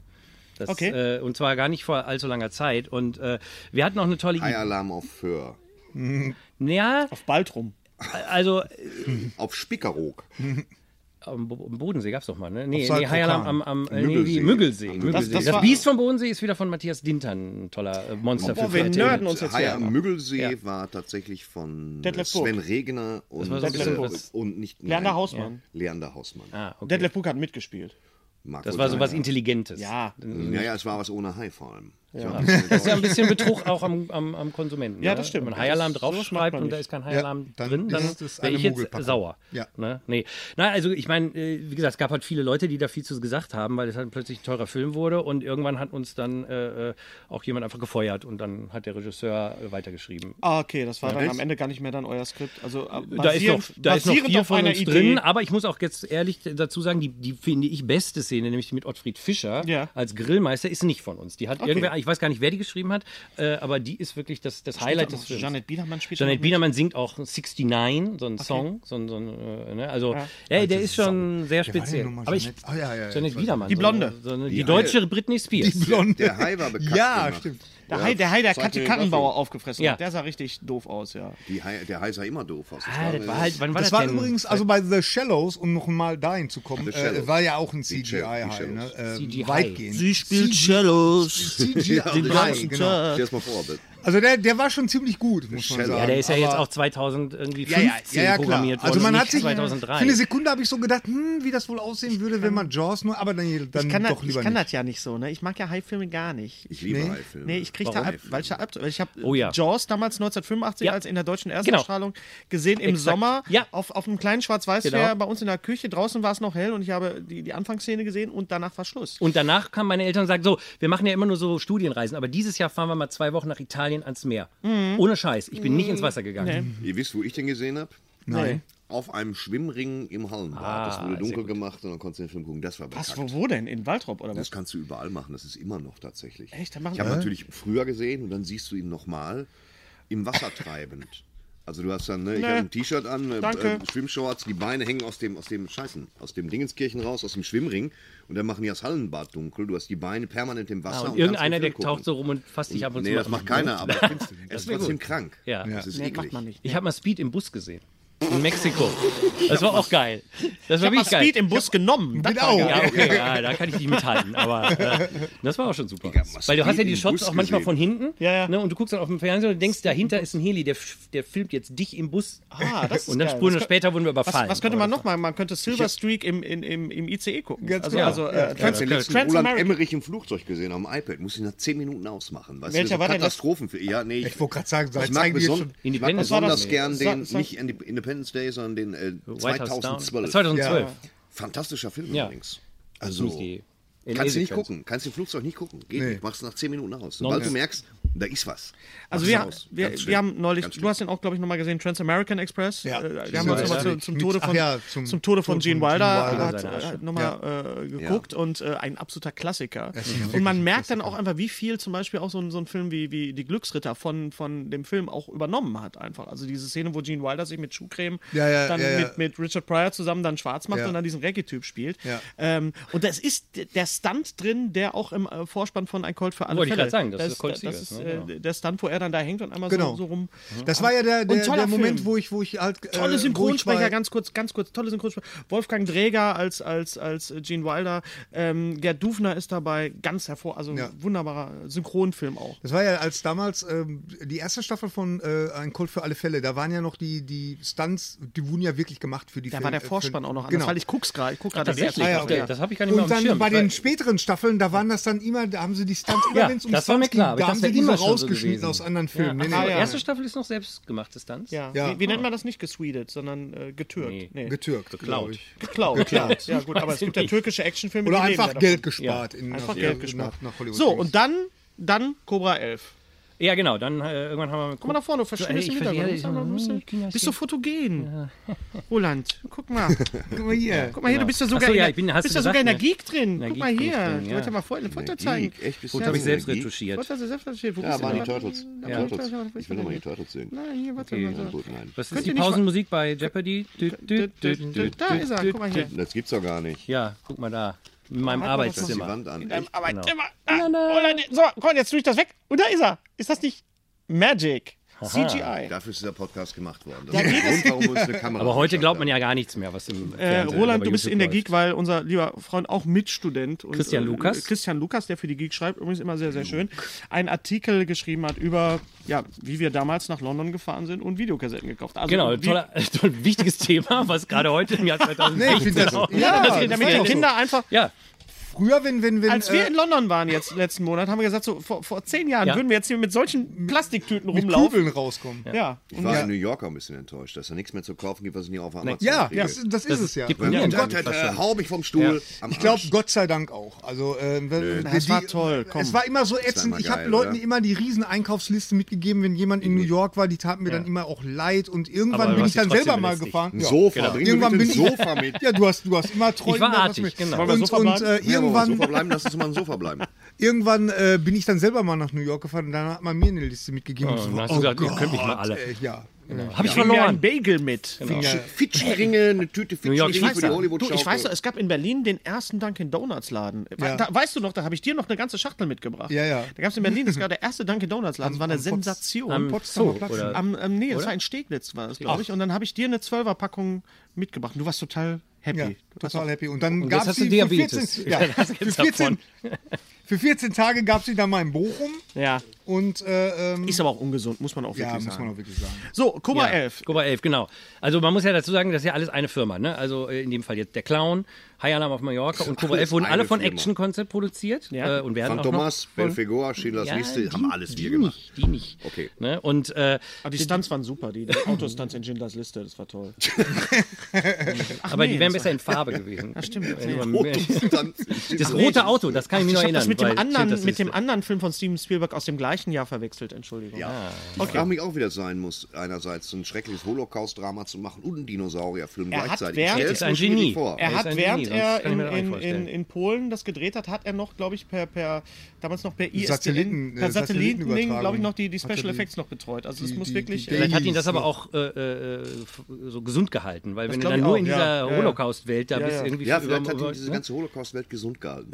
[SPEAKER 3] Das,
[SPEAKER 2] Okay.
[SPEAKER 3] äh, und zwar gar nicht vor allzu langer Zeit. Und äh, wir hatten auch eine tolle
[SPEAKER 4] oder? High
[SPEAKER 3] Idee.
[SPEAKER 4] Alarm auf Hör.
[SPEAKER 3] Ja,
[SPEAKER 2] Auf Baltrum.
[SPEAKER 3] also
[SPEAKER 4] Auf Spickerog.
[SPEAKER 3] am, Bo- am Bodensee gab es doch mal, ne? Nee,
[SPEAKER 5] Salt
[SPEAKER 3] nee High Alarm am,
[SPEAKER 5] Rokan.
[SPEAKER 3] am äh, nee,
[SPEAKER 4] Müggelsee.
[SPEAKER 3] wie, Müggelsee. Müggelsee. Das,
[SPEAKER 2] das war-
[SPEAKER 3] Biest vom Bodensee ist wieder von Matthias Dintern, ein toller äh, Monster
[SPEAKER 2] Boah,
[SPEAKER 3] für
[SPEAKER 2] wir
[SPEAKER 3] RTL.
[SPEAKER 2] nerden uns jetzt
[SPEAKER 4] High
[SPEAKER 2] hier.
[SPEAKER 4] am
[SPEAKER 2] ab.
[SPEAKER 4] Müggelsee
[SPEAKER 3] Ja.
[SPEAKER 4] war tatsächlich von
[SPEAKER 2] Detlef
[SPEAKER 4] Sven
[SPEAKER 2] Burg.
[SPEAKER 4] Regner und,
[SPEAKER 3] war so ein bisschen
[SPEAKER 4] äh,
[SPEAKER 3] was-
[SPEAKER 4] und nicht nein,
[SPEAKER 2] Leander Hausmann.
[SPEAKER 4] Leander Hausmann.
[SPEAKER 3] Ah, okay.
[SPEAKER 2] Detlef Buck hat mitgespielt.
[SPEAKER 4] Marco
[SPEAKER 3] Das war so was
[SPEAKER 4] Daniel.
[SPEAKER 3] Intelligentes.
[SPEAKER 2] Ja.
[SPEAKER 4] Naja, es war was ohne Hai vor allem. Ja.
[SPEAKER 3] Das ist ja ein bisschen Betrug auch am, am, am Konsumenten.
[SPEAKER 2] Ja,
[SPEAKER 3] ne?
[SPEAKER 2] das stimmt.
[SPEAKER 3] Wenn man High Alarm
[SPEAKER 2] Das- sowas macht
[SPEAKER 3] draufschreibt
[SPEAKER 2] man
[SPEAKER 3] und da
[SPEAKER 2] nicht.
[SPEAKER 3] ist kein High
[SPEAKER 5] Ja,
[SPEAKER 3] Alarm
[SPEAKER 5] dann
[SPEAKER 3] drin, dann
[SPEAKER 5] ist es
[SPEAKER 3] wäre
[SPEAKER 5] eine
[SPEAKER 3] ich jetzt
[SPEAKER 5] Mogelpackung.
[SPEAKER 3] sauer.
[SPEAKER 5] Ja.
[SPEAKER 3] Ne? Nee. Na, also ich meine, äh, wie gesagt, es gab halt viele Leute, die da viel zu gesagt haben, weil es halt plötzlich ein teurer Film wurde und irgendwann hat uns dann äh, äh, auch jemand einfach gefeuert und dann hat der Regisseur äh, weitergeschrieben.
[SPEAKER 2] Ah, okay, das war dann am Ende gar nicht mehr dann euer Skript. Also äh,
[SPEAKER 3] da ist noch,
[SPEAKER 2] basierend-
[SPEAKER 3] da ist noch
[SPEAKER 2] basierend
[SPEAKER 3] viel
[SPEAKER 2] auf
[SPEAKER 3] von
[SPEAKER 2] einer
[SPEAKER 3] uns
[SPEAKER 2] Idee.
[SPEAKER 3] drin, aber ich muss auch jetzt ehrlich dazu sagen, die, die finde ich beste Szene, nämlich die mit Ottfried Fischer
[SPEAKER 2] Ja.
[SPEAKER 3] als Grillmeister, ist nicht von uns. Die hat irgendwer, ich weiß gar nicht, wer die geschrieben hat, äh, aber die ist wirklich das, das Highlight des Films.
[SPEAKER 2] Janet Biedermann spielt
[SPEAKER 3] Janet
[SPEAKER 2] noch mit.
[SPEAKER 3] Biedermann singt auch 69, so ein Song, so ein, so ein äh, ne? also ey, der ist schon sehr speziell.
[SPEAKER 5] nochmal
[SPEAKER 3] Aber ich,
[SPEAKER 5] Janet? Ah, ja, ja, ja, ich
[SPEAKER 3] Janet
[SPEAKER 5] weiß.
[SPEAKER 3] Biedermann,
[SPEAKER 2] Die
[SPEAKER 3] so-
[SPEAKER 2] Blonde.
[SPEAKER 3] so eine, die, deutsche Britney Spears.
[SPEAKER 5] Blonde.
[SPEAKER 4] Der Hai war bekackt.
[SPEAKER 5] ja,
[SPEAKER 4] gemacht.
[SPEAKER 5] stimmt.
[SPEAKER 2] Der Hai, der Hai, der
[SPEAKER 4] zeig
[SPEAKER 2] Katze
[SPEAKER 4] mir den
[SPEAKER 2] Karrenbauer
[SPEAKER 4] Löffel.
[SPEAKER 2] aufgefressen
[SPEAKER 3] Ja.
[SPEAKER 2] hat. Der sah richtig doof aus, ja.
[SPEAKER 4] Die Hai, der Hai sah immer doof aus.
[SPEAKER 3] Ah, das war halt, wann war
[SPEAKER 5] Das
[SPEAKER 3] das,
[SPEAKER 5] war
[SPEAKER 3] denn?
[SPEAKER 5] übrigens, also bei The Shallows, um nochmal dahin zu kommen,
[SPEAKER 4] The
[SPEAKER 5] äh,
[SPEAKER 4] Shallows.
[SPEAKER 5] war ja auch ein
[SPEAKER 4] Die
[SPEAKER 5] CGI-High.
[SPEAKER 4] Shallows.
[SPEAKER 5] Ne? Äh,
[SPEAKER 3] CGI.
[SPEAKER 5] Weitgehend.
[SPEAKER 6] Sie spielt
[SPEAKER 5] CGI
[SPEAKER 6] Cellos.
[SPEAKER 5] CGI-High,
[SPEAKER 6] ganzen
[SPEAKER 2] Äh,
[SPEAKER 5] genau.
[SPEAKER 4] Stell dir das mal vor, bitte.
[SPEAKER 5] Also der, der war schon ziemlich gut, muss man
[SPEAKER 4] Shallows.
[SPEAKER 5] sagen.
[SPEAKER 3] Ja, der ist ja
[SPEAKER 5] Aber-
[SPEAKER 3] jetzt auch 2000 irgendwie
[SPEAKER 5] ja, ja,
[SPEAKER 3] 15
[SPEAKER 5] ja, ja,
[SPEAKER 3] programmiert
[SPEAKER 5] klar.
[SPEAKER 3] worden,
[SPEAKER 5] Also man
[SPEAKER 3] nicht
[SPEAKER 5] hat sich,
[SPEAKER 3] 2003.
[SPEAKER 5] für eine Sekunde habe ich so gedacht, hm, wie das wohl aussehen würde, wenn man Jaws nur, aber dann, dann
[SPEAKER 2] Ich kann,
[SPEAKER 5] doch
[SPEAKER 2] das, ich
[SPEAKER 5] lieber
[SPEAKER 2] kann
[SPEAKER 5] nicht.
[SPEAKER 2] das ja nicht so, ne? Ich mag ja Hai-Filme gar nicht.
[SPEAKER 4] Ich liebe Hai-Filme.
[SPEAKER 2] Nee, ich krieg da ab, weil ich da ab, weil ich habe
[SPEAKER 3] Oh ja.
[SPEAKER 2] Jaws damals 1985
[SPEAKER 3] Ja.
[SPEAKER 2] als in der deutschen
[SPEAKER 3] Genau.
[SPEAKER 2] Erstausstrahlung gesehen im
[SPEAKER 3] Exakt.
[SPEAKER 2] Sommer
[SPEAKER 3] Ja.
[SPEAKER 2] auf, auf einem kleinen schwarz-weiß
[SPEAKER 3] Genau.
[SPEAKER 2] bei uns in der Küche. Draußen war es noch hell und ich habe die, die Anfangsszene gesehen und danach war Schluss.
[SPEAKER 3] Und danach kamen meine Eltern und sagten, so, wir machen ja immer nur so Studienreisen, aber dieses Jahr fahren wir mal zwei Wochen nach Italien ans Meer.
[SPEAKER 2] Mhm.
[SPEAKER 3] Ohne Scheiß, ich bin nicht ins Wasser gegangen.
[SPEAKER 4] Ihr wisst, wo ich den gesehen habe?
[SPEAKER 5] Nein.
[SPEAKER 4] Auf einem Schwimmring im Hallenbad. das wurde dunkel gemacht und dann konntest du den Film gucken. Das war
[SPEAKER 2] Ah, Was,
[SPEAKER 4] bekackt.
[SPEAKER 2] wo, wo denn? In Waltrop oder was?
[SPEAKER 4] Das kannst du überall machen. Das ist immer noch tatsächlich.
[SPEAKER 2] Echt? Da machen-
[SPEAKER 4] ich habe
[SPEAKER 2] Äh?
[SPEAKER 4] natürlich früher gesehen und dann siehst du ihn nochmal im Wasser treibend. Also du hast dann, ne, ich habe ein T-Shirt an, äh,
[SPEAKER 2] Danke.
[SPEAKER 4] äh, Schwimmshorts, die Beine hängen aus dem, aus dem Scheißen, aus dem Dingenskirchen raus, aus dem Schwimmring und dann machen die das Hallenbad dunkel. Du hast die Beine permanent im Wasser.
[SPEAKER 3] Ah,
[SPEAKER 4] und
[SPEAKER 3] und
[SPEAKER 4] kannst
[SPEAKER 3] irgendeiner,
[SPEAKER 4] den
[SPEAKER 3] der
[SPEAKER 4] Film gucken.
[SPEAKER 3] taucht so rum und fasst dich ab und zu. ne?
[SPEAKER 4] Nee, das macht keiner, aber ich find's- es ist trotzdem krank.
[SPEAKER 3] Ja.
[SPEAKER 4] Das ist eklig.
[SPEAKER 2] macht man nicht.
[SPEAKER 3] Ich habe mal Speed im Bus gesehen. In Mexiko. Das war auch geil. Das war
[SPEAKER 2] Ich habe
[SPEAKER 3] wirklich geil.
[SPEAKER 2] Speed im Bus genommen. Das war
[SPEAKER 5] Genau.
[SPEAKER 2] geil.
[SPEAKER 3] ja, okay, ja, da kann ich nicht mithalten, aber äh, das war auch schon super.
[SPEAKER 4] mal
[SPEAKER 3] Weil du hast ja
[SPEAKER 4] Speed
[SPEAKER 3] die
[SPEAKER 4] im
[SPEAKER 3] Shots
[SPEAKER 4] Bus
[SPEAKER 3] auch manchmal
[SPEAKER 4] gesehen.
[SPEAKER 3] von hinten
[SPEAKER 2] Ja, ja.
[SPEAKER 3] Ne, und du guckst dann auf dem Fernseher und denkst, dahinter ist ein Heli, der, f- der filmt jetzt dich im Bus.
[SPEAKER 2] Ah, das ist
[SPEAKER 3] und dann
[SPEAKER 2] geil.
[SPEAKER 3] Spuren
[SPEAKER 2] Das kö-
[SPEAKER 3] später wurden wir
[SPEAKER 2] Was,
[SPEAKER 3] überfallen.
[SPEAKER 2] was könnte man noch machen? Man könnte Silver Streak im, in, im, im ICE gucken.
[SPEAKER 5] Ganz
[SPEAKER 2] also,
[SPEAKER 5] genau.
[SPEAKER 2] also äh,
[SPEAKER 4] Ich habe den letzten Roland
[SPEAKER 2] Transamerica.
[SPEAKER 4] Emmerich im Flugzeug gesehen am iPad. Muss ich nach 10 Minuten ausmachen. Weißt
[SPEAKER 2] Welcher
[SPEAKER 4] du,
[SPEAKER 2] war denn das?
[SPEAKER 4] Katastrophen. Ja, nee,
[SPEAKER 5] Ich wollte gerade sagen,
[SPEAKER 4] ich
[SPEAKER 5] seit
[SPEAKER 4] mag,
[SPEAKER 5] zeigen die jetzt
[SPEAKER 4] beson
[SPEAKER 5] schon.
[SPEAKER 4] ich mag
[SPEAKER 3] Independence-
[SPEAKER 4] besonders
[SPEAKER 3] War
[SPEAKER 4] gern
[SPEAKER 2] das-
[SPEAKER 4] den,
[SPEAKER 2] Sa- Sa-
[SPEAKER 4] nicht Inde- Independence Day, sondern den äh,
[SPEAKER 3] White House Down.
[SPEAKER 4] 2012.
[SPEAKER 3] 2012.
[SPEAKER 4] Fantastischer Film
[SPEAKER 3] Ja.
[SPEAKER 4] übrigens. Also,
[SPEAKER 3] Nicht die- in
[SPEAKER 4] kannst du nicht
[SPEAKER 3] A-Sequenz.
[SPEAKER 4] gucken. Kannst du im Flugzeug nicht gucken. Geht
[SPEAKER 5] Nee.
[SPEAKER 4] nicht. Machst nach 10 Minuten aus. Sobald du merkst, da ist was.
[SPEAKER 2] Also
[SPEAKER 4] Mach's
[SPEAKER 2] wir,
[SPEAKER 4] aus.
[SPEAKER 2] wir,
[SPEAKER 4] Ganz
[SPEAKER 2] wir
[SPEAKER 4] schlimm.
[SPEAKER 2] haben neulich,
[SPEAKER 4] Ganz
[SPEAKER 2] du hast den auch, glaube ich, nochmal gesehen, Transamerican Express.
[SPEAKER 5] Ja.
[SPEAKER 2] Äh, wir haben uns
[SPEAKER 5] Ja,
[SPEAKER 2] nochmal
[SPEAKER 5] ja.
[SPEAKER 2] zu, zum
[SPEAKER 5] Mit-
[SPEAKER 2] Tode
[SPEAKER 5] ach
[SPEAKER 2] von, äh,
[SPEAKER 5] ja,
[SPEAKER 2] zum,
[SPEAKER 5] zum-
[SPEAKER 2] Tode von
[SPEAKER 5] zum-
[SPEAKER 2] Gene
[SPEAKER 5] zum
[SPEAKER 2] Wilder,
[SPEAKER 5] Gene Wilder,
[SPEAKER 2] hat,
[SPEAKER 5] seine
[SPEAKER 2] äh, hat nochmal äh, geguckt und äh, ein absoluter Klassiker. Und man merkt dann auch einfach, wie viel zum Beispiel auch so ein, so ein Film wie, wie Die Glücksritter von, von dem Film auch übernommen hat einfach. Also diese Szene, wo Gene Wilder sich mit Schuhcreme
[SPEAKER 5] Ja, ja,
[SPEAKER 2] dann
[SPEAKER 5] ja, ja.
[SPEAKER 2] Mit, mit Richard Pryor zusammen dann schwarz macht
[SPEAKER 5] Ja.
[SPEAKER 2] und dann diesen Reggae-Typ spielt.
[SPEAKER 5] Ja.
[SPEAKER 2] Ähm, und das ist d- der Stunt drin, der auch im äh, Vorspann von Ein Colt für alle
[SPEAKER 3] Wollte ich
[SPEAKER 2] Fälle.
[SPEAKER 3] grad sagen, das ist Colt
[SPEAKER 2] das
[SPEAKER 3] Seegers,
[SPEAKER 2] ist,
[SPEAKER 3] ne?
[SPEAKER 2] äh, der Stunt, wo er dann da hängt und einmal
[SPEAKER 5] Genau.
[SPEAKER 2] so, so rum.
[SPEAKER 5] Das war ja der, der,
[SPEAKER 2] toller
[SPEAKER 5] der Moment,
[SPEAKER 2] Film.
[SPEAKER 5] wo ich, wo ich halt. äh, wo
[SPEAKER 2] Tolle
[SPEAKER 5] ich
[SPEAKER 2] Synchronsprecher,
[SPEAKER 5] bei-
[SPEAKER 2] ganz kurz, ganz kurz, tolle Synchronsprecher. Wolfgang Dräger als, als, als äh, Gene Wilder, ähm, Gerd Dufner ist dabei, ganz hervor, also
[SPEAKER 5] Ja.
[SPEAKER 2] wunderbarer Synchronfilm auch.
[SPEAKER 5] Das war ja als damals ähm, die erste Staffel von äh, Ein Colt für alle Fälle. Da waren ja noch die, die Stunts, die wurden ja wirklich gemacht für die
[SPEAKER 2] Da
[SPEAKER 5] Film-
[SPEAKER 2] war der
[SPEAKER 5] äh, für-
[SPEAKER 2] Vorspann auch noch anders,
[SPEAKER 5] Genau.
[SPEAKER 2] weil ich guck's gerade, ich guck gerade
[SPEAKER 3] Tatsächlich,
[SPEAKER 5] Ah, ja,
[SPEAKER 3] okay.
[SPEAKER 5] okay.
[SPEAKER 3] das habe ich gar nicht mehr
[SPEAKER 5] und
[SPEAKER 3] auf
[SPEAKER 5] dann
[SPEAKER 3] dem Schirm.
[SPEAKER 5] bei
[SPEAKER 3] Ich weiß-
[SPEAKER 5] den späteren Staffeln, da waren das dann immer, da haben sie die Stunts immer,
[SPEAKER 3] Ja,
[SPEAKER 5] wenn es um
[SPEAKER 3] das war
[SPEAKER 5] Stunts
[SPEAKER 3] mir klar,
[SPEAKER 5] ging,
[SPEAKER 3] aber ich
[SPEAKER 5] da haben
[SPEAKER 3] dachte,
[SPEAKER 5] sie die
[SPEAKER 3] immer
[SPEAKER 5] so
[SPEAKER 3] schon so
[SPEAKER 5] rausgeschnitten
[SPEAKER 3] gewesen.
[SPEAKER 5] aus anderen Filmen.
[SPEAKER 3] Ja,
[SPEAKER 5] Nee, nee,
[SPEAKER 3] aber
[SPEAKER 5] nee.
[SPEAKER 3] die Ah, erste Staffel ist noch selbst gemachte Stunts.
[SPEAKER 2] Ja.
[SPEAKER 5] Ja.
[SPEAKER 2] Wie, wie nennt man das nicht gesweedet, sondern äh, getürkt?
[SPEAKER 3] Nee.
[SPEAKER 2] Nee.
[SPEAKER 5] Getürkt, glaub
[SPEAKER 3] Geklaut.
[SPEAKER 5] ich.
[SPEAKER 2] Geklaut.
[SPEAKER 5] Geklaut.
[SPEAKER 2] Ja, gut, aber es gibt ja türkische Actionfilme.
[SPEAKER 5] Oder
[SPEAKER 2] die leben
[SPEAKER 5] einfach
[SPEAKER 2] ja
[SPEAKER 5] Geld
[SPEAKER 2] davon.
[SPEAKER 5] gespart. in-
[SPEAKER 2] Einfach
[SPEAKER 5] nach-
[SPEAKER 2] Geld
[SPEAKER 5] nach-
[SPEAKER 2] gespart.
[SPEAKER 5] Nach, nach Hollywood
[SPEAKER 2] So, und dann, dann Cobra 11.
[SPEAKER 3] Ja, genau. Dann äh, irgendwann haben wir.
[SPEAKER 2] Guck mal da vorne, du verschwindest
[SPEAKER 3] ich Hm,
[SPEAKER 2] im Hintergrund.
[SPEAKER 3] verliere-
[SPEAKER 2] Muss aber ein bisschen-
[SPEAKER 3] ich bin ja
[SPEAKER 2] Bist du
[SPEAKER 3] hier.
[SPEAKER 2] fotogen? Roland, guck mal.
[SPEAKER 5] Guck mal hier.
[SPEAKER 2] Guck mal hier, du bist ja sogar,
[SPEAKER 3] Genau. Ach so, ja,
[SPEAKER 2] in der-
[SPEAKER 3] ich bin- hast
[SPEAKER 2] bist
[SPEAKER 3] du
[SPEAKER 2] ja sogar in der
[SPEAKER 3] gesagt, ne?
[SPEAKER 2] Geek drin.
[SPEAKER 3] der
[SPEAKER 2] Guck mal
[SPEAKER 3] Geek bin
[SPEAKER 2] hier.
[SPEAKER 3] ich drin,
[SPEAKER 2] Ich
[SPEAKER 3] ja.
[SPEAKER 2] wollte ja mal vorhin ein Foto zeigen.
[SPEAKER 4] Geek, echt, bist
[SPEAKER 3] Das
[SPEAKER 4] du
[SPEAKER 3] habe ich
[SPEAKER 4] so eine
[SPEAKER 3] selbst
[SPEAKER 4] Geek?
[SPEAKER 2] Ich
[SPEAKER 3] retuschiert.
[SPEAKER 2] wollte das selbst erzählen. Wo
[SPEAKER 4] Ja,
[SPEAKER 2] bist du
[SPEAKER 4] waren die
[SPEAKER 2] denn?
[SPEAKER 4] Turtles. Die
[SPEAKER 2] Ja.
[SPEAKER 4] Turtles. Ich will nochmal die Turtles sehen.
[SPEAKER 2] Nein, hier, warte
[SPEAKER 3] Okay.
[SPEAKER 2] mal. so.
[SPEAKER 4] Gut, nein.
[SPEAKER 3] Was
[SPEAKER 2] Könnt
[SPEAKER 3] ist die
[SPEAKER 2] ihr nicht mal-
[SPEAKER 3] Pausenmusik bei Jeopardy? Dü- dü- dü- dü- dü-
[SPEAKER 2] Da ist er, guck mal hier.
[SPEAKER 4] Das gibt's doch gar nicht.
[SPEAKER 3] Ja, guck mal da. In meinem
[SPEAKER 2] Warte mal, was
[SPEAKER 4] Lass die
[SPEAKER 3] Arbeitszimmer.
[SPEAKER 4] Wand an.
[SPEAKER 2] In deinem
[SPEAKER 4] Echt?
[SPEAKER 3] Genau.
[SPEAKER 2] Arbeitszimmer. Ah, oder die- So, komm, jetzt tue ich das weg. Und da ist er. Ist das nicht Magic? CGI.
[SPEAKER 4] Dafür ist dieser Podcast gemacht worden.
[SPEAKER 2] Da
[SPEAKER 4] Das ist der
[SPEAKER 2] geht es-
[SPEAKER 4] Grund, warum uns eine Kamera
[SPEAKER 3] Aber heute
[SPEAKER 4] angeschafft
[SPEAKER 3] glaubt man ja
[SPEAKER 4] hat.
[SPEAKER 3] gar nichts mehr, was im
[SPEAKER 2] Äh,
[SPEAKER 3] Fernsehen
[SPEAKER 2] Roland,
[SPEAKER 3] über
[SPEAKER 2] du bist
[SPEAKER 3] YouTube
[SPEAKER 2] in der
[SPEAKER 3] läuft.
[SPEAKER 2] Geek, weil unser lieber Freund auch Mitstudent und
[SPEAKER 3] Christian
[SPEAKER 2] äh,
[SPEAKER 3] Lukas.
[SPEAKER 2] Christian Lukas, der für die Geek schreibt, übrigens immer sehr, sehr schön, einen Artikel geschrieben hat über, ja, wie wir damals nach London gefahren sind und Videokassetten gekauft haben. Also,
[SPEAKER 3] Genau,
[SPEAKER 2] wie-
[SPEAKER 3] toller, toll, wichtiges Thema, was gerade heute im Jahr
[SPEAKER 5] Nee, ich
[SPEAKER 3] 2016
[SPEAKER 5] finde das. Ja,
[SPEAKER 2] Ja,
[SPEAKER 5] das
[SPEAKER 2] dass wir,
[SPEAKER 5] war
[SPEAKER 2] damit die
[SPEAKER 5] auch so.
[SPEAKER 2] Kinder einfach.
[SPEAKER 3] Ja,
[SPEAKER 5] Früher, wenn, wenn, wenn.
[SPEAKER 2] Als
[SPEAKER 5] äh,
[SPEAKER 2] wir in London waren jetzt letzten Monat, haben wir gesagt, so vor, vor zehn Jahren
[SPEAKER 3] Ja.
[SPEAKER 2] würden wir jetzt hier mit solchen Plastiktüten
[SPEAKER 5] mit
[SPEAKER 2] rumlaufen.
[SPEAKER 5] Kübeln rauskommen.
[SPEAKER 2] Ja.
[SPEAKER 4] Ich war in New York auch ein bisschen enttäuscht, dass da nichts mehr zu kaufen gibt, was ich nicht auf Amazon
[SPEAKER 5] Ja,
[SPEAKER 4] kriege.
[SPEAKER 5] das, das ist es ja.
[SPEAKER 3] gibt
[SPEAKER 4] Weil
[SPEAKER 3] Ja,
[SPEAKER 4] mein
[SPEAKER 3] ja,
[SPEAKER 4] Gott,
[SPEAKER 3] ja,
[SPEAKER 4] äh, hau mich vom Stuhl. Am
[SPEAKER 5] Ich glaube,
[SPEAKER 4] Arsch.
[SPEAKER 5] Gott sei Dank auch. Also, ähm, die-
[SPEAKER 2] Das war toll, komm.
[SPEAKER 5] Es war immer so ätzend.
[SPEAKER 4] immer
[SPEAKER 5] Ich habe
[SPEAKER 4] geil,
[SPEAKER 5] Leuten
[SPEAKER 4] oder?
[SPEAKER 5] immer die riesen Einkaufsliste mitgegeben, wenn jemand in New York war. Die taten mir dann immer auch leid. Und irgendwann
[SPEAKER 3] Aber
[SPEAKER 5] bin
[SPEAKER 3] du
[SPEAKER 5] ich dann
[SPEAKER 3] hast sie trotzdem
[SPEAKER 5] selber mal
[SPEAKER 3] belästigt.
[SPEAKER 5] gefahren.
[SPEAKER 4] Ein
[SPEAKER 5] Ja.
[SPEAKER 4] Sofa, bring mir
[SPEAKER 5] Irgendwann
[SPEAKER 4] bitte
[SPEAKER 5] bin
[SPEAKER 4] ein
[SPEAKER 5] ich
[SPEAKER 4] Sofa mit.
[SPEAKER 5] Ja, du hast, du hast immer treu
[SPEAKER 3] Ich war
[SPEAKER 5] gemacht,
[SPEAKER 3] artig,
[SPEAKER 5] was mir-
[SPEAKER 3] genau.
[SPEAKER 2] Wollen wir
[SPEAKER 5] Und,
[SPEAKER 2] Sofa
[SPEAKER 5] und
[SPEAKER 2] bleiben?
[SPEAKER 5] äh,
[SPEAKER 4] Ja, aber beim Sofa
[SPEAKER 5] irgendwann,
[SPEAKER 4] bleiben, lass uns mal am Sofa bleiben.
[SPEAKER 5] irgendwann äh, bin ich dann selber mal nach New York gefahren. Und dann hat man mir eine Liste mitgegeben.
[SPEAKER 3] und
[SPEAKER 5] Und so,
[SPEAKER 3] Oh,
[SPEAKER 5] oh
[SPEAKER 3] dann hast du gesagt, ihr könnt mich mal alle.
[SPEAKER 5] Äh, ja.
[SPEAKER 3] Hab ich
[SPEAKER 2] Bring mir einen
[SPEAKER 3] verloren. Genau.
[SPEAKER 2] Bagel mit.
[SPEAKER 4] Fitsch- Fitschringe, eine Tüte
[SPEAKER 3] York,
[SPEAKER 4] Fitschringe für die
[SPEAKER 3] Schweizer.
[SPEAKER 4] hollywood
[SPEAKER 2] Du, ich weiß noch, es gab in Berlin den ersten Dunkin' Donuts Laden.
[SPEAKER 5] Ja.
[SPEAKER 2] Da, weißt du noch, da habe ich dir noch eine ganze Schachtel mitgebracht.
[SPEAKER 5] Ja, ja.
[SPEAKER 2] Da gab es in Berlin, das war der erste Dunkin' Donuts Laden, das war eine
[SPEAKER 5] am Pots-
[SPEAKER 2] Sensation.
[SPEAKER 3] am
[SPEAKER 5] Potsdamer
[SPEAKER 3] Zoo,
[SPEAKER 5] Platz.
[SPEAKER 3] oder?
[SPEAKER 2] Am, ähm, nee, das war in Steglitz, war das, glaube ich. Und dann habe ich dir eine Zwölferpackung mitgebracht. Und du warst total happy.
[SPEAKER 5] Ja,
[SPEAKER 2] Du warst
[SPEAKER 5] total happy. Und dann
[SPEAKER 3] jetzt
[SPEAKER 5] gab es
[SPEAKER 3] hast du
[SPEAKER 5] sie für
[SPEAKER 3] Diabetes.
[SPEAKER 5] 14, ja,
[SPEAKER 3] Das
[SPEAKER 5] für
[SPEAKER 3] gibt's
[SPEAKER 5] 14, für 14 Tage gab sie dann mal in Bochum.
[SPEAKER 2] auch- ja.
[SPEAKER 5] Und äh, ähm,
[SPEAKER 2] Ist aber auch ungesund, muss man auch
[SPEAKER 5] ja,
[SPEAKER 2] wirklich
[SPEAKER 5] muss
[SPEAKER 2] sagen.
[SPEAKER 5] man auch wirklich sagen.
[SPEAKER 2] So, Cobra
[SPEAKER 3] Ja,
[SPEAKER 2] 11.
[SPEAKER 3] Cobra 11, genau. Also man muss ja dazu sagen, das ist ja alles eine Firma. Ne? Also äh, in dem Fall jetzt der Clown, High Alarm auf Mallorca und Cobra
[SPEAKER 4] Alles
[SPEAKER 3] 11 wurden alle
[SPEAKER 4] eine
[SPEAKER 3] von
[SPEAKER 4] Firma.
[SPEAKER 3] Action Concept produziert
[SPEAKER 2] Ja.
[SPEAKER 3] äh, und werden
[SPEAKER 4] Van
[SPEAKER 3] auch noch
[SPEAKER 4] Thomas, Belfegor, Schindlers Liste, haben alles wir gemacht.
[SPEAKER 3] Nicht, die nicht.
[SPEAKER 4] Okay.
[SPEAKER 3] Ne? Und äh,
[SPEAKER 2] Aber Ah, die Stunts waren super, die, die Autostunts in Schindlers Liste, das war toll.
[SPEAKER 3] aber
[SPEAKER 2] nee,
[SPEAKER 3] die wären
[SPEAKER 2] das
[SPEAKER 3] besser in Farbe gewesen. Ja,
[SPEAKER 2] stimmt.
[SPEAKER 3] Das rote Auto, das kann ich mir noch
[SPEAKER 2] Ich habe das
[SPEAKER 3] erinnern.
[SPEAKER 2] mit dem,
[SPEAKER 3] weil
[SPEAKER 2] anderen,
[SPEAKER 3] Schindlers
[SPEAKER 2] mit dem
[SPEAKER 3] Liste.
[SPEAKER 2] anderen Film von Steven Spielberg aus dem gleichen Jahr verwechselt, Entschuldigung.
[SPEAKER 4] Ja. Ich frage mich auch, wie das sein muss, einerseits so ein schreckliches Holocaust-Drama zu machen und einen Dinosaurierfilm
[SPEAKER 2] Er hat
[SPEAKER 4] gleichzeitig.
[SPEAKER 2] während-
[SPEAKER 4] Stell's
[SPEAKER 3] Ist ein
[SPEAKER 4] mir schwierig
[SPEAKER 3] Genie.
[SPEAKER 4] Vor.
[SPEAKER 2] Er
[SPEAKER 3] ist
[SPEAKER 2] hat,
[SPEAKER 3] ein
[SPEAKER 2] während
[SPEAKER 3] Genie,
[SPEAKER 2] er
[SPEAKER 3] sonst kann ich
[SPEAKER 2] in,
[SPEAKER 3] mir das auch
[SPEAKER 2] in,
[SPEAKER 3] nicht
[SPEAKER 2] in,
[SPEAKER 3] vorstellen.
[SPEAKER 2] in Polen das gedreht hat, hat er noch, glaube ich, per, per damals noch per ISDN,
[SPEAKER 5] Satelliten-
[SPEAKER 2] per
[SPEAKER 5] äh,
[SPEAKER 2] Satelliten
[SPEAKER 5] Satellitenübertragung
[SPEAKER 2] glaube ich, noch die, die
[SPEAKER 5] hat er
[SPEAKER 2] Special
[SPEAKER 5] die-
[SPEAKER 2] Effects noch betreut. Also es
[SPEAKER 5] die-
[SPEAKER 2] muss
[SPEAKER 5] die-
[SPEAKER 2] wirklich...
[SPEAKER 5] die-
[SPEAKER 2] äh,
[SPEAKER 3] Vielleicht hat ihn das
[SPEAKER 5] Dailies,
[SPEAKER 3] aber
[SPEAKER 5] ne?
[SPEAKER 3] auch äh, äh, f- so gesund gehalten, weil wenn du
[SPEAKER 2] glaub
[SPEAKER 3] dann
[SPEAKER 2] ich
[SPEAKER 3] nur
[SPEAKER 2] auch,
[SPEAKER 3] in
[SPEAKER 2] ja.
[SPEAKER 3] dieser
[SPEAKER 2] Ja, ja.
[SPEAKER 3] Holocaust-Welt da
[SPEAKER 2] Ja,
[SPEAKER 3] bist,
[SPEAKER 2] ja.
[SPEAKER 3] irgendwie
[SPEAKER 4] Ja,
[SPEAKER 3] für-
[SPEAKER 4] vielleicht hat
[SPEAKER 3] über-
[SPEAKER 4] ihn diese
[SPEAKER 3] ne?
[SPEAKER 4] ganze Holocaust-Welt gesund gehalten.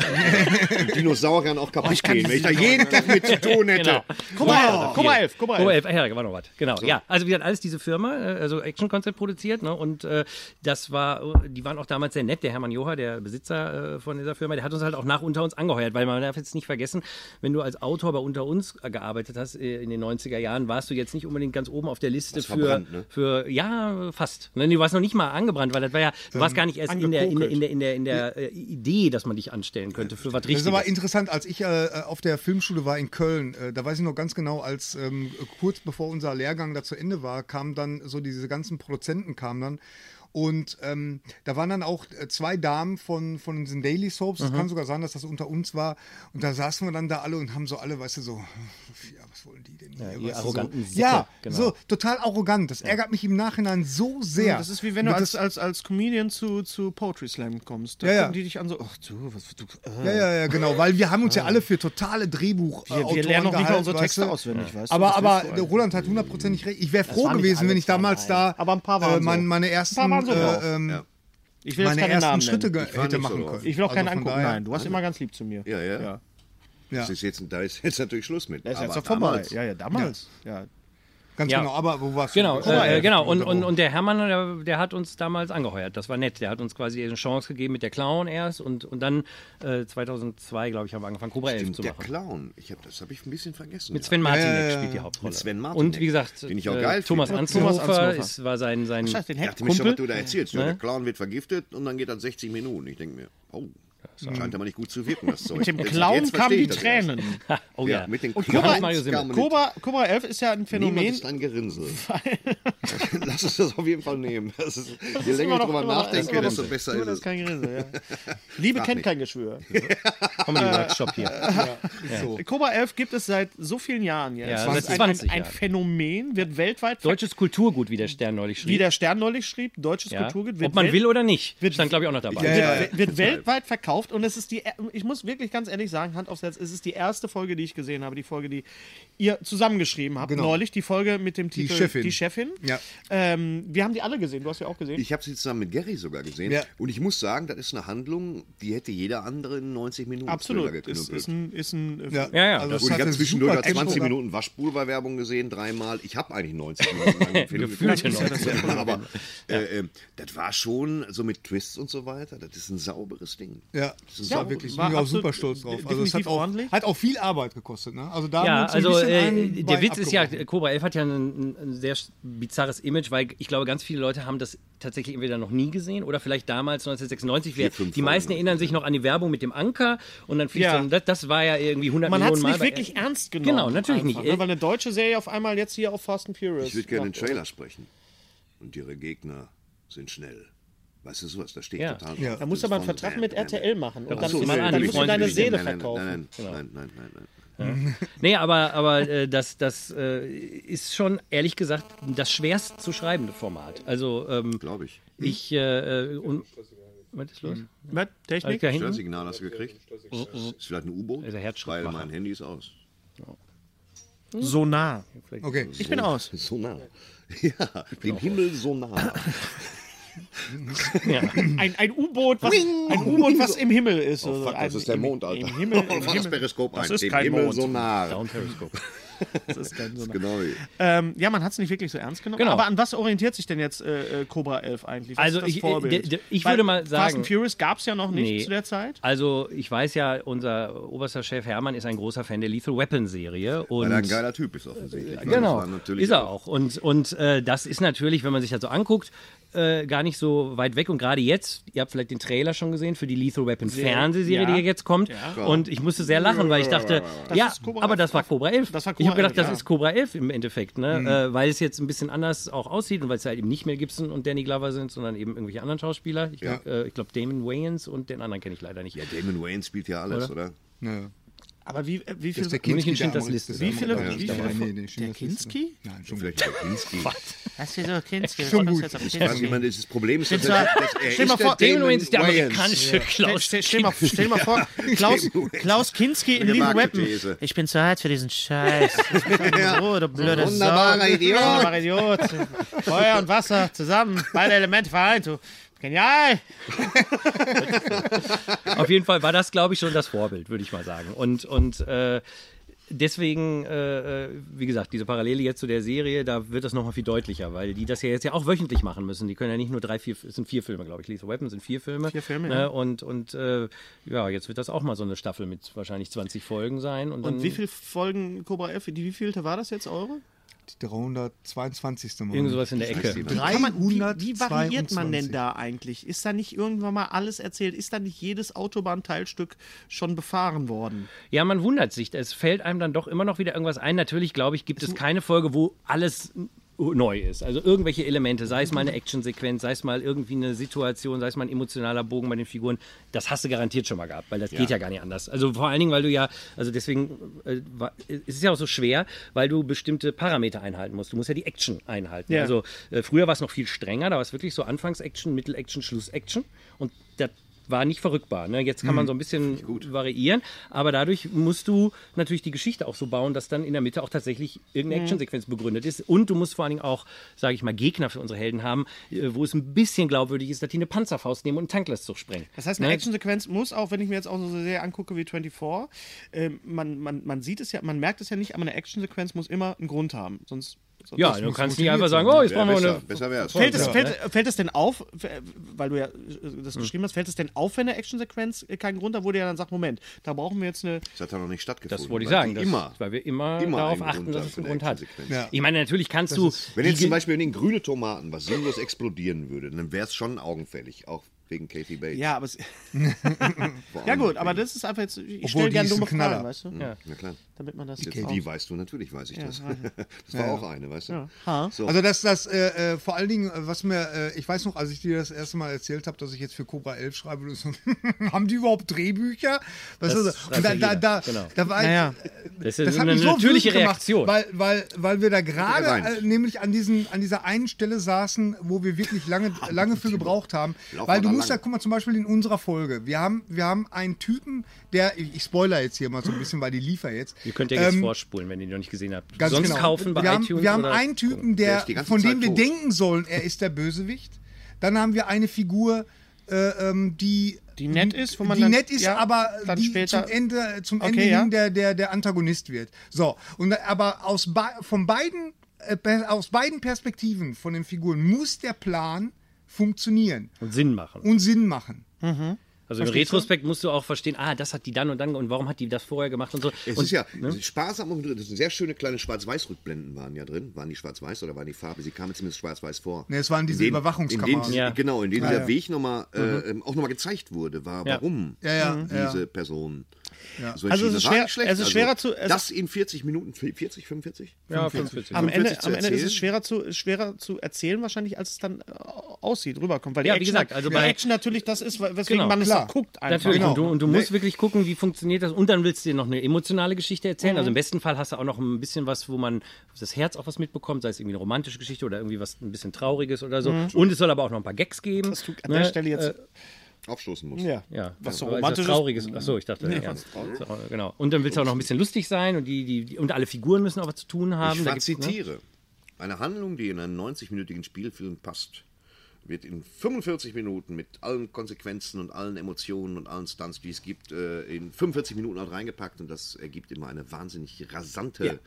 [SPEAKER 4] Die Dinosaurier auch kaputt gehen, wenn ich da jeden Tag mit zu tun
[SPEAKER 2] Genau.
[SPEAKER 4] hätte.
[SPEAKER 2] Cobra 11, Cobra 11, Cobra
[SPEAKER 3] Oh,
[SPEAKER 2] 11.
[SPEAKER 3] elf, ja, da war noch was. Genau, ja. Also, wir hatten alles diese Firma, äh, also Action Concept produziert, ne? Und äh, das war, äh, die waren auch damals sehr nett. Der Hermann Joha, der Besitzer äh, von dieser Firma, der hat uns halt auch nach Unter uns angeheuert, weil man darf jetzt nicht vergessen, wenn du als Autor bei Unter uns äh, gearbeitet hast äh, in den 90er Jahren, warst du jetzt nicht unbedingt ganz oben auf der Liste für,
[SPEAKER 4] verbrannt, ne?
[SPEAKER 3] für, ja, fast. Ne, Du warst noch nicht mal angebrannt, weil das war ja, du warst gar nicht erst in der, in, der- in der, in der, in der äh, Idee, dass man dich anstellen könnte für was
[SPEAKER 5] Das
[SPEAKER 3] Richtiges.
[SPEAKER 5] ist aber interessant, als ich äh, auf der Filmschule war in Köln, äh, da weiß ich noch ganz genau, als ähm, kurz bevor unser Lehrgang da zu Ende war, kamen dann so diese ganzen Produzenten kamen dann. Und ähm, da waren dann auch äh, zwei Damen von, von diesen Daily Soaps.
[SPEAKER 3] Mhm.
[SPEAKER 5] Es kann sogar sein, dass das unter uns war. Und da saßen wir dann da alle und haben so alle, weißt du, so, ja, was wollen die denn hier?
[SPEAKER 3] die
[SPEAKER 5] weißt du,
[SPEAKER 3] arroganten
[SPEAKER 5] so. Ja,
[SPEAKER 3] Säcke, genau.
[SPEAKER 5] so total arrogant. Das ärgert mich im Nachhinein so sehr.
[SPEAKER 2] Mhm, Das ist wie wenn du
[SPEAKER 5] Und
[SPEAKER 2] als,
[SPEAKER 5] das,
[SPEAKER 2] als, als Comedian zu, zu Poetry Slam kommst. Da
[SPEAKER 5] Ja, ja.
[SPEAKER 2] gucken die dich an so, ach du, was du... Äh.
[SPEAKER 5] ja, ja, ja, genau, weil wir haben uns ja alle für totale Drehbuch
[SPEAKER 2] Wir, wir lernen noch nicht mal unsere Texte auswendig, weißt du?
[SPEAKER 5] Aber,
[SPEAKER 2] was willst du
[SPEAKER 5] aber
[SPEAKER 2] eigentlich?
[SPEAKER 5] Roland hat hundertprozentig recht. Ich wäre froh
[SPEAKER 2] waren nicht
[SPEAKER 5] gewesen,
[SPEAKER 2] alle,
[SPEAKER 5] wenn ich
[SPEAKER 2] das waren
[SPEAKER 5] damals
[SPEAKER 2] alle.
[SPEAKER 5] da
[SPEAKER 2] Aber ein paar waren
[SPEAKER 5] äh, mein,
[SPEAKER 2] so.
[SPEAKER 5] meine ersten,
[SPEAKER 2] Ein paar waren so drauf.
[SPEAKER 5] äh, ähm,
[SPEAKER 2] ich will jetzt
[SPEAKER 5] meine
[SPEAKER 2] keine
[SPEAKER 5] ersten
[SPEAKER 2] Namen
[SPEAKER 5] Schritte
[SPEAKER 2] nennen.
[SPEAKER 5] ge- hätte
[SPEAKER 4] nicht so
[SPEAKER 5] machen
[SPEAKER 4] drauf.
[SPEAKER 5] können.
[SPEAKER 2] Ich will auch
[SPEAKER 5] Also
[SPEAKER 2] keinen
[SPEAKER 5] von
[SPEAKER 2] angucken.
[SPEAKER 5] daher-
[SPEAKER 2] Nein, du warst immer ganz lieb zu mir.
[SPEAKER 4] Ja, ja. Das ist jetzt, da ist jetzt natürlich Schluss mit.
[SPEAKER 2] Das ist jetzt
[SPEAKER 4] Aber
[SPEAKER 2] doch vorbei.
[SPEAKER 4] damals-
[SPEAKER 2] Ja, ja, damals. Ja.
[SPEAKER 5] Ganz
[SPEAKER 3] Ja.
[SPEAKER 5] genau, aber wo warst
[SPEAKER 3] Genau,
[SPEAKER 5] du? Guck mal,
[SPEAKER 3] äh,
[SPEAKER 5] ey,
[SPEAKER 3] genau. Und, und, und der Hermann, der, der hat uns damals angeheuert. Das war nett. Der hat uns quasi eine Chance gegeben mit der Clown erst und, und dann äh, 2002, glaube ich, haben wir angefangen, Cobra 11
[SPEAKER 4] Stimmt,
[SPEAKER 3] zu
[SPEAKER 4] der
[SPEAKER 3] machen.
[SPEAKER 4] Clown. Ich hab, das habe ich ein bisschen vergessen.
[SPEAKER 3] Mit
[SPEAKER 4] ja.
[SPEAKER 3] Sven Martinek spielt die Hauptrolle.
[SPEAKER 4] Mit Sven Martinek,
[SPEAKER 3] Und wie gesagt, äh,
[SPEAKER 4] den ich auch geil
[SPEAKER 3] Thomas
[SPEAKER 4] finde.
[SPEAKER 3] Anzhofer,
[SPEAKER 2] Thomas Anshofer.
[SPEAKER 3] Ist, war sein, sein
[SPEAKER 2] Scheiße, den
[SPEAKER 4] Ich
[SPEAKER 2] hält
[SPEAKER 4] dachte mir schon, was
[SPEAKER 2] Kumpel. Ne?
[SPEAKER 4] du da erzählst. Ja, der Clown wird vergiftet und dann geht das 60 Minuten. Ich denke mir, oh, das scheint aber nicht gut zu wirken, das Zeug.
[SPEAKER 2] Mit dem
[SPEAKER 4] Jetzt-
[SPEAKER 2] Clown
[SPEAKER 4] jetzt
[SPEAKER 2] kamen
[SPEAKER 4] verstehe
[SPEAKER 2] die
[SPEAKER 4] ich das erst.
[SPEAKER 2] Tränen.
[SPEAKER 3] oh
[SPEAKER 4] Ja,
[SPEAKER 3] ja.
[SPEAKER 4] mit dem
[SPEAKER 3] und
[SPEAKER 4] Clown
[SPEAKER 3] Cobra, Mario Simmel.
[SPEAKER 4] kamen die-
[SPEAKER 2] Cobra, Cobra 11 ist ja ein
[SPEAKER 4] Niemand
[SPEAKER 2] Phänomen.
[SPEAKER 4] ist ein Gerinnsel. Lass uns das auf jeden Fall nehmen. Das ist, je
[SPEAKER 2] ist immer
[SPEAKER 4] länger ich
[SPEAKER 2] noch- immer
[SPEAKER 4] drüber
[SPEAKER 2] noch-
[SPEAKER 4] nachdenke,
[SPEAKER 2] immer noch-
[SPEAKER 4] desto besser
[SPEAKER 2] Nur
[SPEAKER 4] ist
[SPEAKER 2] das
[SPEAKER 4] es.
[SPEAKER 2] kein Gerinnsel, ja. Liebe kennt
[SPEAKER 4] nicht.
[SPEAKER 2] kein Geschwür.
[SPEAKER 3] Comedy-Workshop hier.
[SPEAKER 2] Cobra 11 gibt es seit so vielen Jahren jetzt.
[SPEAKER 3] Ja,
[SPEAKER 2] Es
[SPEAKER 3] seit
[SPEAKER 2] ist ein,
[SPEAKER 3] 20
[SPEAKER 2] ein, ein
[SPEAKER 3] Jahren.
[SPEAKER 2] Phänomen, wird weltweit ver-
[SPEAKER 3] Deutsches Kulturgut, wie der Stern neulich
[SPEAKER 2] wie
[SPEAKER 3] schrieb.
[SPEAKER 2] der Stern neulich schrieb, deutsches
[SPEAKER 3] ja.
[SPEAKER 2] Kulturgut wird
[SPEAKER 3] Ob man
[SPEAKER 2] wel-
[SPEAKER 3] will oder nicht. Stand, glaube ich, auch noch dabei.
[SPEAKER 5] Ja, ja, ja.
[SPEAKER 2] wird, wird weltweit verkauft und es ist die, ich muss wirklich ganz ehrlich sagen, Hand aufs Herz, es ist die erste Folge, die ich gesehen habe, die Folge, die ihr zusammengeschrieben habt,
[SPEAKER 5] Genau.
[SPEAKER 2] neulich, die Folge mit dem Titel
[SPEAKER 5] Chefin.
[SPEAKER 2] Die Chefin.
[SPEAKER 5] Ja.
[SPEAKER 2] Ähm, wir haben die alle gesehen, du hast ja auch gesehen.
[SPEAKER 4] Ich habe sie zusammen mit Gary sogar gesehen.
[SPEAKER 5] Ja.
[SPEAKER 4] Und ich muss sagen, das ist eine Handlung, die hätte jeder andere in 90 Minuten
[SPEAKER 2] Absolut,
[SPEAKER 4] Thriller
[SPEAKER 2] ist,
[SPEAKER 4] geknüppelt.
[SPEAKER 2] ist ein, ist ein
[SPEAKER 5] Ja,
[SPEAKER 3] Ja, ja.
[SPEAKER 5] Also
[SPEAKER 4] Gut, ich
[SPEAKER 5] hat
[SPEAKER 4] habe
[SPEAKER 5] eine
[SPEAKER 4] zwischendurch
[SPEAKER 5] super
[SPEAKER 4] mal 20
[SPEAKER 5] Tempo.
[SPEAKER 4] Minuten Waschpulverwerbung gesehen, dreimal. Ich habe eigentlich 90 Minuten lang den Film
[SPEAKER 3] Gefühlt
[SPEAKER 4] geguckt.
[SPEAKER 3] ja
[SPEAKER 4] Aber äh, äh, das war schon so mit Twists und so weiter. Das ist ein sauberes Ding.
[SPEAKER 5] Ja, das war
[SPEAKER 2] Ja,
[SPEAKER 5] wirklich, ich
[SPEAKER 2] war
[SPEAKER 5] bin ich auch
[SPEAKER 2] absolut
[SPEAKER 5] super stolz drauf. Also es
[SPEAKER 2] definitiv
[SPEAKER 5] hat auch,
[SPEAKER 2] ordentlich.
[SPEAKER 5] hat auch viel Arbeit gekostet, ne? Also da haben wir
[SPEAKER 3] Ja,
[SPEAKER 5] uns ein
[SPEAKER 3] also
[SPEAKER 5] bisschen einen
[SPEAKER 3] äh, der
[SPEAKER 5] bei
[SPEAKER 3] Witz ist ja,
[SPEAKER 5] abgebrochen.
[SPEAKER 3] Cobra 11 hat ja ein, ein sehr bizarres Image, weil ich glaube, ganz viele Leute haben das tatsächlich entweder noch nie gesehen oder vielleicht damals 1996.
[SPEAKER 4] Vier,
[SPEAKER 3] Wer,
[SPEAKER 4] fünf
[SPEAKER 3] die meisten
[SPEAKER 4] Folgen.
[SPEAKER 3] erinnern sich noch an die Werbung mit dem Anker und dann fliegt
[SPEAKER 2] Ja.
[SPEAKER 3] so ein- das, das war ja irgendwie 100
[SPEAKER 2] Man hat
[SPEAKER 3] Millionen
[SPEAKER 2] es
[SPEAKER 3] Mal.
[SPEAKER 2] nicht
[SPEAKER 3] bei-
[SPEAKER 2] wirklich ernst genommen.
[SPEAKER 3] Genau, natürlich
[SPEAKER 2] einfach,
[SPEAKER 3] nicht.
[SPEAKER 2] Ne? Weil eine deutsche Serie auf einmal jetzt hier auf Fast and Furious.
[SPEAKER 4] Ich würde gerne den
[SPEAKER 2] macht, oder?
[SPEAKER 4] Trailer sprechen. Und ihre Gegner sind schnell. Weißt du sowas? Da steht
[SPEAKER 3] Ja.
[SPEAKER 4] total
[SPEAKER 5] Ja.
[SPEAKER 4] drauf.
[SPEAKER 2] Da musst du
[SPEAKER 4] Das
[SPEAKER 2] aber einen
[SPEAKER 4] ist
[SPEAKER 2] Vertrag
[SPEAKER 4] von-
[SPEAKER 2] mit RTL machen. Und dann,
[SPEAKER 3] rufst du
[SPEAKER 2] ist,
[SPEAKER 3] mal an,
[SPEAKER 2] dann
[SPEAKER 3] die
[SPEAKER 2] musst du
[SPEAKER 3] Freunde
[SPEAKER 2] deine
[SPEAKER 3] sich
[SPEAKER 2] Seele
[SPEAKER 4] nein, nein,
[SPEAKER 2] verkaufen. Genau.
[SPEAKER 4] Nein, nein, nein, nein, nein, nein.
[SPEAKER 3] Nee, aber, aber äh, das, das äh, ist schon, ehrlich gesagt, das schwerst zu schreibende Format. Also ähm,
[SPEAKER 4] Glaube ich.
[SPEAKER 3] ich... Äh, äh, und, was ist
[SPEAKER 4] Hm.
[SPEAKER 3] los?
[SPEAKER 2] Was?
[SPEAKER 3] Alles
[SPEAKER 2] Technik?
[SPEAKER 3] klar hinten?
[SPEAKER 4] Störsignal hast du gekriegt?
[SPEAKER 2] Hm,
[SPEAKER 4] Ist vielleicht ein U-Boot?
[SPEAKER 3] Der
[SPEAKER 4] Weil
[SPEAKER 3] Herzschrittmacher.
[SPEAKER 4] mein Handy ist aus.
[SPEAKER 2] So nah.
[SPEAKER 5] Okay,
[SPEAKER 2] Ich bin aus.
[SPEAKER 4] So nah.
[SPEAKER 2] Genau.
[SPEAKER 4] Ja, dem Himmel so nah.
[SPEAKER 2] Ein, ein U-Boot, was, ein U-Boot, was im Himmel ist.
[SPEAKER 4] Oh,
[SPEAKER 2] also
[SPEAKER 4] fuck, das
[SPEAKER 2] ein-
[SPEAKER 4] ist der
[SPEAKER 2] im-
[SPEAKER 4] Mond, Alter.
[SPEAKER 2] Im Himmel, im
[SPEAKER 4] Mach das
[SPEAKER 2] Himmel.
[SPEAKER 4] Periskop
[SPEAKER 2] Das
[SPEAKER 4] ein.
[SPEAKER 2] ist
[SPEAKER 4] Dem
[SPEAKER 2] kein
[SPEAKER 4] Himmel
[SPEAKER 2] Mond.
[SPEAKER 4] so nah.
[SPEAKER 3] Down Periscope.
[SPEAKER 2] Das ist kein so nah.
[SPEAKER 4] Genau.
[SPEAKER 2] ähm, ja, man hat es nicht wirklich so ernst genommen.
[SPEAKER 3] Genau.
[SPEAKER 2] Aber an was orientiert sich denn jetzt äh, äh, Cobra 11 eigentlich? Was
[SPEAKER 3] Also
[SPEAKER 2] ist das
[SPEAKER 3] ich-
[SPEAKER 2] Vorbild?
[SPEAKER 3] d- d- ich
[SPEAKER 2] Weil
[SPEAKER 3] würde mal
[SPEAKER 2] Fast
[SPEAKER 3] sagen-
[SPEAKER 2] and Furious gab es ja noch nicht
[SPEAKER 3] Nee.
[SPEAKER 2] zu der Zeit.
[SPEAKER 3] Also, ich weiß ja, unser oberster Chef Hermann ist ein großer Fan der Lethal Weapon Serie. Und
[SPEAKER 4] Weil er ein geiler Typ ist offensichtlich. ne? Das
[SPEAKER 3] Genau,
[SPEAKER 4] war natürlich
[SPEAKER 3] ist er auch. Und, und äh, das ist natürlich, wenn man sich das so anguckt, äh, gar nicht so weit weg. Und gerade jetzt, ihr habt vielleicht den Trailer schon gesehen für die Lethal Weapon Fernsehserie,
[SPEAKER 2] Ja.
[SPEAKER 3] die jetzt kommt. Und ich musste sehr lachen, weil ich dachte, ja,
[SPEAKER 2] ist Cobra
[SPEAKER 3] aber
[SPEAKER 2] 11.
[SPEAKER 3] das war Cobra 11.
[SPEAKER 2] Das war
[SPEAKER 3] ich
[SPEAKER 2] Cobra
[SPEAKER 3] habe
[SPEAKER 2] 11,
[SPEAKER 3] gedacht, das
[SPEAKER 2] ja.
[SPEAKER 3] ist Cobra 11 im Endeffekt, ne? äh, weil es jetzt ein bisschen anders auch aussieht und weil es halt eben nicht mehr Gibson und Danny Glover sind, sondern eben irgendwelche anderen Schauspieler. Ich glaube, äh, ich glaube Damon Wayans und den anderen kenne ich leider nicht.
[SPEAKER 4] Ja, Damon Wayne spielt ja alles, oder?
[SPEAKER 5] Naja.
[SPEAKER 2] Aber wie, äh, wie viel...
[SPEAKER 5] Ist der
[SPEAKER 3] München
[SPEAKER 5] Kinski der
[SPEAKER 3] Schindlers
[SPEAKER 5] Ameri-
[SPEAKER 3] Liste.
[SPEAKER 5] der
[SPEAKER 2] Wie viele-
[SPEAKER 5] Amerikaner?
[SPEAKER 2] wie viele-
[SPEAKER 5] Nein, nee, nee,
[SPEAKER 2] der
[SPEAKER 5] Schindlers Liste.
[SPEAKER 2] Kinski?
[SPEAKER 5] Nein, schon
[SPEAKER 4] Vielleicht der Kinski.
[SPEAKER 2] Hast du so Kinski?
[SPEAKER 5] Schon gut.
[SPEAKER 4] Ich weiß nicht, man, das Problem ist, dass er, dass er
[SPEAKER 2] Stell mal
[SPEAKER 4] ist
[SPEAKER 2] vor,
[SPEAKER 4] der
[SPEAKER 3] Damon
[SPEAKER 4] Damon
[SPEAKER 3] Wayans ist der
[SPEAKER 4] Wayans.
[SPEAKER 3] amerikanische Klaus
[SPEAKER 2] Stell, stell, mal, stell mal vor, Klaus, Klaus Kinski in
[SPEAKER 4] Eine
[SPEAKER 2] Lethal
[SPEAKER 4] Markthese.
[SPEAKER 2] Weapon. Ich bin zu alt für diesen Scheiß. Ich bin so, du blöde
[SPEAKER 4] Wunderbarer
[SPEAKER 2] Sau.
[SPEAKER 4] Idiot.
[SPEAKER 2] Wunderbarer Idiot. Feuer und Wasser zusammen, beide Elemente vereint. Du. Genial.
[SPEAKER 3] Auf jeden Fall war das, glaube ich, schon das Vorbild, würde ich mal sagen. Und, und äh, deswegen, äh, äh, wie gesagt, diese Parallele jetzt zu der Serie, da wird das nochmal viel deutlicher, weil die das ja jetzt ja auch wöchentlich machen müssen. Die können ja nicht nur drei, vier, es sind vier Filme, glaube ich. Lethal Weapon sind vier Filme.
[SPEAKER 2] Vier Filme,
[SPEAKER 3] ne?
[SPEAKER 2] ja.
[SPEAKER 3] Und, und äh, ja, jetzt wird das auch mal so eine Staffel mit wahrscheinlich 20 Folgen sein. Und, dann
[SPEAKER 2] Und wie viele Folgen Cobra F, die wievielte war das jetzt, eure?
[SPEAKER 5] Die 322. Mal.
[SPEAKER 3] Irgend sowas in der Ecke.
[SPEAKER 2] Kann man- wie, wie
[SPEAKER 5] 322.
[SPEAKER 2] variiert man denn da eigentlich? Ist da nicht irgendwann mal alles erzählt? Ist da nicht jedes Autobahnteilstück schon befahren worden?
[SPEAKER 3] Ja, man wundert sich. Es fällt einem dann doch immer noch wieder irgendwas ein. Natürlich, glaube ich, gibt es keine Folge, wo alles n- neu ist. Also irgendwelche Elemente, sei es mal eine Actionsequenz, sei es mal irgendwie eine Situation, sei es mal ein emotionaler Bogen bei den Figuren. Das hast du garantiert schon mal gehabt, weil das geht ja gar nicht anders. Also vor allen Dingen, weil du ja, also deswegen, äh, wa- es ist ja auch so schwer, weil du bestimmte Parameter einhalten musst. Du musst ja die Action einhalten.
[SPEAKER 2] Ja.
[SPEAKER 3] Also äh, früher war es noch viel strenger, da war es wirklich so Anfangs-Action, Mittel-Action, Schluss-Action. Und das war nicht verrückbar. Ne? Jetzt
[SPEAKER 4] Hm.
[SPEAKER 3] kann man so ein bisschen variieren, aber dadurch musst du natürlich die Geschichte auch so bauen, dass dann in der Mitte auch tatsächlich irgendeine Actionsequenz begründet ist. Und du musst vor allen Dingen auch, sage ich mal, Gegner für unsere Helden haben, äh, wo es ein bisschen glaubwürdig ist, dass die eine Panzerfaust nehmen und einen Tanklöschzug sprengen.
[SPEAKER 2] Das heißt, eine Actionsequenz muss auch, wenn ich mir jetzt auch so eine Serie angucke wie 24, ähm, man, man, man sieht es ja, man merkt es ja nicht, aber eine Actionsequenz muss immer einen Grund haben. Sonst, sonst
[SPEAKER 3] Ja, ne? du kannst nicht einfach sagen, oh, jetzt
[SPEAKER 4] Wär
[SPEAKER 3] machen wir
[SPEAKER 4] besser,
[SPEAKER 3] eine
[SPEAKER 4] besser wär's.
[SPEAKER 2] Fällt es,
[SPEAKER 3] Ja,
[SPEAKER 2] fällt, fällt es denn auf, weil du ja äh, das
[SPEAKER 3] Hm.
[SPEAKER 2] geschrieben hast, fällt es denn auf, wenn eine Actionsequenz äh, keinen Grund hat, wo du ja dann sagst, Moment, da brauchen wir jetzt eine.
[SPEAKER 4] Das hat ja noch nicht stattgefunden.
[SPEAKER 3] Das wollte ich
[SPEAKER 4] weil
[SPEAKER 3] sagen,
[SPEAKER 4] die
[SPEAKER 3] das,
[SPEAKER 4] Immer.
[SPEAKER 3] weil wir immer,
[SPEAKER 4] Immer
[SPEAKER 3] darauf
[SPEAKER 4] einen Genau.
[SPEAKER 3] achten,
[SPEAKER 4] Grund
[SPEAKER 3] dass
[SPEAKER 4] haben
[SPEAKER 3] es
[SPEAKER 4] für
[SPEAKER 3] einen
[SPEAKER 4] eine
[SPEAKER 3] Grund hat.
[SPEAKER 4] Actionsequenz.
[SPEAKER 3] Ich meine, natürlich kannst du
[SPEAKER 4] Wenn jetzt
[SPEAKER 3] die-
[SPEAKER 4] zum Beispiel in grüne Tomaten was sinnlos explodieren würde, dann wäre es schon augenfällig. Auch wegen Katie Bates.
[SPEAKER 2] Ja, aber es,
[SPEAKER 4] Vor allem
[SPEAKER 2] ja gut, aber
[SPEAKER 4] wegen-
[SPEAKER 2] das ist einfach jetzt. Ich
[SPEAKER 5] Obwohl,
[SPEAKER 2] stelle
[SPEAKER 5] die
[SPEAKER 2] gerne
[SPEAKER 5] ist ein
[SPEAKER 2] dumme Fragen,
[SPEAKER 5] Knaller.
[SPEAKER 2] weißt du?
[SPEAKER 3] Ja.
[SPEAKER 4] Na klar.
[SPEAKER 2] Damit man das
[SPEAKER 4] Die,
[SPEAKER 2] jetzt auch-
[SPEAKER 4] die weißt du, natürlich weiß ich das. Das war auch eine, weißt du?
[SPEAKER 2] Ha.
[SPEAKER 4] So.
[SPEAKER 5] Also das, das äh, äh, vor allen Dingen, äh, was mir, äh, ich weiß noch, als ich dir das erste Mal erzählt habe, dass ich jetzt für Cobra 11 schreibe, du so, haben die überhaupt Drehbücher? Was
[SPEAKER 3] Das
[SPEAKER 5] ist das? Und da,
[SPEAKER 3] schreibt
[SPEAKER 5] da,
[SPEAKER 3] ja
[SPEAKER 5] da,
[SPEAKER 3] jeder, genau.
[SPEAKER 5] da war ich,
[SPEAKER 2] Naja.
[SPEAKER 5] äh,
[SPEAKER 3] Das ist
[SPEAKER 5] das hat
[SPEAKER 3] eine
[SPEAKER 5] mich so
[SPEAKER 3] natürliche
[SPEAKER 5] wütend
[SPEAKER 3] Reaktion.
[SPEAKER 5] Gemacht, weil, weil, weil wir da gerade
[SPEAKER 4] Ja, nein.
[SPEAKER 5] äh, nämlich an, diesen, an dieser einen Stelle saßen, wo wir wirklich lange, lange für gebraucht haben.
[SPEAKER 4] Lauf mal
[SPEAKER 5] weil du
[SPEAKER 4] da
[SPEAKER 5] musst
[SPEAKER 4] lang.
[SPEAKER 5] da, guck mal, zum Beispiel in unserer Folge, wir haben, wir haben einen Typen, der, ich ich spoiler jetzt hier mal so ein bisschen, weil die liefer jetzt.
[SPEAKER 3] Ihr könnt ja jetzt
[SPEAKER 5] Ähm,
[SPEAKER 3] vorspulen, wenn ihr die noch nicht gesehen habt.
[SPEAKER 5] Ganz
[SPEAKER 3] Sonst
[SPEAKER 5] genau.
[SPEAKER 3] kaufen bei
[SPEAKER 5] wir haben,
[SPEAKER 3] iTunes.
[SPEAKER 5] Wir haben
[SPEAKER 3] oder
[SPEAKER 5] einen Typen, der,
[SPEAKER 4] ist die ganze
[SPEAKER 5] von dem
[SPEAKER 4] Zeit
[SPEAKER 5] wir
[SPEAKER 4] tot.
[SPEAKER 5] denken sollen, er ist der Bösewicht. Dann haben wir eine Figur, äh, ähm, die
[SPEAKER 2] Die nett ist, wo man
[SPEAKER 5] die
[SPEAKER 2] dann-
[SPEAKER 5] nett ist,
[SPEAKER 2] ja,
[SPEAKER 5] aber
[SPEAKER 2] dann
[SPEAKER 5] die
[SPEAKER 2] später-
[SPEAKER 5] zum Ende, zum
[SPEAKER 2] Okay,
[SPEAKER 5] Ende
[SPEAKER 2] ja.
[SPEAKER 5] hin der, der, der Antagonist wird. So, und aber aus be von beiden, äh, per- aus beiden Perspektiven von den Figuren muss der Plan funktionieren
[SPEAKER 3] und Sinn machen.
[SPEAKER 5] und Sinn machen.
[SPEAKER 3] Also im Retrospekt musst du auch verstehen, ah, das hat die dann und dann und warum hat die das vorher gemacht und so.
[SPEAKER 4] Es
[SPEAKER 3] und,
[SPEAKER 4] ist ja
[SPEAKER 5] ne?
[SPEAKER 4] sparsam und drin. Das sind sehr schöne kleine Schwarz-Weiß-Rückblenden waren ja drin. Waren die schwarz-weiß oder waren die Farbe? Sie kamen zumindest schwarz-weiß vor.
[SPEAKER 5] Ne, es waren diese
[SPEAKER 4] In denen-
[SPEAKER 5] Überwachungskameras. Mhm.
[SPEAKER 4] In denen,
[SPEAKER 3] Ja.
[SPEAKER 4] Genau, in denen dieser Weg nochmal, äh, ähm, auch nochmal gezeigt wurde, war,
[SPEAKER 3] Ja.
[SPEAKER 4] warum
[SPEAKER 5] Ja, ja,
[SPEAKER 4] diese
[SPEAKER 5] ja.
[SPEAKER 4] Person
[SPEAKER 2] Also
[SPEAKER 4] so
[SPEAKER 2] es ist
[SPEAKER 4] entschieden hat. War
[SPEAKER 2] schwer-
[SPEAKER 4] nicht schlecht. Also
[SPEAKER 2] es ist schwerer zu- es-
[SPEAKER 4] das in 40 Minuten, 40, 45?
[SPEAKER 3] ja, 45.
[SPEAKER 2] Am
[SPEAKER 4] 45
[SPEAKER 2] Ende,
[SPEAKER 4] zu
[SPEAKER 2] am Ende ist
[SPEAKER 4] erzählen.
[SPEAKER 2] es schwerer zu, schwerer zu erzählen, wahrscheinlich, als es dann äh, aussieht, rüberkommt. Weil
[SPEAKER 3] Ja,
[SPEAKER 2] die
[SPEAKER 3] wie
[SPEAKER 2] Action,
[SPEAKER 3] gesagt, also
[SPEAKER 2] die
[SPEAKER 3] bei-
[SPEAKER 2] Action natürlich das ist, weswegen
[SPEAKER 3] Genau,
[SPEAKER 2] man es
[SPEAKER 5] klar.
[SPEAKER 2] auch guckt einfach.
[SPEAKER 3] Natürlich,
[SPEAKER 2] Genau.
[SPEAKER 3] und du, und du musst wirklich gucken, wie funktioniert das. Und dann willst du dir noch eine emotionale Geschichte
[SPEAKER 5] Mhm.
[SPEAKER 3] erzählen. Also im besten Fall hast du auch noch ein bisschen was, wo man das Herz auch was mitbekommt, sei es irgendwie eine romantische Geschichte oder irgendwie was ein bisschen Trauriges oder so.
[SPEAKER 5] Mhm.
[SPEAKER 3] Und es soll aber auch noch ein paar Gags geben.
[SPEAKER 2] Dass du an der Stelle jetzt.
[SPEAKER 4] Aufstoßen muss.
[SPEAKER 2] ja.
[SPEAKER 3] ne, äh, Ja,
[SPEAKER 2] Was so
[SPEAKER 3] aber ist
[SPEAKER 2] romantisch
[SPEAKER 3] das Trauriges. Achso, ich dachte, ja, So, genau. Und dann willst du auch noch ein bisschen lustig sein und die, die, die und alle Figuren müssen auch was zu tun haben.
[SPEAKER 4] Ich
[SPEAKER 3] Da gibt's, ne?
[SPEAKER 4] fazitiere. Eine Handlung, die in einen 90-minütigen Spielfilm passt, wird in 45 Minuten mit allen Konsequenzen und allen Emotionen und allen Stunts, die es gibt, äh, in 45 Minuten halt reingepackt und das ergibt immer eine wahnsinnig rasante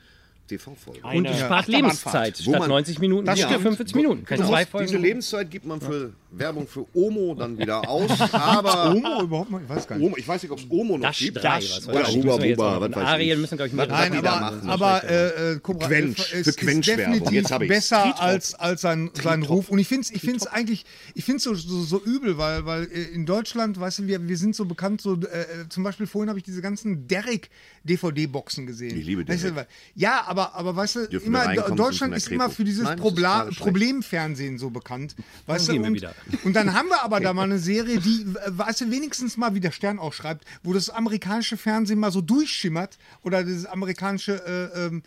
[SPEAKER 4] TV-Folge.
[SPEAKER 3] Und du spart Lebenszeit
[SPEAKER 4] Wo
[SPEAKER 3] statt
[SPEAKER 4] man-
[SPEAKER 3] 90 Minuten.
[SPEAKER 4] Das
[SPEAKER 3] statt
[SPEAKER 4] stimmt.
[SPEAKER 3] 45 Minuten. Kann
[SPEAKER 4] Genau,
[SPEAKER 3] zwei
[SPEAKER 4] diese
[SPEAKER 3] Folgen.
[SPEAKER 4] Lebenszeit gibt man für Werbung für Omo dann wieder aus, aber
[SPEAKER 2] Ah.
[SPEAKER 5] Homo überhaupt mal? Ich weiß gar nicht.
[SPEAKER 4] Omo, ich weiß nicht, ob es Omo noch
[SPEAKER 3] Das
[SPEAKER 4] gibt.
[SPEAKER 3] drei, was
[SPEAKER 4] oder
[SPEAKER 3] weiß ich.
[SPEAKER 4] Huba
[SPEAKER 3] Müssen wir jetzt
[SPEAKER 4] Buba,
[SPEAKER 3] noch-
[SPEAKER 4] was
[SPEAKER 3] und
[SPEAKER 4] weiß ich.
[SPEAKER 3] Ariel müssen, glaub ich,
[SPEAKER 4] was,
[SPEAKER 3] mehrere
[SPEAKER 4] was die
[SPEAKER 5] Nein,
[SPEAKER 4] da
[SPEAKER 5] aber,
[SPEAKER 4] machen.
[SPEAKER 5] aber äh, äh, Cobra
[SPEAKER 4] Quench,
[SPEAKER 5] Elf
[SPEAKER 4] für
[SPEAKER 5] ist, ist
[SPEAKER 4] Quench-Werbung. Jetzt
[SPEAKER 5] definitiv
[SPEAKER 4] hab ich's.
[SPEAKER 5] besser als, als sein, sein Ruf. Und ich finde es ich find's eigentlich ich find's so, so, so übel, weil, weil äh, in Deutschland, weißt du, wir, wir sind so bekannt, so äh, zum Beispiel vorhin habe ich diese ganzen Derrick-DVD-Boxen gesehen.
[SPEAKER 4] Ich liebe
[SPEAKER 5] Weißt du,
[SPEAKER 4] Derrick.
[SPEAKER 5] Ja, aber, aber weißt du,
[SPEAKER 4] Dürfen wir
[SPEAKER 5] immer,
[SPEAKER 4] reinkommen,
[SPEAKER 5] Deutschland
[SPEAKER 4] sind
[SPEAKER 5] ist
[SPEAKER 4] von der
[SPEAKER 5] immer
[SPEAKER 4] Kripo.
[SPEAKER 5] für dieses
[SPEAKER 4] Nein, das ist
[SPEAKER 5] Probla-
[SPEAKER 4] total schlecht.
[SPEAKER 5] Problemfernsehen so bekannt. Weißt
[SPEAKER 3] gehen
[SPEAKER 5] du,
[SPEAKER 3] wir
[SPEAKER 5] und,
[SPEAKER 3] wieder.
[SPEAKER 5] und dann haben wir aber da mal eine Serie, die, äh, weißt du, wenigstens mal, wie der Stern auch schreibt, wo das amerikanische Fernsehen mal so durchschimmert oder dieses amerikanische äh, ähm,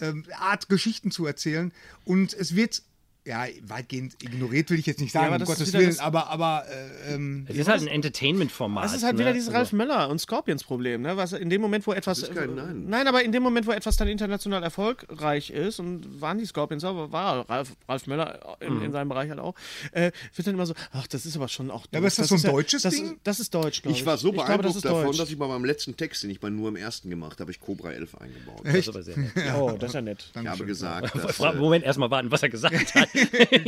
[SPEAKER 5] ähm, Art, Geschichten zu erzählen. Und es wird, ja, weitgehend ignoriert will ich jetzt nicht
[SPEAKER 2] Ja,
[SPEAKER 5] sagen,
[SPEAKER 2] aber
[SPEAKER 5] um
[SPEAKER 2] das ist
[SPEAKER 5] Gottes
[SPEAKER 2] wieder
[SPEAKER 5] Willen,
[SPEAKER 2] das-
[SPEAKER 5] aber, aber äh, ähm,
[SPEAKER 3] Es ist halt ein Entertainment-Format.
[SPEAKER 2] Das ist halt
[SPEAKER 3] ne?
[SPEAKER 2] wieder dieses
[SPEAKER 3] Also-
[SPEAKER 2] Ralf Möller und Scorpions Problem, ne? Was in dem Moment, wo etwas.
[SPEAKER 4] kein Nein.
[SPEAKER 2] nein, aber in dem Moment, wo etwas dann international erfolgreich ist, und waren die Scorpions, aber war Ralf, Ralf Möller in,
[SPEAKER 3] Mhm.
[SPEAKER 2] in seinem Bereich halt auch, äh, wird dann immer so, ach, das ist aber schon auch. Ja,
[SPEAKER 5] aber ist das so ein deutsches
[SPEAKER 2] das,
[SPEAKER 5] Ding?
[SPEAKER 2] Ist, das ist deutsch, glaube ich.
[SPEAKER 4] Ich war so
[SPEAKER 2] Ich glaube,
[SPEAKER 4] beeindruckt
[SPEAKER 2] das ist
[SPEAKER 4] davon,
[SPEAKER 2] deutsch.
[SPEAKER 4] dass ich bei meinem letzten Text, den ich mal nur im ersten gemacht habe, ich Cobra 11 eingebaut.
[SPEAKER 3] Das ist aber sehr nett.
[SPEAKER 2] Oh, das ist ja nett.
[SPEAKER 4] Ich habe gesagt, dass,
[SPEAKER 3] Fra-
[SPEAKER 4] äh,
[SPEAKER 3] Moment, erstmal warten, was er gesagt hat.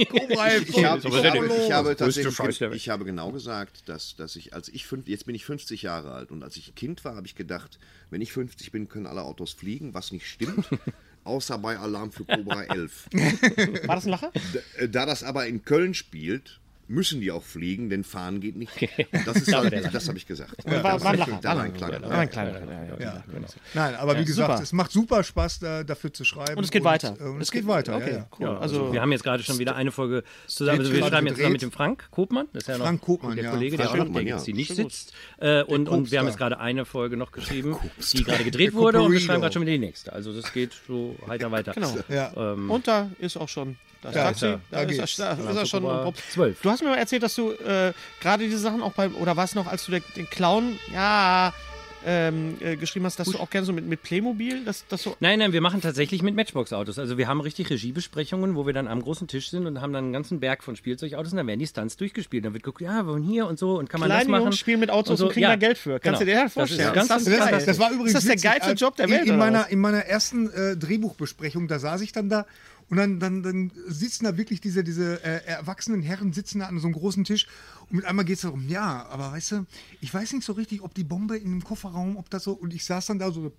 [SPEAKER 4] ich, habe,
[SPEAKER 3] aber
[SPEAKER 4] ich,
[SPEAKER 3] sehr
[SPEAKER 4] habe,
[SPEAKER 3] nett.
[SPEAKER 4] ich habe tatsächlich,
[SPEAKER 3] Scheiß, der-
[SPEAKER 4] ich habe genau gesagt, dass, dass ich, als ich fünf, jetzt bin ich 50 Jahre alt und als ich ein Kind war, habe ich gedacht, wenn ich 50 bin, können alle Autos fliegen, was nicht stimmt, außer bei Alarm für Cobra 11.
[SPEAKER 2] War das ein Lacher?
[SPEAKER 4] Äh, Da das aber in Köln spielt, müssen die auch fliegen, denn fahren geht nicht. Das, ist halt, das habe ich gesagt.
[SPEAKER 2] war- war ein Lacher.
[SPEAKER 4] Da war ein kleiner
[SPEAKER 2] War ein kleiner. Ja, ja, ja.
[SPEAKER 5] Nein, aber wie gesagt,
[SPEAKER 2] super.
[SPEAKER 5] es macht super Spaß, da, dafür zu schreiben.
[SPEAKER 2] Und es geht weiter.
[SPEAKER 5] äh, Und es geht weiter,
[SPEAKER 2] Okay,
[SPEAKER 5] ja, ja.
[SPEAKER 2] cool. Also,
[SPEAKER 3] Wir haben jetzt gerade schon wieder eine Folge zusammen. Also wir
[SPEAKER 5] Gerade
[SPEAKER 3] schreiben
[SPEAKER 5] gedreht.
[SPEAKER 3] jetzt zusammen mit dem Frank Kopmann. Das ist ja noch
[SPEAKER 5] Frank Kopmann,
[SPEAKER 3] der
[SPEAKER 5] ja.
[SPEAKER 3] Kollege, der
[SPEAKER 4] Frank
[SPEAKER 3] auch noch
[SPEAKER 4] Kopmann,
[SPEAKER 3] der
[SPEAKER 4] ja.
[SPEAKER 3] GC nicht sitzt. Äh, und, und wir haben jetzt gerade eine Folge noch geschrieben, die gerade gedreht
[SPEAKER 5] Der
[SPEAKER 3] wurde und wir
[SPEAKER 5] Coperido.
[SPEAKER 3] schreiben gerade schon wieder die nächste. Also das geht so heiter weiter.
[SPEAKER 2] Genau.
[SPEAKER 5] Ja.
[SPEAKER 2] Und da ist auch schon das
[SPEAKER 5] Da
[SPEAKER 2] Taxi.
[SPEAKER 5] ist er.
[SPEAKER 2] Da
[SPEAKER 5] Da
[SPEAKER 2] ist er,
[SPEAKER 5] geht's.
[SPEAKER 2] da ist er schon.
[SPEAKER 3] Cobra 12.
[SPEAKER 2] Du hast mir mal erzählt, dass du äh, gerade diese Sachen auch beim, oder was noch, als du der, den Clown, ja, ähm, äh, geschrieben hast, dass du auch gerne so mit, mit Playmobil, dass, dass so.
[SPEAKER 3] Nein, nein, wir machen tatsächlich mit Matchbox-Autos. Also wir haben richtig Regiebesprechungen, wo wir dann am großen Tisch sind und haben dann einen ganzen Berg von Spielzeugautos und dann werden die Stunts durchgespielt. Dann wird geguckt, ja, von hier und so und kann man
[SPEAKER 2] Kleine
[SPEAKER 3] das machen.
[SPEAKER 2] Jungs spielen mit Autos
[SPEAKER 3] so,
[SPEAKER 2] und kriegen
[SPEAKER 3] ja,
[SPEAKER 2] da Geld für. Kannst du
[SPEAKER 3] genau.
[SPEAKER 2] dir das
[SPEAKER 3] Das ist
[SPEAKER 2] vorstellen?
[SPEAKER 3] ganz
[SPEAKER 2] das,
[SPEAKER 3] Das-
[SPEAKER 2] geil.
[SPEAKER 5] das war übrigens
[SPEAKER 2] ist das der
[SPEAKER 5] witzig,
[SPEAKER 2] geilste
[SPEAKER 5] als-
[SPEAKER 2] Job der Welt?
[SPEAKER 5] In, in,
[SPEAKER 2] oder was?
[SPEAKER 5] meiner, in meiner ersten äh, Drehbuchbesprechung, da saß ich dann da und dann, dann, dann sitzen da wirklich diese, diese äh, erwachsenen Herren sitzen da an so einem großen Tisch und mit einmal geht es darum, ja, aber weißt du, ich weiß nicht so richtig, ob die Bombe in dem Kofferraum, ob das so, und ich saß dann da so,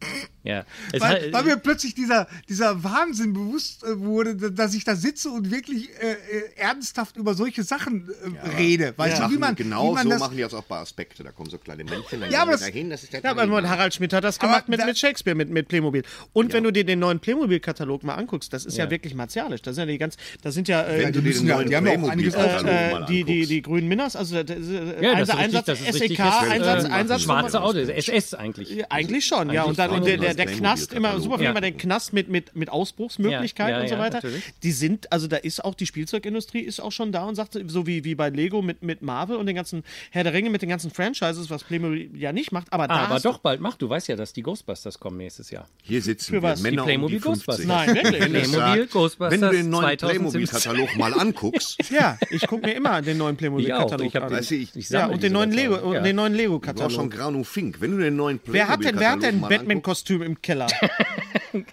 [SPEAKER 3] Ja. Es
[SPEAKER 5] weil,
[SPEAKER 3] hat-
[SPEAKER 5] weil mir plötzlich dieser, dieser Wahnsinn bewusst äh, wurde, da- dass ich da sitze und wirklich äh, äh, ernsthaft über solche Sachen äh, rede. Weißt du, wie
[SPEAKER 4] Machen-
[SPEAKER 5] man,
[SPEAKER 4] genau
[SPEAKER 5] wie man
[SPEAKER 4] so
[SPEAKER 5] das,
[SPEAKER 4] machen die das auch bei Aspekte. Da kommen so kleine Männchen, dann
[SPEAKER 5] Ja, aber
[SPEAKER 4] gehen wir
[SPEAKER 5] das-
[SPEAKER 4] dahin, das ist der
[SPEAKER 2] Ja, aber
[SPEAKER 4] Taliban.
[SPEAKER 2] Harald Schmidt hat das gemacht
[SPEAKER 5] Aber
[SPEAKER 2] mit,
[SPEAKER 5] da-
[SPEAKER 2] mit Shakespeare, mit, mit Playmobil. Und wenn du dir den neuen Playmobil-Katalog mal anguckst, das ist ja, wirklich martialisch. Das sind ja die ganz, das sind ja äh,
[SPEAKER 4] Wenn
[SPEAKER 5] die
[SPEAKER 4] du dir
[SPEAKER 5] müssen
[SPEAKER 4] den
[SPEAKER 5] ja-
[SPEAKER 4] neuen
[SPEAKER 5] die haben ja auch einiges
[SPEAKER 4] Playmobil-Katalog
[SPEAKER 5] auf-
[SPEAKER 4] mal
[SPEAKER 2] äh,
[SPEAKER 4] anguckst.
[SPEAKER 2] die, die, die grünen Minners, also äh,
[SPEAKER 3] ja,
[SPEAKER 2] Einsatz-
[SPEAKER 3] das ist richtig,
[SPEAKER 2] Einsatz,
[SPEAKER 3] das ist richtig. jetzt,
[SPEAKER 2] SEK-Einsatz,
[SPEAKER 3] äh,
[SPEAKER 2] Einsatz,
[SPEAKER 3] Schwarze Autos, SS eigentlich.
[SPEAKER 2] Ja, Eigentlich schon, ja.
[SPEAKER 3] Eigentlich
[SPEAKER 2] Und dann
[SPEAKER 3] schon.
[SPEAKER 2] und der, der, der
[SPEAKER 4] Das
[SPEAKER 2] Knast immer
[SPEAKER 4] Playmobil-Katalog.
[SPEAKER 2] super viel
[SPEAKER 3] Ja.
[SPEAKER 2] immer den Knast mit, mit, mit Ausbruchsmöglichkeiten
[SPEAKER 3] Ja, ja,
[SPEAKER 2] und so
[SPEAKER 3] ja,
[SPEAKER 2] weiter.
[SPEAKER 3] natürlich.
[SPEAKER 2] Die sind, also da ist auch die Spielzeugindustrie ist auch schon da und sagt, so wie, wie bei Lego mit, mit Marvel und den ganzen Herr der Ringe mit den ganzen Franchises, was Playmobil ja nicht macht, aber da
[SPEAKER 3] Ah, aber
[SPEAKER 2] hast du-
[SPEAKER 3] doch bald mach. Du weißt ja, dass die Ghostbusters kommen nächstes Jahr.
[SPEAKER 4] Hier sitzen
[SPEAKER 2] Für
[SPEAKER 4] wir
[SPEAKER 2] was? Die
[SPEAKER 4] Männer um die
[SPEAKER 3] Playmobil
[SPEAKER 4] 50.
[SPEAKER 3] Ghostbusters.
[SPEAKER 2] Nein, wirklich.
[SPEAKER 4] Wenn ich
[SPEAKER 3] Playmobil
[SPEAKER 4] sag,
[SPEAKER 3] Ghostbusters
[SPEAKER 4] Wenn du den neuen
[SPEAKER 3] 2017.
[SPEAKER 4] Playmobil-Katalog mal anguckst,
[SPEAKER 2] Ja, ich gucke mir immer den neuen
[SPEAKER 3] Ich auch.
[SPEAKER 2] Playmobil-Katalog
[SPEAKER 3] Ich hab
[SPEAKER 2] an.
[SPEAKER 3] den,
[SPEAKER 4] Weißt du, ich-
[SPEAKER 3] ich
[SPEAKER 2] Ja,
[SPEAKER 3] sammle
[SPEAKER 2] und
[SPEAKER 3] diese
[SPEAKER 2] den neuen Lego,
[SPEAKER 3] Dateien. Ja.
[SPEAKER 2] den neuen
[SPEAKER 4] du brauchst schon
[SPEAKER 2] Lego-Katalog.
[SPEAKER 4] Granu Fink. Wenn du den neuen
[SPEAKER 2] Wer hat denn,
[SPEAKER 4] Playmobil-Katalog
[SPEAKER 2] wer hat denn ein
[SPEAKER 4] mal anguckst,
[SPEAKER 2] Batman-Kostüm im Keller?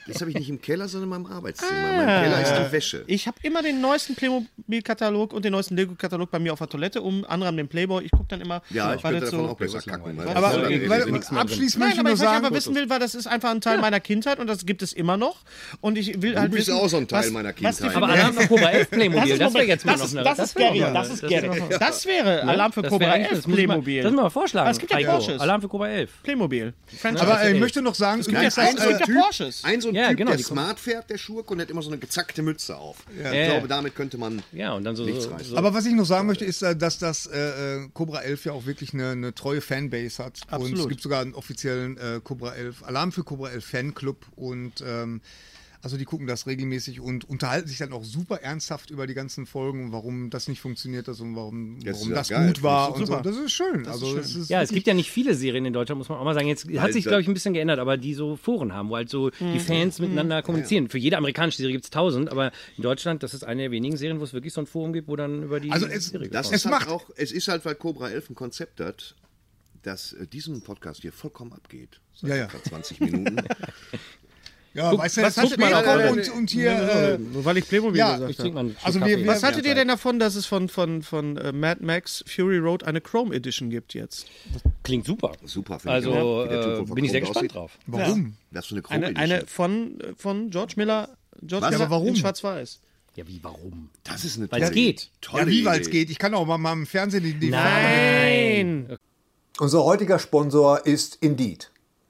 [SPEAKER 4] Das habe ich nicht im Keller, sondern in meinem Arbeitszimmer. Mein Keller ist die Wäsche.
[SPEAKER 2] Ah. Ich habe immer den neuesten Playmobil-Katalog und den neusten Lego-Katalog bei mir auf der Toilette um, andere haben den Playboy. Ich gucke dann immer,
[SPEAKER 4] Ja, ich
[SPEAKER 2] weil
[SPEAKER 4] könnte
[SPEAKER 2] das
[SPEAKER 4] davon
[SPEAKER 2] so.
[SPEAKER 4] auch besser kacken. weil
[SPEAKER 2] Aber-
[SPEAKER 4] das soll dann
[SPEAKER 5] weil,
[SPEAKER 4] irgendwie
[SPEAKER 5] weil,
[SPEAKER 4] so nichts mehr drin.
[SPEAKER 5] abschließend
[SPEAKER 2] Nein,
[SPEAKER 5] möchte ich
[SPEAKER 2] aber
[SPEAKER 5] nur
[SPEAKER 2] was ich
[SPEAKER 5] sagen,
[SPEAKER 2] einfach wissen will, war, das ist einfach ein Teil meiner Kindheit und das gibt es immer noch. Und ich will halt
[SPEAKER 4] bist
[SPEAKER 2] wissen,
[SPEAKER 4] auch so ein Teil
[SPEAKER 2] was,
[SPEAKER 4] meiner
[SPEAKER 2] was die
[SPEAKER 4] Kindheit.
[SPEAKER 2] für-
[SPEAKER 3] Aber Alarm für Cobra 11 Playmobil, das,
[SPEAKER 2] ist
[SPEAKER 3] wäre jetzt mal
[SPEAKER 2] das
[SPEAKER 3] noch
[SPEAKER 2] ist,
[SPEAKER 3] eine
[SPEAKER 2] Das ist
[SPEAKER 3] wäre noch
[SPEAKER 2] Gary,
[SPEAKER 3] eine-
[SPEAKER 2] das ist
[SPEAKER 3] wäre noch
[SPEAKER 2] Gary.
[SPEAKER 3] eine-
[SPEAKER 2] Das wäre Alarm für
[SPEAKER 3] Das
[SPEAKER 2] Cobra
[SPEAKER 3] wäre eigentlich-
[SPEAKER 2] 11
[SPEAKER 3] das muss ich mal-
[SPEAKER 2] Playmobil.
[SPEAKER 3] Das müssen wir mal vorschlagen.
[SPEAKER 2] Aber es gibt ja
[SPEAKER 3] Heiko.
[SPEAKER 2] Porsches.
[SPEAKER 3] Alarm für Cobra 11.
[SPEAKER 2] Playmobil.
[SPEAKER 5] aber äh,
[SPEAKER 3] Ey.
[SPEAKER 5] ich möchte noch sagen,
[SPEAKER 2] Ja,
[SPEAKER 5] übrigens,
[SPEAKER 2] es gibt ja
[SPEAKER 5] äh,
[SPEAKER 2] Porsches.
[SPEAKER 4] Ein so ein
[SPEAKER 3] Ja,
[SPEAKER 4] Typ,
[SPEAKER 3] genau,
[SPEAKER 4] der
[SPEAKER 3] die kommen-
[SPEAKER 4] smart fährt, der Schurke, und der hat immer so eine gezackte Mütze auf.
[SPEAKER 3] Ja.
[SPEAKER 4] Ich glaube, damit könnte man
[SPEAKER 3] Ja, und dann so.
[SPEAKER 4] nichts
[SPEAKER 3] so,
[SPEAKER 4] reißen.
[SPEAKER 3] so
[SPEAKER 5] aber was ich noch sagen möchte, ist, äh, dass das äh, äh, Cobra 11 ja auch wirklich eine, eine treue Fanbase hat. Und es gibt sogar einen offiziellen äh, Cobra 11, Alarm für Cobra 11 Fanclub. Und ähm, also die gucken das regelmäßig und unterhalten sich dann auch super ernsthaft über die ganzen Folgen und warum das nicht funktioniert hat und warum,
[SPEAKER 4] Das ist
[SPEAKER 5] warum
[SPEAKER 4] ja
[SPEAKER 5] das
[SPEAKER 4] geil,
[SPEAKER 5] gut war.
[SPEAKER 4] finde
[SPEAKER 5] Und
[SPEAKER 4] ich
[SPEAKER 5] so. Das ist schön. also, Es ist
[SPEAKER 3] ja, es gibt ja nicht viele Serien in Deutschland, muss man auch mal sagen. Jetzt hat sich,
[SPEAKER 4] da-
[SPEAKER 3] glaube ich, ein bisschen geändert, aber die so Foren haben, wo halt so die Fans miteinander kommunizieren. Für jede amerikanische Serie gibt es tausend, aber in Deutschland, das ist eine der wenigen Serien, wo es wirklich so ein Forum gibt, wo dann über die
[SPEAKER 5] Also es-
[SPEAKER 3] Serie gesprochen
[SPEAKER 4] Das es
[SPEAKER 5] Es
[SPEAKER 4] ist macht
[SPEAKER 5] macht-
[SPEAKER 4] halt auch, es ist halt, weil Cobra 11 ein Konzept hat, dass äh, diesem Podcast hier vollkommen abgeht. Seit
[SPEAKER 5] Ja, ja.
[SPEAKER 4] etwa 20 Minuten.
[SPEAKER 5] ja, weißt du,
[SPEAKER 2] was
[SPEAKER 5] das hat
[SPEAKER 2] guckt man
[SPEAKER 5] Bierkorb
[SPEAKER 2] da-
[SPEAKER 5] und, und hier. Äh,
[SPEAKER 2] Weil ich Playmobil
[SPEAKER 5] ja,
[SPEAKER 3] wird. Ich trinke mal einen Schluck
[SPEAKER 5] Also wir-
[SPEAKER 3] Kaffee.
[SPEAKER 5] wir-
[SPEAKER 2] Was hattet ihr denn davon, dass es von, von, von äh, Mad Max Fury Road eine Chrome Edition gibt jetzt?
[SPEAKER 3] Klingt super.
[SPEAKER 4] Super, finde ich auch,
[SPEAKER 3] Also
[SPEAKER 4] wie der Typ
[SPEAKER 3] äh,
[SPEAKER 4] von
[SPEAKER 3] bin ich sehr
[SPEAKER 4] Verkromt
[SPEAKER 3] gespannt
[SPEAKER 4] aussieht.
[SPEAKER 3] drauf.
[SPEAKER 5] warum?
[SPEAKER 4] Das ist so eine Chrome
[SPEAKER 2] Eine, eine von, äh, von George Miller. George
[SPEAKER 4] Was?
[SPEAKER 2] Miller
[SPEAKER 4] Aber
[SPEAKER 5] warum?
[SPEAKER 2] in Schwarz-Weiß.
[SPEAKER 3] Ja, wie, warum?
[SPEAKER 4] Das ist eine
[SPEAKER 3] Weil's
[SPEAKER 4] tolle
[SPEAKER 3] geht.
[SPEAKER 4] Idee. Tolle
[SPEAKER 5] Ja, wie, weil es
[SPEAKER 4] Idee.
[SPEAKER 5] geht. Ich kann auch mal, mal im Fernsehen die, die
[SPEAKER 2] Nein!
[SPEAKER 1] Unser heutiger Sponsor ist Indeed.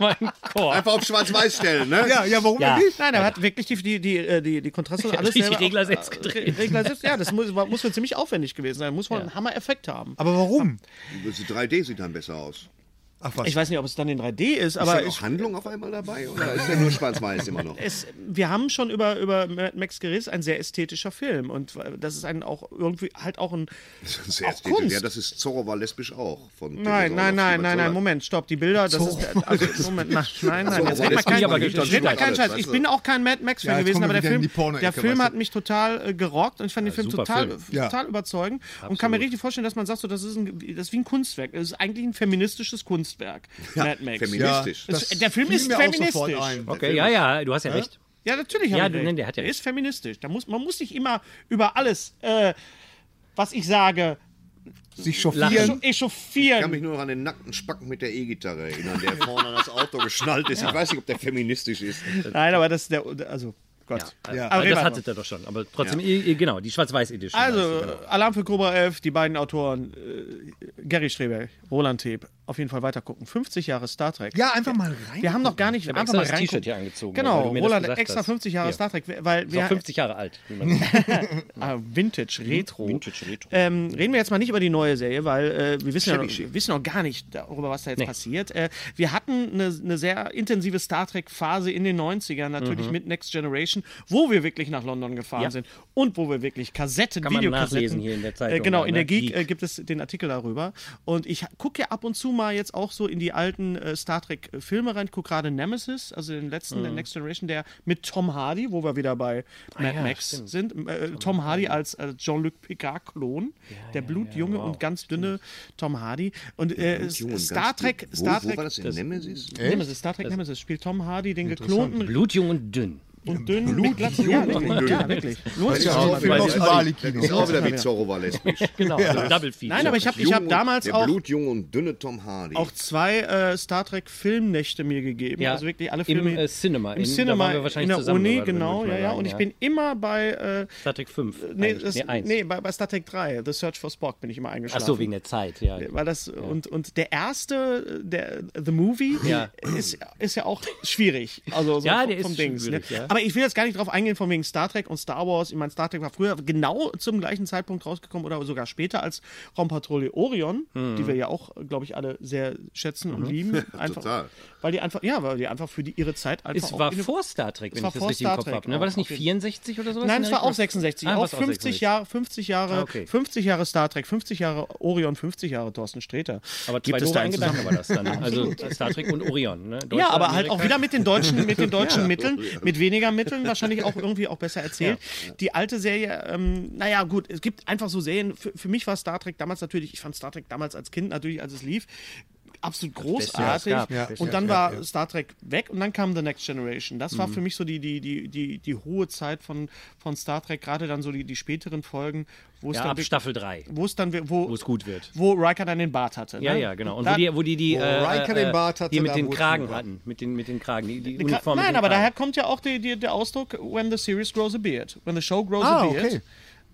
[SPEAKER 3] mein Chor.
[SPEAKER 4] Einfach auf schwarz-weiß stellen, ne?
[SPEAKER 5] Ja, ja, warum
[SPEAKER 3] Ja.
[SPEAKER 5] denn nicht?
[SPEAKER 2] Nein, er hat wirklich die, die, die, äh, die, die Kontraste und alles
[SPEAKER 3] Die
[SPEAKER 2] selber
[SPEAKER 3] Regler
[SPEAKER 2] auch,
[SPEAKER 3] selbst
[SPEAKER 2] äh,
[SPEAKER 3] gedreht.
[SPEAKER 2] Re- Regler selbst, ja, das muss, war- muss wohl ziemlich aufwendig gewesen sein. Muss wohl einen Hammer-Effekt haben.
[SPEAKER 5] Aber warum?
[SPEAKER 4] Das 3D sieht dann besser aus.
[SPEAKER 5] Ach was.
[SPEAKER 2] Ich weiß nicht, ob es dann in 3D ist,
[SPEAKER 4] Ist
[SPEAKER 2] aber
[SPEAKER 4] da auch Handlung auf einmal dabei oder ist der nur schwarz-weiß immer noch?
[SPEAKER 2] es, wir haben schon über, über Mad Max geredet, ein sehr ästhetischer Film. Und äh, das ist ein auch irgendwie halt auch ein.
[SPEAKER 4] Sehr
[SPEAKER 2] auch
[SPEAKER 4] ästhetisch.
[SPEAKER 2] Kunst.
[SPEAKER 4] Ja, das ist Zorro war lesbisch auch. Von
[SPEAKER 2] Nein, nein,
[SPEAKER 4] Dinosaurier auf
[SPEAKER 2] nein, nein, nein,
[SPEAKER 4] Dinosaurier.
[SPEAKER 2] Moment, stopp, die Bilder, das ist. Also, Moment, nein, nein, nein, jetzt
[SPEAKER 4] So,
[SPEAKER 2] red mal
[SPEAKER 4] das bin
[SPEAKER 2] keinen
[SPEAKER 4] ich aber
[SPEAKER 2] ich
[SPEAKER 4] nicht, das
[SPEAKER 2] red mal
[SPEAKER 4] stimmt
[SPEAKER 2] keinen
[SPEAKER 4] alles,
[SPEAKER 2] Scheiß.
[SPEAKER 4] weißt
[SPEAKER 2] Ich
[SPEAKER 4] du.
[SPEAKER 2] bin auch kein Mad Max-Fan
[SPEAKER 5] Ja, jetzt
[SPEAKER 2] gewesen,
[SPEAKER 5] kommen
[SPEAKER 2] aber
[SPEAKER 5] wir
[SPEAKER 2] der
[SPEAKER 5] wieder in
[SPEAKER 2] Film,
[SPEAKER 5] die Porno-Ecke,
[SPEAKER 2] der Film
[SPEAKER 5] weißt du.
[SPEAKER 2] hat mich total äh, gerockt und ich fand den Film
[SPEAKER 3] super
[SPEAKER 2] total,
[SPEAKER 3] Film.
[SPEAKER 5] Ja.
[SPEAKER 2] total überzeugend und kann mir richtig vorstellen, dass man sagt, so, das, ist ein, das ist wie ein Kunstwerk. Das ist eigentlich ein feministisches Kunstwerk, Mad Max.
[SPEAKER 4] Feminist.
[SPEAKER 5] Ja,
[SPEAKER 4] Feministisch.
[SPEAKER 5] das
[SPEAKER 2] Der Film
[SPEAKER 5] fiel
[SPEAKER 2] ist
[SPEAKER 5] mir auch sofort
[SPEAKER 2] feministisch.
[SPEAKER 5] ein.
[SPEAKER 3] Okay, ja, ja, du hast ja recht.
[SPEAKER 2] Ja, natürlich.
[SPEAKER 3] Ja,
[SPEAKER 2] haben
[SPEAKER 3] du-
[SPEAKER 2] wir
[SPEAKER 3] nein,
[SPEAKER 2] recht.
[SPEAKER 3] der hat ja
[SPEAKER 2] Der
[SPEAKER 3] recht.
[SPEAKER 2] ist feministisch. Da muss, man muss nicht immer über alles, äh, was ich sage,
[SPEAKER 5] Sich
[SPEAKER 2] echo-
[SPEAKER 5] chauffieren.
[SPEAKER 4] Ich kann
[SPEAKER 2] echauffieren.
[SPEAKER 4] mich nur noch an den nackten Spacken mit der E-Gitarre erinnern, der vorne an das Auto geschnallt ist. Ich weiß nicht, ob der feministisch ist.
[SPEAKER 2] Nein, aber das ist der. Also, Gott.
[SPEAKER 5] Ja.
[SPEAKER 2] Aber
[SPEAKER 3] Aber
[SPEAKER 2] reden
[SPEAKER 3] das
[SPEAKER 2] wir
[SPEAKER 3] hattet ihr doch schon. Aber trotzdem, eh, eh, genau, die Schwarz-Weiß-Edition.
[SPEAKER 2] Also, äh, Alarm für Cobra 11, die beiden Autoren, äh, Gary Streber, Roland Theb, auf jeden Fall weitergucken. 50 Jahre Star Trek.
[SPEAKER 5] Also, Ja, einfach mal rein.
[SPEAKER 2] Wir haben noch gar nicht.
[SPEAKER 3] Ich habe
[SPEAKER 2] einfach
[SPEAKER 3] extra
[SPEAKER 2] mal
[SPEAKER 3] das
[SPEAKER 2] reingucken.
[SPEAKER 3] T-Shirt hier angezogen, weil
[SPEAKER 2] Genau,
[SPEAKER 3] du mir das
[SPEAKER 2] Roland,
[SPEAKER 3] gesagt
[SPEAKER 2] extra
[SPEAKER 3] hast.
[SPEAKER 2] 50 Jahre
[SPEAKER 3] Hier.
[SPEAKER 2] Star Trek, weil
[SPEAKER 3] ist
[SPEAKER 2] wir.
[SPEAKER 3] auch 50 Jahre alt. wie man sagt.
[SPEAKER 2] Ah, Vintage, Retro.
[SPEAKER 3] Mhm. Vintage, Retro.
[SPEAKER 2] Ähm, reden wir jetzt mal nicht über die neue Serie, weil äh, wir wissen ja
[SPEAKER 4] Chevy
[SPEAKER 2] noch, wissen noch gar nicht darüber, was da jetzt passiert. Äh, wir hatten eine, eine sehr intensive Star Trek-Phase in den 90ern, natürlich mit Next Generation, wo wir wirklich nach London gefahren
[SPEAKER 3] Mhm. Ja.
[SPEAKER 2] sind und wo wir wirklich Kassetten,
[SPEAKER 3] Kann man
[SPEAKER 2] Videokassetten.
[SPEAKER 3] nachlesen hier in der Zeitung,
[SPEAKER 2] äh, genau,
[SPEAKER 3] ja,
[SPEAKER 2] in
[SPEAKER 3] ne?
[SPEAKER 2] der Geek,
[SPEAKER 3] Geek.
[SPEAKER 2] Äh, gibt es den Artikel darüber. Und ich gucke ja ab und zu mal jetzt auch so in die alten äh, Star Trek-Filme rein. Ich gucke gerade Nemesis, also den letzten, der Next Generation, der mit Tom Hardy, wo wir wieder bei Mad
[SPEAKER 3] ja,
[SPEAKER 2] Max
[SPEAKER 3] stimmt.
[SPEAKER 2] sind. Äh, Tom Hardy als äh, Jean-Luc Picard-Klon, der blutjunge und ganz dünne Tom Hardy. Und äh,
[SPEAKER 4] Junge,
[SPEAKER 2] Star
[SPEAKER 4] ganz
[SPEAKER 2] Trek,
[SPEAKER 4] dick. Wo,
[SPEAKER 2] Star
[SPEAKER 4] wo war
[SPEAKER 2] Trek.
[SPEAKER 4] das in Nemesis?
[SPEAKER 2] Nemesis, Star Trek Nemesis spielt Tom Hardy den geklonten
[SPEAKER 3] Blutjung und dünn.
[SPEAKER 2] und dünnen mit Glatze. Ja, wirklich. Ja, wirklich. Lohnt sich
[SPEAKER 5] Ja,
[SPEAKER 2] auch
[SPEAKER 5] auch
[SPEAKER 2] mal
[SPEAKER 5] Film
[SPEAKER 3] weil
[SPEAKER 5] aus
[SPEAKER 3] sie-
[SPEAKER 5] dem
[SPEAKER 4] Das
[SPEAKER 5] Bali-Kino.
[SPEAKER 4] ist auch wieder wie Zorro war lesbisch.
[SPEAKER 3] Genau, so Double Feature.
[SPEAKER 2] Nein, aber ich habe ich hab
[SPEAKER 4] Jung-
[SPEAKER 2] damals
[SPEAKER 4] der
[SPEAKER 2] auch
[SPEAKER 4] blutjunge und dünne Tom Hardy.
[SPEAKER 2] auch zwei äh, Star Trek Filmnächte mir gegeben.
[SPEAKER 3] Ja,
[SPEAKER 2] Also wirklich alle
[SPEAKER 3] im,
[SPEAKER 2] Filme.
[SPEAKER 3] äh, Cinema.
[SPEAKER 2] Im
[SPEAKER 3] In- da
[SPEAKER 2] Cinema.
[SPEAKER 3] waren wir wahrscheinlich
[SPEAKER 2] in der
[SPEAKER 3] zusammen,
[SPEAKER 2] Uni,
[SPEAKER 3] oder?
[SPEAKER 2] genau.
[SPEAKER 3] Würde
[SPEAKER 2] Ja,
[SPEAKER 3] ich mal
[SPEAKER 2] ja.
[SPEAKER 3] sagen,
[SPEAKER 2] Und ich
[SPEAKER 3] ja.
[SPEAKER 2] bin immer bei. Äh,
[SPEAKER 3] Star Trek 5.
[SPEAKER 2] Nee,
[SPEAKER 3] Nee,
[SPEAKER 2] das,
[SPEAKER 3] nee, eins.
[SPEAKER 2] nee, bei, bei Star Trek 3, The Search for Spock, bin ich immer eingeschlafen.
[SPEAKER 3] Ach so, wegen der Zeit, ja.
[SPEAKER 2] Weil das, und, und der erste, der The Movie,
[SPEAKER 3] Ja.
[SPEAKER 2] Ist, ist ja auch schwierig. Also so
[SPEAKER 3] Ja,
[SPEAKER 2] vom,
[SPEAKER 3] der ist
[SPEAKER 2] vom Dings.
[SPEAKER 3] schwierig,
[SPEAKER 2] ne?
[SPEAKER 3] ja.
[SPEAKER 2] Aber ich will jetzt gar nicht drauf eingehen, von wegen Star Trek und Star Wars. Ich meine, Star Trek war früher genau zum gleichen Zeitpunkt rausgekommen oder sogar später als Raumpatrouille Orion,
[SPEAKER 3] Hm.
[SPEAKER 2] die wir ja auch, glaube ich, alle sehr schätzen
[SPEAKER 3] Mhm.
[SPEAKER 2] und lieben. Einfach,
[SPEAKER 4] Total.
[SPEAKER 2] Weil die einfach, ja, weil die einfach für die, ihre Zeit einfach.
[SPEAKER 3] Es
[SPEAKER 2] auch
[SPEAKER 3] war
[SPEAKER 2] inno-
[SPEAKER 3] vor Star Trek, wenn
[SPEAKER 2] war
[SPEAKER 3] ich das
[SPEAKER 2] vor
[SPEAKER 3] richtig
[SPEAKER 2] Star
[SPEAKER 3] im Kopf
[SPEAKER 2] Trek
[SPEAKER 3] habe. Ne? War das
[SPEAKER 2] auch,
[SPEAKER 3] nicht
[SPEAKER 2] okay.
[SPEAKER 3] 64 oder sowas?
[SPEAKER 2] Nein,
[SPEAKER 3] in
[SPEAKER 2] es
[SPEAKER 3] der
[SPEAKER 2] war auch
[SPEAKER 3] Richtung?
[SPEAKER 2] 66.
[SPEAKER 3] Ah,
[SPEAKER 2] auch
[SPEAKER 3] war's
[SPEAKER 2] 50
[SPEAKER 3] 66.
[SPEAKER 2] Jahre, 50 Jahre,
[SPEAKER 3] Ah, okay.
[SPEAKER 2] 50 Jahre Star Trek, 50 Jahre Orion, 50 Jahre Thorsten Sträter.
[SPEAKER 3] Aber zwei doofe Gedanken war das dann. Also Star Trek und Orion. Ne?
[SPEAKER 2] Ja,
[SPEAKER 3] Deutschland,
[SPEAKER 2] aber halt auch
[SPEAKER 3] Amerika.
[SPEAKER 2] wieder mit den deutschen, mit den deutschen Mitteln, mit weniger Mitteln, wahrscheinlich auch irgendwie auch besser erzählt. Die alte Serie, ähm, naja, gut, es gibt einfach so Serien. Für, für mich war Star Trek damals natürlich, ich fand Star Trek damals als Kind natürlich, als es lief, absolut
[SPEAKER 3] Beste, was es
[SPEAKER 2] großartig.
[SPEAKER 3] gab. Ja, Mhm.
[SPEAKER 2] und dann war Star Trek weg und dann kam The Next Generation. Das war für mich so die, die, die, die, die hohe Zeit von, von Star Trek, gerade dann so die, die späteren Folgen, wo es
[SPEAKER 3] Ja,
[SPEAKER 2] dann
[SPEAKER 3] ab
[SPEAKER 2] wirklich-
[SPEAKER 3] Staffel 3,
[SPEAKER 2] wo es dann wir- wo,
[SPEAKER 3] wo es gut wird.
[SPEAKER 2] wo Riker dann den Bart hatte.
[SPEAKER 3] Ja,
[SPEAKER 2] ne?
[SPEAKER 3] ja, genau. Und
[SPEAKER 2] Da-
[SPEAKER 3] wo die, wo die, die,
[SPEAKER 5] Wo
[SPEAKER 3] äh,
[SPEAKER 5] Riker den Bart
[SPEAKER 3] äh,
[SPEAKER 5] hatte,
[SPEAKER 3] die mit
[SPEAKER 5] da
[SPEAKER 3] den
[SPEAKER 5] wurde
[SPEAKER 3] Kragen
[SPEAKER 5] Huber.
[SPEAKER 3] hatten. Mit den, mit den Kragen, die, die
[SPEAKER 2] Die Kra-
[SPEAKER 3] Uniform. mit
[SPEAKER 2] Nein,
[SPEAKER 3] den
[SPEAKER 2] aber
[SPEAKER 3] Kragen.
[SPEAKER 2] daher kommt ja auch die, die, der Ausdruck, when the series grows a beard. When the show grows
[SPEAKER 5] Ah,
[SPEAKER 2] a beard.
[SPEAKER 5] okay.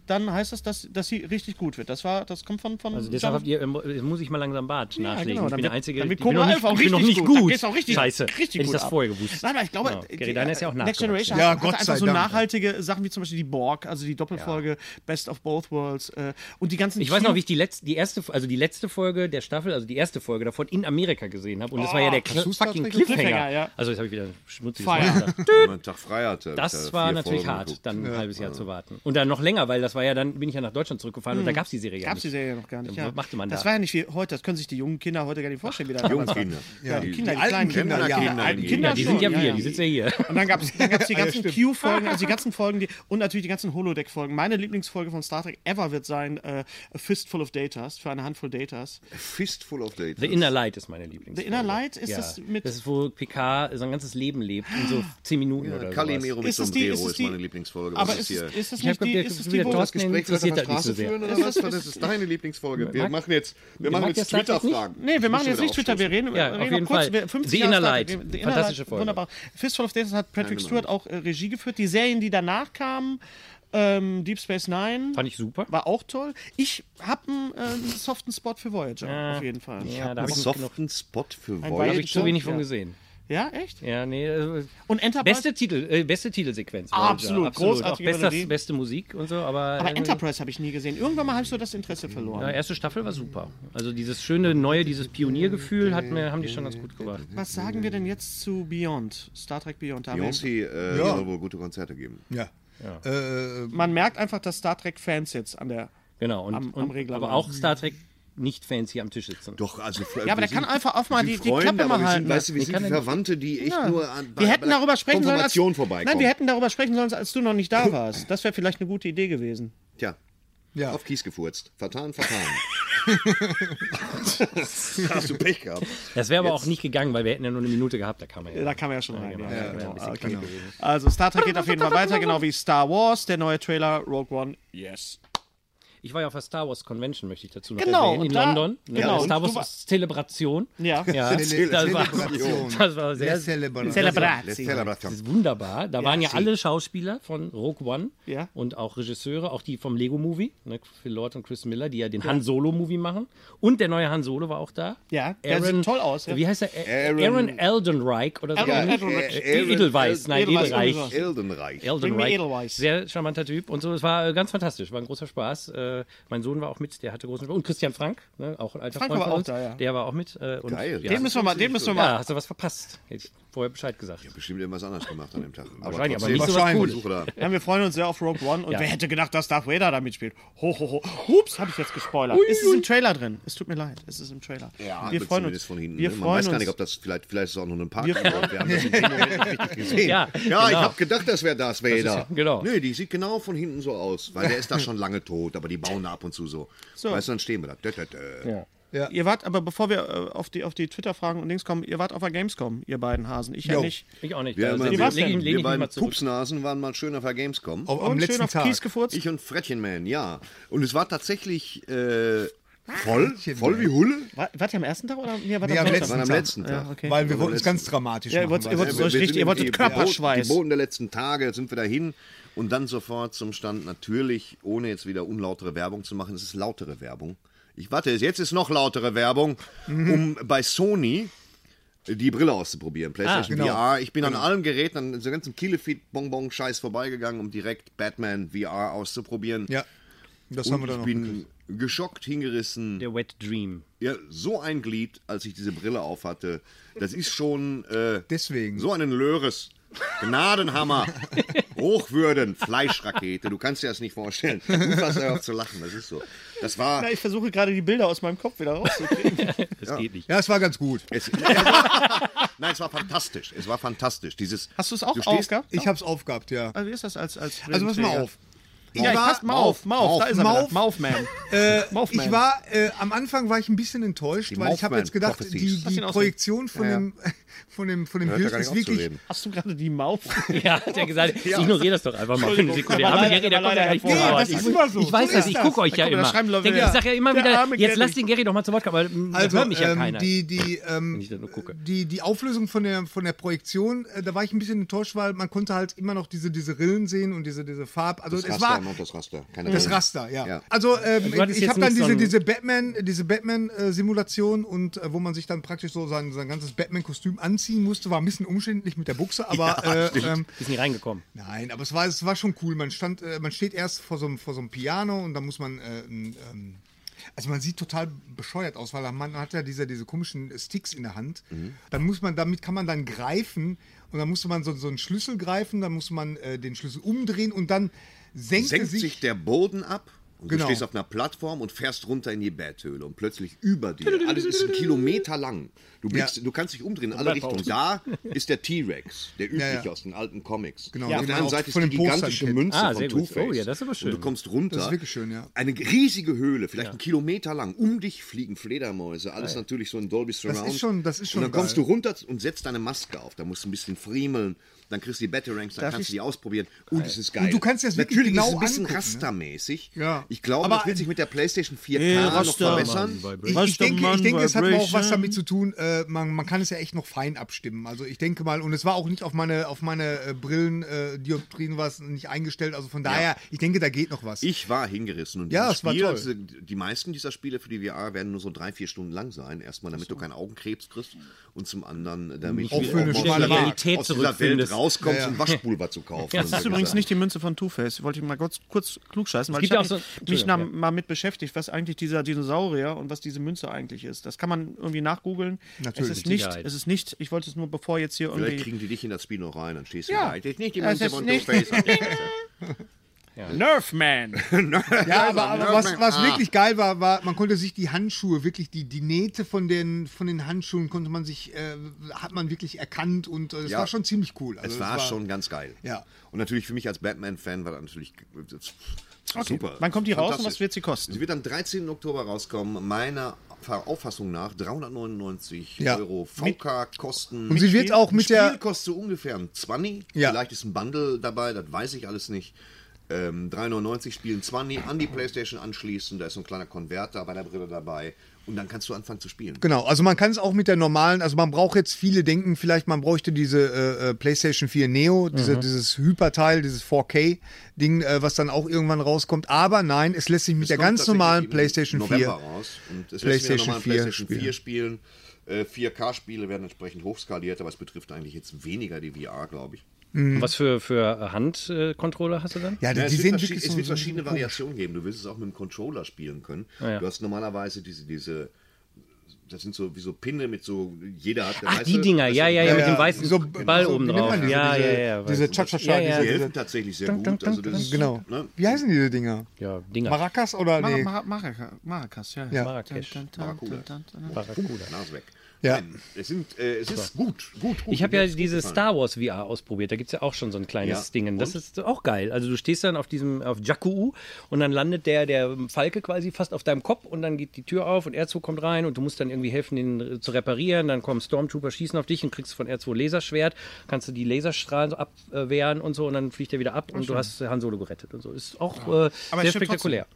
[SPEAKER 2] Dann heißt das, dass, dass sie richtig gut wird. Das war, das kommt von, von
[SPEAKER 3] Also deshalb habt ihr, ähm, jetzt muss ich mal langsam Bart nachlegen.
[SPEAKER 2] genau, dann
[SPEAKER 3] ich bin
[SPEAKER 2] wird-
[SPEAKER 3] der Einzige,
[SPEAKER 2] dann wird
[SPEAKER 3] ich bin noch
[SPEAKER 2] Cobra Elf
[SPEAKER 3] nicht,
[SPEAKER 2] auch
[SPEAKER 3] ich bin noch
[SPEAKER 2] richtig
[SPEAKER 3] nicht
[SPEAKER 2] gut. Dann
[SPEAKER 3] gut.
[SPEAKER 2] geht's auch richtig-
[SPEAKER 3] Scheiße,
[SPEAKER 2] richtig
[SPEAKER 3] hätte ich
[SPEAKER 2] gut
[SPEAKER 3] das
[SPEAKER 2] ab.
[SPEAKER 3] vorher gewusst.
[SPEAKER 2] Nein, aber ich glaube,
[SPEAKER 3] Genau.
[SPEAKER 2] die-
[SPEAKER 3] Gary Diner ist ja auch
[SPEAKER 2] Next
[SPEAKER 3] nachgewachsen.
[SPEAKER 2] Generation
[SPEAKER 5] Ja,
[SPEAKER 2] hat
[SPEAKER 5] Gott
[SPEAKER 2] einfach
[SPEAKER 5] sei
[SPEAKER 2] so
[SPEAKER 5] Dank.
[SPEAKER 2] nachhaltige Sachen wie zum Beispiel die Borg, also die Doppelfolge Best of Both Worlds äh, und die ganzen.
[SPEAKER 3] Ich weiß noch, wie
[SPEAKER 2] Team-
[SPEAKER 3] ich die letzte, die erste, also die letzte Folge der Staffel, also die erste Folge davon in Amerika gesehen habe. Und das war ja der
[SPEAKER 5] hast du
[SPEAKER 3] Kl
[SPEAKER 5] Star
[SPEAKER 3] fucking
[SPEAKER 5] Trek
[SPEAKER 3] Cliffhanger.
[SPEAKER 2] Oh, Cliffhanger, ja.
[SPEAKER 3] Also jetzt habe ich wieder ein schmutziges
[SPEAKER 2] Fire.
[SPEAKER 3] Wort gesagt.
[SPEAKER 4] Wenn man einen Tag frei hatte. hab ich
[SPEAKER 3] Das
[SPEAKER 4] da
[SPEAKER 3] war
[SPEAKER 4] vier
[SPEAKER 3] natürlich
[SPEAKER 4] Folgen
[SPEAKER 3] hart,
[SPEAKER 4] geguckt.
[SPEAKER 3] dann ein halbes Jahr zu warten. Und dann noch länger, weil das war ja dann, bin ich ja nach Deutschland zurückgefahren und da gab es die Serie
[SPEAKER 2] Mhm. Gab's die
[SPEAKER 3] ja nicht.
[SPEAKER 2] Serie ja noch gar nicht.
[SPEAKER 3] Dann
[SPEAKER 2] Ja.
[SPEAKER 3] machte man
[SPEAKER 2] das
[SPEAKER 3] da.
[SPEAKER 2] war ja nicht wie heute, das können sich die jungen Kinder heute gar nicht vorstellen, wie das damals war.
[SPEAKER 4] Jungkinder.
[SPEAKER 2] Ja, die Kinder, die
[SPEAKER 5] alten
[SPEAKER 2] kleinen Kinder,
[SPEAKER 5] Kinder,
[SPEAKER 2] die
[SPEAKER 5] ja,
[SPEAKER 2] alten
[SPEAKER 4] die-
[SPEAKER 2] Kinder.
[SPEAKER 3] Ja, die sind ja
[SPEAKER 2] schon,
[SPEAKER 3] wir, die sitzen ja hier.
[SPEAKER 2] Und dann gab es dann
[SPEAKER 3] Ah,
[SPEAKER 2] gab's die ganzen Q-Folgen, also die ganzen Folgen, die, und natürlich die ganzen Holodeck-Folgen. Meine Lieblingsfolge von Star Trek ever wird sein äh, A Fistful of Datas, für eine Handvoll Datas.
[SPEAKER 4] Fistful of Data.
[SPEAKER 3] The Inner Light ist meine Lieblings.
[SPEAKER 2] The Inner Light ist das mit-
[SPEAKER 3] Das ist, wo Picard sein gances Leben lebt, in so zehn Minuten oder
[SPEAKER 4] Calimero
[SPEAKER 3] so.
[SPEAKER 4] mit
[SPEAKER 2] Ist es die-
[SPEAKER 4] Sombrero
[SPEAKER 2] ist es
[SPEAKER 4] ist
[SPEAKER 2] die-
[SPEAKER 4] meine Lieblingsfolge.
[SPEAKER 2] Aber
[SPEAKER 4] Was
[SPEAKER 2] ist,
[SPEAKER 4] hier?
[SPEAKER 2] es- ist das
[SPEAKER 3] Ich hab
[SPEAKER 2] nicht die,
[SPEAKER 3] gedacht,
[SPEAKER 2] ist es
[SPEAKER 3] das
[SPEAKER 2] die,
[SPEAKER 3] wird
[SPEAKER 2] wo
[SPEAKER 3] Thorsten-
[SPEAKER 4] Gespräch wird auf
[SPEAKER 3] interessiert
[SPEAKER 4] der
[SPEAKER 3] das nicht so
[SPEAKER 4] Straße
[SPEAKER 3] sehr.
[SPEAKER 4] führen oder
[SPEAKER 2] Ist
[SPEAKER 4] was?
[SPEAKER 2] das-
[SPEAKER 4] Das ist deine Lieblingsfolge. Wir
[SPEAKER 3] Mag-
[SPEAKER 4] machen jetzt, wir
[SPEAKER 3] Mag
[SPEAKER 4] machen
[SPEAKER 3] der
[SPEAKER 4] jetzt
[SPEAKER 3] Star Trek nicht?
[SPEAKER 4] Twitter-Fragen.
[SPEAKER 2] Nee, wir machen jetzt nicht Twitter, wir reden,
[SPEAKER 3] Ja,
[SPEAKER 2] wir
[SPEAKER 3] auf
[SPEAKER 2] reden
[SPEAKER 3] jeden
[SPEAKER 2] noch kurz.
[SPEAKER 3] Fall.
[SPEAKER 2] wir- 50
[SPEAKER 3] The
[SPEAKER 2] Jahre
[SPEAKER 3] Inner
[SPEAKER 2] Star
[SPEAKER 3] Light.
[SPEAKER 2] Trek, The Inner
[SPEAKER 3] Fantastische
[SPEAKER 2] Light,
[SPEAKER 3] Folge.
[SPEAKER 2] Wunderbar. Fistful of Datas hat Patrick
[SPEAKER 4] genau.
[SPEAKER 2] Stewart auch äh, Regie geführt. Die Serien, die danach kamen, ähm, Deep Space Nine.
[SPEAKER 3] Fand ich super.
[SPEAKER 2] war auch toll. Ich habe einen ähm, soften Spot für Voyager, auf jeden Fall.
[SPEAKER 3] Ja, da
[SPEAKER 4] Einen
[SPEAKER 3] habe ich,
[SPEAKER 4] soften Spot für
[SPEAKER 2] Ein
[SPEAKER 3] hab
[SPEAKER 4] Voyager.
[SPEAKER 3] ich zu wenig von gesehen.
[SPEAKER 2] Ja, echt?
[SPEAKER 3] Ja, nee. äh,
[SPEAKER 2] Und Enterprise?
[SPEAKER 3] Beste Titel, äh, beste Titelsequenz.
[SPEAKER 2] Ah, Absolut, großartige
[SPEAKER 3] Auch bester,
[SPEAKER 2] Melodie.
[SPEAKER 3] beste Musik und so, aber.
[SPEAKER 2] Aber
[SPEAKER 3] äh,
[SPEAKER 2] Enterprise habe ich nie gesehen. Irgendwann mal habe ich so das Interesse
[SPEAKER 3] ja,
[SPEAKER 2] verloren.
[SPEAKER 3] erste Staffel war super. Also dieses schöne neue, dieses Pioniergefühl hat mir, haben die schon ganz gut gemacht.
[SPEAKER 2] Was sagen wir denn jetzt zu Beyond? Star Trek Beyond. Da haben wir-
[SPEAKER 4] Beyoncé äh,
[SPEAKER 5] Ja.
[SPEAKER 4] soll wohl gute Konzerte geben.
[SPEAKER 5] Ja. Äh,
[SPEAKER 2] Man merkt einfach, dass Star Trek-Fans jetzt an der.
[SPEAKER 3] Genau. Und,
[SPEAKER 2] Am- am
[SPEAKER 3] und,
[SPEAKER 2] Regler
[SPEAKER 3] aber
[SPEAKER 2] waren.
[SPEAKER 3] auch Star Trek nicht Fans hier am Tisch sitzen.
[SPEAKER 4] Doch, also.
[SPEAKER 2] Ja, aber der kann einfach auch mal die, die
[SPEAKER 4] Freunde,
[SPEAKER 2] Klappe
[SPEAKER 4] aber
[SPEAKER 2] mal
[SPEAKER 4] wir
[SPEAKER 2] halten.
[SPEAKER 4] Sind, weißt du, wir sind die Verwandte, die echt nur an
[SPEAKER 2] wir hätten darüber sprechen sollen. Als,
[SPEAKER 4] Konfirmation vorbeikommen.
[SPEAKER 2] nein, wir hätten darüber sprechen sollen, als du noch nicht da warst. Das wäre vielleicht eine gute Idee gewesen.
[SPEAKER 4] Tja,
[SPEAKER 5] ja.
[SPEAKER 4] auf Kies gefurzt. Vertan, vertan. Hast du Pech gehabt?
[SPEAKER 3] Das wäre aber auch nicht gegangen, weil wir hätten ja nur eine Minute gehabt, da kam er ja.
[SPEAKER 2] Da kam er ja schon rein. ja,
[SPEAKER 3] ja,
[SPEAKER 2] genau.
[SPEAKER 3] ja, ein
[SPEAKER 2] okay. Also Star Trek geht auf jeden Fall weiter, genau wie Star Wars, der neue Trailer Rogue One. Yes.
[SPEAKER 3] Ich war ja auf der Star Wars Convention, möchte ich dazu noch
[SPEAKER 2] Genau,
[SPEAKER 3] erwähnen, in
[SPEAKER 2] und da-
[SPEAKER 3] London. Ne,
[SPEAKER 2] genau,
[SPEAKER 3] Star
[SPEAKER 2] und du war-
[SPEAKER 3] Wars Zelebration.
[SPEAKER 2] Ja.
[SPEAKER 3] ja. Das,
[SPEAKER 5] Zele-
[SPEAKER 3] war,
[SPEAKER 5] Zelebration.
[SPEAKER 3] das war sehr,
[SPEAKER 5] Der Celebration.
[SPEAKER 2] Celebrazzi.
[SPEAKER 4] Celebration.
[SPEAKER 3] Das ist wunderbar. Da waren ja alle Schauspieler von Rogue One
[SPEAKER 2] Ja.
[SPEAKER 3] und auch Regisseure, auch die vom Lego Movie, ne, Phil Lord und Chris Miller, die ja den Han Solo Movie machen. Und der neue Han Solo war auch da.
[SPEAKER 2] Ja, der sieht toll aus, ja.
[SPEAKER 3] Wie heißt er? Aaron,
[SPEAKER 4] Aaron-
[SPEAKER 3] Aaron Eldenreich oder so.
[SPEAKER 2] Aaron
[SPEAKER 3] Ja.
[SPEAKER 2] Edelreich.
[SPEAKER 4] Aaron-
[SPEAKER 3] Edelweiß, nein,
[SPEAKER 2] Edelweiß,
[SPEAKER 3] Edelreich.
[SPEAKER 2] irgendwie
[SPEAKER 4] Eldenreich.
[SPEAKER 3] Elden
[SPEAKER 2] Bring me
[SPEAKER 3] Reich.
[SPEAKER 2] Edelweiss.
[SPEAKER 3] Sehr charmanter Typ und so. Es war äh, ganz fantastisch, war ein großer Spaß. Äh, mein Sohn war auch mit, der hatte großen Spaß. Und Christian Frank, ne, auch ein alter
[SPEAKER 2] Frank
[SPEAKER 3] Freund
[SPEAKER 2] war
[SPEAKER 3] von
[SPEAKER 2] auch
[SPEAKER 3] uns,
[SPEAKER 2] da, ja.
[SPEAKER 3] der war auch mit. Äh, und
[SPEAKER 4] Geil.
[SPEAKER 3] Ja.
[SPEAKER 2] Den müssen wir mal, den müssen wir mal.
[SPEAKER 3] ja, hast du was verpasst? Hätte ich vorher Bescheid gesagt.
[SPEAKER 4] Bestimmt irgendwas anderes gemacht an dem Tag. Aber
[SPEAKER 3] Wahrscheinlich, aber
[SPEAKER 4] trotzdem-
[SPEAKER 3] nicht so was
[SPEAKER 4] Wahrscheinlich.
[SPEAKER 3] Cooles.
[SPEAKER 4] Suche da.
[SPEAKER 2] Ja, wir freuen uns sehr auf Rogue One und
[SPEAKER 3] Ja.
[SPEAKER 2] wer hätte gedacht, dass Darth Vader da mitspielt. Ho, ho, ho. Ups, habe ich jetzt gespoilert. es ist im Trailer drin. Es tut mir leid, es ist im Trailer.
[SPEAKER 4] Ja,
[SPEAKER 2] wir
[SPEAKER 4] zumindest
[SPEAKER 2] freuen uns.
[SPEAKER 4] Von hinten,
[SPEAKER 2] wir
[SPEAKER 4] ne? Man
[SPEAKER 2] freuen
[SPEAKER 4] weiß
[SPEAKER 2] uns.
[SPEAKER 4] gar nicht, ob das vielleicht, vielleicht ist es auch nur ein Park.
[SPEAKER 2] Wir
[SPEAKER 4] Wir
[SPEAKER 2] freuen-
[SPEAKER 4] haben das in dem Moment nicht richtig gesehen.
[SPEAKER 3] Ja,
[SPEAKER 4] Ja, ich
[SPEAKER 3] genau.
[SPEAKER 4] habe gedacht, das wäre das Vader.
[SPEAKER 3] ist- genau.
[SPEAKER 4] Nee, die sieht genau von hinten so aus, weil der ist da schon lange tot, aber die bauen da ab und zu so. Weißt du, dann stehen wir da. Dö, dö, dö.
[SPEAKER 2] Ihr wart, aber bevor wir äh, auf die, auf die Twitter-Fragen und Dings kommen, ihr wart auf der Gamescom, ihr beiden Hasen. Ich ja
[SPEAKER 5] Jo.
[SPEAKER 2] nicht.
[SPEAKER 3] Ich auch nicht.
[SPEAKER 4] Wir,
[SPEAKER 3] Also,
[SPEAKER 4] haben-
[SPEAKER 2] Wie
[SPEAKER 3] leg
[SPEAKER 2] war's
[SPEAKER 3] ich-
[SPEAKER 2] denn?
[SPEAKER 3] leg ich
[SPEAKER 4] wir
[SPEAKER 3] mich
[SPEAKER 4] beiden
[SPEAKER 3] mal zurück. Oh.
[SPEAKER 4] Pupsnasen waren mal schön auf der
[SPEAKER 5] Am,
[SPEAKER 4] Gamescom.
[SPEAKER 5] am
[SPEAKER 2] Und schön
[SPEAKER 5] letzten
[SPEAKER 2] auf Kies
[SPEAKER 5] Tag.
[SPEAKER 2] gefurzt.
[SPEAKER 4] Ich und Frettchenman, ja. Und es war tatsächlich äh, voll, voll wie Hulle.
[SPEAKER 2] war, wart ihr am ersten Tag oder nee, wart
[SPEAKER 5] Nee,
[SPEAKER 2] ihr
[SPEAKER 5] am
[SPEAKER 4] Wir
[SPEAKER 5] letzten
[SPEAKER 4] waren am
[SPEAKER 5] Tag.
[SPEAKER 4] letzten Tag.
[SPEAKER 2] Ja, okay.
[SPEAKER 5] Weil wir wollten es ganz dramatisch
[SPEAKER 2] Ja, ihr
[SPEAKER 5] machen.
[SPEAKER 2] wollt's- ihr
[SPEAKER 5] weil-
[SPEAKER 2] wollt's-
[SPEAKER 4] wir-
[SPEAKER 2] euch
[SPEAKER 4] wir
[SPEAKER 2] richtig-
[SPEAKER 4] sind
[SPEAKER 2] ihr wolltet
[SPEAKER 4] die- die
[SPEAKER 2] Körperschweiß.
[SPEAKER 4] Boden- Die Boden der letzten Tage sind wir dahin und dann sofort zum Stand. Natürlich, ohne jetzt wieder unlautere Werbung zu machen, es ist lautere Werbung. Ich warte, jetzt ist noch lautere Werbung,
[SPEAKER 5] Mhm.
[SPEAKER 4] um bei Sony die Brille auszuprobieren. PlayStation
[SPEAKER 5] genau.
[SPEAKER 4] VR. Ich bin an allen Geräten, an diesem ganzen Kilefit-Bonbon-Scheiß vorbeigegangen, um direkt Batman VR auszuprobieren.
[SPEAKER 5] Ja, das haben
[SPEAKER 4] und
[SPEAKER 5] wir dann
[SPEAKER 4] ich
[SPEAKER 5] noch.
[SPEAKER 4] bin geschockt, hingerissen.
[SPEAKER 3] Der Wet Dream.
[SPEAKER 4] Ja, so ein Glied, als ich diese Brille auf hatte. Das ist schon. Äh,
[SPEAKER 5] Deswegen.
[SPEAKER 4] So einen Löres. Gnadenhammer. Hochwürden. Fleischrakete. Du kannst dir das nicht vorstellen. Du fasst ja auf zu lachen. Das ist so. Das war.
[SPEAKER 2] Ja, ich versuche gerade die Bilder aus meinem Kopf wieder rauszukriegen.
[SPEAKER 3] Das geht nicht.
[SPEAKER 5] Ja, es war ganz gut.
[SPEAKER 4] Es, nein, es war fantastisch. Es war fantastisch. Dieses,
[SPEAKER 2] Hast du es auch
[SPEAKER 4] Du stehst-
[SPEAKER 2] aufgehabt?
[SPEAKER 5] Ich hab's aufgehabt, ja.
[SPEAKER 2] Also wie ist das als, als
[SPEAKER 5] Also pass mal
[SPEAKER 2] Brillenträger?
[SPEAKER 5] auf. Ich
[SPEAKER 2] Ja, ich pass mal auf, mal auf, da ist er
[SPEAKER 5] mal
[SPEAKER 2] wieder.
[SPEAKER 5] auf.
[SPEAKER 2] Mal auf, man.
[SPEAKER 5] Äh,
[SPEAKER 2] Mothman.
[SPEAKER 5] ich war äh, am Anfang war ich ein bisschen enttäuscht, weil ich habe
[SPEAKER 4] Mothman
[SPEAKER 5] jetzt gedacht,
[SPEAKER 4] Prophecies.
[SPEAKER 5] die,
[SPEAKER 2] Lass
[SPEAKER 5] die
[SPEAKER 2] ihn ausreden.
[SPEAKER 5] Projektion von dem von dem von dem
[SPEAKER 4] Hört ja
[SPEAKER 5] Bild
[SPEAKER 4] gar
[SPEAKER 5] ist
[SPEAKER 4] nicht auf zu
[SPEAKER 5] wirklich
[SPEAKER 4] reden.
[SPEAKER 2] Hast du gerade die Mauf?
[SPEAKER 3] Ja, hat er gesagt, ich ignoriere das doch einfach mal für eine Sekunde.
[SPEAKER 2] aber
[SPEAKER 3] Der arme
[SPEAKER 2] leider-
[SPEAKER 3] Gary, der
[SPEAKER 2] aber
[SPEAKER 3] kommt ja
[SPEAKER 2] leider
[SPEAKER 3] gar nicht vor.
[SPEAKER 2] hervor.
[SPEAKER 3] Aber
[SPEAKER 2] das
[SPEAKER 3] ich-
[SPEAKER 2] ist immer so.
[SPEAKER 3] Ich weiß
[SPEAKER 2] So
[SPEAKER 3] das,
[SPEAKER 2] ist
[SPEAKER 3] ich
[SPEAKER 2] das.
[SPEAKER 3] gucke euch
[SPEAKER 2] Da
[SPEAKER 3] ja
[SPEAKER 2] guck mal, da
[SPEAKER 3] immer.
[SPEAKER 2] schreiben Leute
[SPEAKER 3] Denk, ich
[SPEAKER 2] wieder,
[SPEAKER 3] sage ja immer
[SPEAKER 2] der
[SPEAKER 3] wieder,
[SPEAKER 2] arme
[SPEAKER 3] jetzt
[SPEAKER 2] Gary.
[SPEAKER 3] lass den Gary doch mal zu Wort kommen, aber mm,
[SPEAKER 5] also
[SPEAKER 3] hört mich ja
[SPEAKER 5] ähm,
[SPEAKER 3] keiner.
[SPEAKER 5] die die ähm,
[SPEAKER 3] ich da nur gucke.
[SPEAKER 5] die die Auflösung von der von der Projektion, äh, da war ich ein bisschen enttäuscht, weil man konnte halt immer noch diese diese Rillen sehen und diese diese Farb, also es
[SPEAKER 4] Raster,
[SPEAKER 5] war
[SPEAKER 4] ne? das Raster. Keine
[SPEAKER 5] Das
[SPEAKER 4] Ahnung.
[SPEAKER 5] Raster, ja.
[SPEAKER 4] Ja.
[SPEAKER 5] Also ähm,
[SPEAKER 3] hattest
[SPEAKER 5] ich
[SPEAKER 3] jetzt
[SPEAKER 5] habe dann
[SPEAKER 3] nicht
[SPEAKER 5] diese,
[SPEAKER 3] so ein-
[SPEAKER 5] diese Batman, diese Batman-Simulation und äh, wo man sich dann praktisch so sein, sein ganzes Batman-Kostüm anziehen musste, war ein bisschen umständlich mit der Buchse, aber äh, ähm,
[SPEAKER 3] Ist nicht reingekommen.
[SPEAKER 5] nein, aber es war, es war schon cool. Man stand, äh, man steht erst vor so einem, vor so einem Piano und dann muss man äh, ein, ähm, also man sieht total bescheuert aus, weil man hat ja diese, diese komischen Sticks in der Hand.
[SPEAKER 4] Mhm.
[SPEAKER 5] Dann muss man, damit kann man dann greifen und dann musste man so, so einen Schlüssel greifen, dann musste man äh, den Schlüssel umdrehen und dann senkte
[SPEAKER 4] senkt sich der Boden ab und
[SPEAKER 5] Genau.
[SPEAKER 4] du stehst auf einer Plattform und fährst runter in die Betthöhle und plötzlich über dir, alles ist ein Kilometer lang. Du, blickst,
[SPEAKER 5] Ja.
[SPEAKER 4] du kannst dich umdrehen in alle Richtungen. Da ist der T-Rex, der übliche
[SPEAKER 5] ja.
[SPEAKER 4] aus den alten Comics.
[SPEAKER 5] Genau,
[SPEAKER 4] Und auf
[SPEAKER 5] den
[SPEAKER 4] der
[SPEAKER 5] man
[SPEAKER 4] anderen
[SPEAKER 5] auch
[SPEAKER 4] Seite ist
[SPEAKER 5] von
[SPEAKER 4] die
[SPEAKER 5] den Postern
[SPEAKER 4] gigantische
[SPEAKER 5] kennt.
[SPEAKER 4] Münze
[SPEAKER 3] Ah,
[SPEAKER 4] von
[SPEAKER 3] sehr gut.
[SPEAKER 4] Two-Face.
[SPEAKER 3] Oh ja, das ist aber schön.
[SPEAKER 4] Und du kommst runter.
[SPEAKER 5] Das ist wirklich schön, ja.
[SPEAKER 4] Eine riesige Höhle, vielleicht einen Kilometer lang. Um dich fliegen Fledermäuse, alles natürlich so in Dolby Surround.
[SPEAKER 5] ist schon- das ist schon
[SPEAKER 4] Und dann
[SPEAKER 5] geil.
[SPEAKER 4] kommst du runter und setzt deine Maske auf. Da musst du ein bisschen friemeln. Dann kriegst du die Batterangs, dann kannst du die ausprobieren. Und es ist geil.
[SPEAKER 5] Und du kannst dir das wirklich
[SPEAKER 4] Natürlich
[SPEAKER 5] genau
[SPEAKER 4] ist es ein bisschen
[SPEAKER 5] angucken, ne?
[SPEAKER 4] rastermäßig.
[SPEAKER 5] Ja.
[SPEAKER 4] Ich glaube,
[SPEAKER 5] Aber-
[SPEAKER 4] das wird sich mit der PlayStation 4K
[SPEAKER 2] Hey,
[SPEAKER 4] noch
[SPEAKER 2] Rasta.
[SPEAKER 4] verbessern.
[SPEAKER 5] Ich, ich,
[SPEAKER 2] Rastermann
[SPEAKER 5] denke, ich denke, es hat auch was
[SPEAKER 2] Vibration.
[SPEAKER 5] damit zu tun, äh, man, man kann es ja echt noch fein abstimmen. Also ich denke mal, und es war auch nicht auf meine, auf meine äh, Brillen, äh, Dioptrien was nicht eingestellt. Also von daher, ich denke, da geht noch was.
[SPEAKER 4] Ich war hingerissen und
[SPEAKER 5] Ja,
[SPEAKER 4] dieses
[SPEAKER 5] es war
[SPEAKER 4] Spiel,
[SPEAKER 5] toll.
[SPEAKER 4] also die meisten dieser Spiele für die VR werden nur so drei, vier Stunden lang sein. Erstmal, damit du keinen Augenkrebs kriegst und zum anderen, damit
[SPEAKER 5] Auch
[SPEAKER 4] du
[SPEAKER 5] für eine
[SPEAKER 4] aus
[SPEAKER 5] schmale
[SPEAKER 4] dieser Welt-
[SPEAKER 3] Realität
[SPEAKER 4] aus dieser Welt
[SPEAKER 3] zurückfindest.
[SPEAKER 4] rauskommst,
[SPEAKER 5] Ja, ja.
[SPEAKER 4] um Waschpulver zu kaufen.
[SPEAKER 3] Ja,
[SPEAKER 2] Das
[SPEAKER 3] das
[SPEAKER 4] und
[SPEAKER 2] ist
[SPEAKER 4] solche
[SPEAKER 2] übrigens
[SPEAKER 4] Sachen.
[SPEAKER 2] nicht die Münze von Two-Face. Wollte ich mal kurz, kurz klugscheißen, weil
[SPEAKER 3] gibt
[SPEAKER 2] ich
[SPEAKER 3] ja
[SPEAKER 2] hab
[SPEAKER 3] auch so-
[SPEAKER 2] mich, mich na,
[SPEAKER 3] Entschuldigung,
[SPEAKER 2] mal mit beschäftigt, was eigentlich dieser Dinosaurier und was diese Münze eigentlich ist. Das kann man irgendwie nachgoogeln.
[SPEAKER 5] Natürlich.
[SPEAKER 2] es ist
[SPEAKER 5] Mit
[SPEAKER 2] nicht,
[SPEAKER 3] Sicherheit.
[SPEAKER 2] es ist nicht, ich wollte es nur bevor jetzt hier
[SPEAKER 4] Vielleicht
[SPEAKER 2] irgendwie...
[SPEAKER 4] kriegen die dich in das Spiel noch rein, dann stehst du
[SPEAKER 2] Ja.
[SPEAKER 4] da. Das ist nicht die
[SPEAKER 2] Das
[SPEAKER 4] Münze
[SPEAKER 2] ist
[SPEAKER 4] von
[SPEAKER 2] nicht-
[SPEAKER 4] Two-Face.
[SPEAKER 2] Nerfman!
[SPEAKER 5] Ja, aber, aber was, was
[SPEAKER 4] Ah.
[SPEAKER 5] wirklich geil war, war, man konnte sich die Handschuhe, wirklich die, die Nähte von den, von den Handschuhen konnte man sich, äh, hat man wirklich erkannt und äh, das
[SPEAKER 4] Ja.
[SPEAKER 5] war schon ziemlich cool. Also
[SPEAKER 4] Es
[SPEAKER 5] das
[SPEAKER 4] war schon ganz geil.
[SPEAKER 5] Ja.
[SPEAKER 4] Und natürlich für mich als Batman-Fan war das natürlich das war super.
[SPEAKER 2] Wann kommt die raus und
[SPEAKER 4] Fantastisch.
[SPEAKER 2] was wird sie kosten?
[SPEAKER 4] Sie wird am 13. Oktober rauskommen. Meiner Auffassung nach 399
[SPEAKER 5] Ja.
[SPEAKER 4] Euro VK kosten.
[SPEAKER 5] Und sie wird auch
[SPEAKER 4] Ein
[SPEAKER 5] mit
[SPEAKER 4] Spiel
[SPEAKER 5] der,
[SPEAKER 4] kostet so ungefähr ein 20.
[SPEAKER 5] Ja.
[SPEAKER 4] Vielleicht ist ein Bundle dabei, das weiß ich alles nicht. Ähm, 3,99 spielen 20 an die Playstation anschließen. Da ist so ein kleiner Konverter bei der Brille dabei. Und dann kannst du anfangen zu spielen.
[SPEAKER 5] Genau, also man kann es auch mit der normalen, also man braucht jetzt, viele denken vielleicht, man bräuchte diese äh, äh, PlayStation 4 Neo, diese,
[SPEAKER 3] Mhm.
[SPEAKER 5] dieses Hyperteil, dieses 4K-Ding, äh, was dann auch irgendwann rauskommt. Aber nein, es lässt sich mit
[SPEAKER 4] Es
[SPEAKER 5] der
[SPEAKER 4] kommt
[SPEAKER 5] ganz
[SPEAKER 4] tatsächlich
[SPEAKER 5] normalen
[SPEAKER 4] im
[SPEAKER 5] PlayStation 4.
[SPEAKER 4] November raus. Und es PlayStation lässt sich ja nochmal
[SPEAKER 5] PlayStation
[SPEAKER 4] PlayStation 4 spielen. Äh, 4K-Spiele werden entsprechend hochskaliert, aber es betrifft eigentlich jetzt weniger die VR, glaube ich.
[SPEAKER 3] Und was für, für Handcontroller hast du dann?
[SPEAKER 5] Ja, die,
[SPEAKER 4] Ja,
[SPEAKER 5] die
[SPEAKER 4] es
[SPEAKER 5] sehen
[SPEAKER 4] wird
[SPEAKER 5] wirklich
[SPEAKER 4] verschi-
[SPEAKER 5] so,
[SPEAKER 4] es wird
[SPEAKER 5] so
[SPEAKER 4] verschiedene Variationen geben. Du wirst es auch mit dem Controller spielen können.
[SPEAKER 3] Ah, ja.
[SPEAKER 4] Du hast normalerweise diese, diese, das sind so wie so Pinne mit so, jeder hat
[SPEAKER 3] Ach,
[SPEAKER 4] weißt
[SPEAKER 3] die
[SPEAKER 4] du,
[SPEAKER 3] Dinger,
[SPEAKER 4] das
[SPEAKER 3] ja,
[SPEAKER 4] sind-
[SPEAKER 3] ja, ja, mit
[SPEAKER 5] Ja,
[SPEAKER 3] dem weißen
[SPEAKER 5] so-
[SPEAKER 3] Ball
[SPEAKER 5] so-
[SPEAKER 3] oben
[SPEAKER 5] wie nennt
[SPEAKER 3] drauf.
[SPEAKER 5] man diese-
[SPEAKER 3] ja,
[SPEAKER 5] diese-
[SPEAKER 3] ja, ja, weiß
[SPEAKER 5] diese
[SPEAKER 3] ich.
[SPEAKER 5] Cha-Cha-Cha,
[SPEAKER 3] Ja,
[SPEAKER 4] Die
[SPEAKER 3] ja.
[SPEAKER 4] helfen tatsächlich sehr
[SPEAKER 3] Dun, dun,
[SPEAKER 4] gut. Also das ist,
[SPEAKER 5] Genau.
[SPEAKER 4] Ne?
[SPEAKER 5] Wie heißen diese Dinger?
[SPEAKER 3] ja, Dinger.
[SPEAKER 5] Maracas oder nee?
[SPEAKER 2] Mar- Mar- Mar- Maracas, ja.
[SPEAKER 5] Ja.
[SPEAKER 3] Marrakesch.
[SPEAKER 2] Dun, dun, dun, dun, dun, dun.
[SPEAKER 3] Barracuda.
[SPEAKER 4] Nase weg.
[SPEAKER 5] Ja.
[SPEAKER 4] Nein, es, sind, äh, es ist gut, gut, gut.
[SPEAKER 3] Ich habe ja
[SPEAKER 4] Mir hat's gut
[SPEAKER 3] diese
[SPEAKER 4] gefallen.
[SPEAKER 3] Star Wars VR ausprobiert. Da gibt es ja auch schon so ein kleines
[SPEAKER 4] Ja.
[SPEAKER 3] Dingen. Das
[SPEAKER 4] Und?
[SPEAKER 3] ist auch geil. Also du stehst dann auf diesem, auf Jakku und dann landet der, der Falke quasi fast auf deinem Kopf und dann geht die Tür auf und R2 kommt rein und du musst dann irgendwie helfen, den äh, zu reparieren. Dann kommen Stormtrooper, schießen auf dich und kriegst von R2 Laserschwert. Kannst du die Laserstrahlen so abwehren und so und dann fliegt er wieder ab und du hast Han Solo gerettet und so. Ist auch äh,
[SPEAKER 2] Aber
[SPEAKER 3] sehr
[SPEAKER 2] es stimmt
[SPEAKER 3] spektakulär.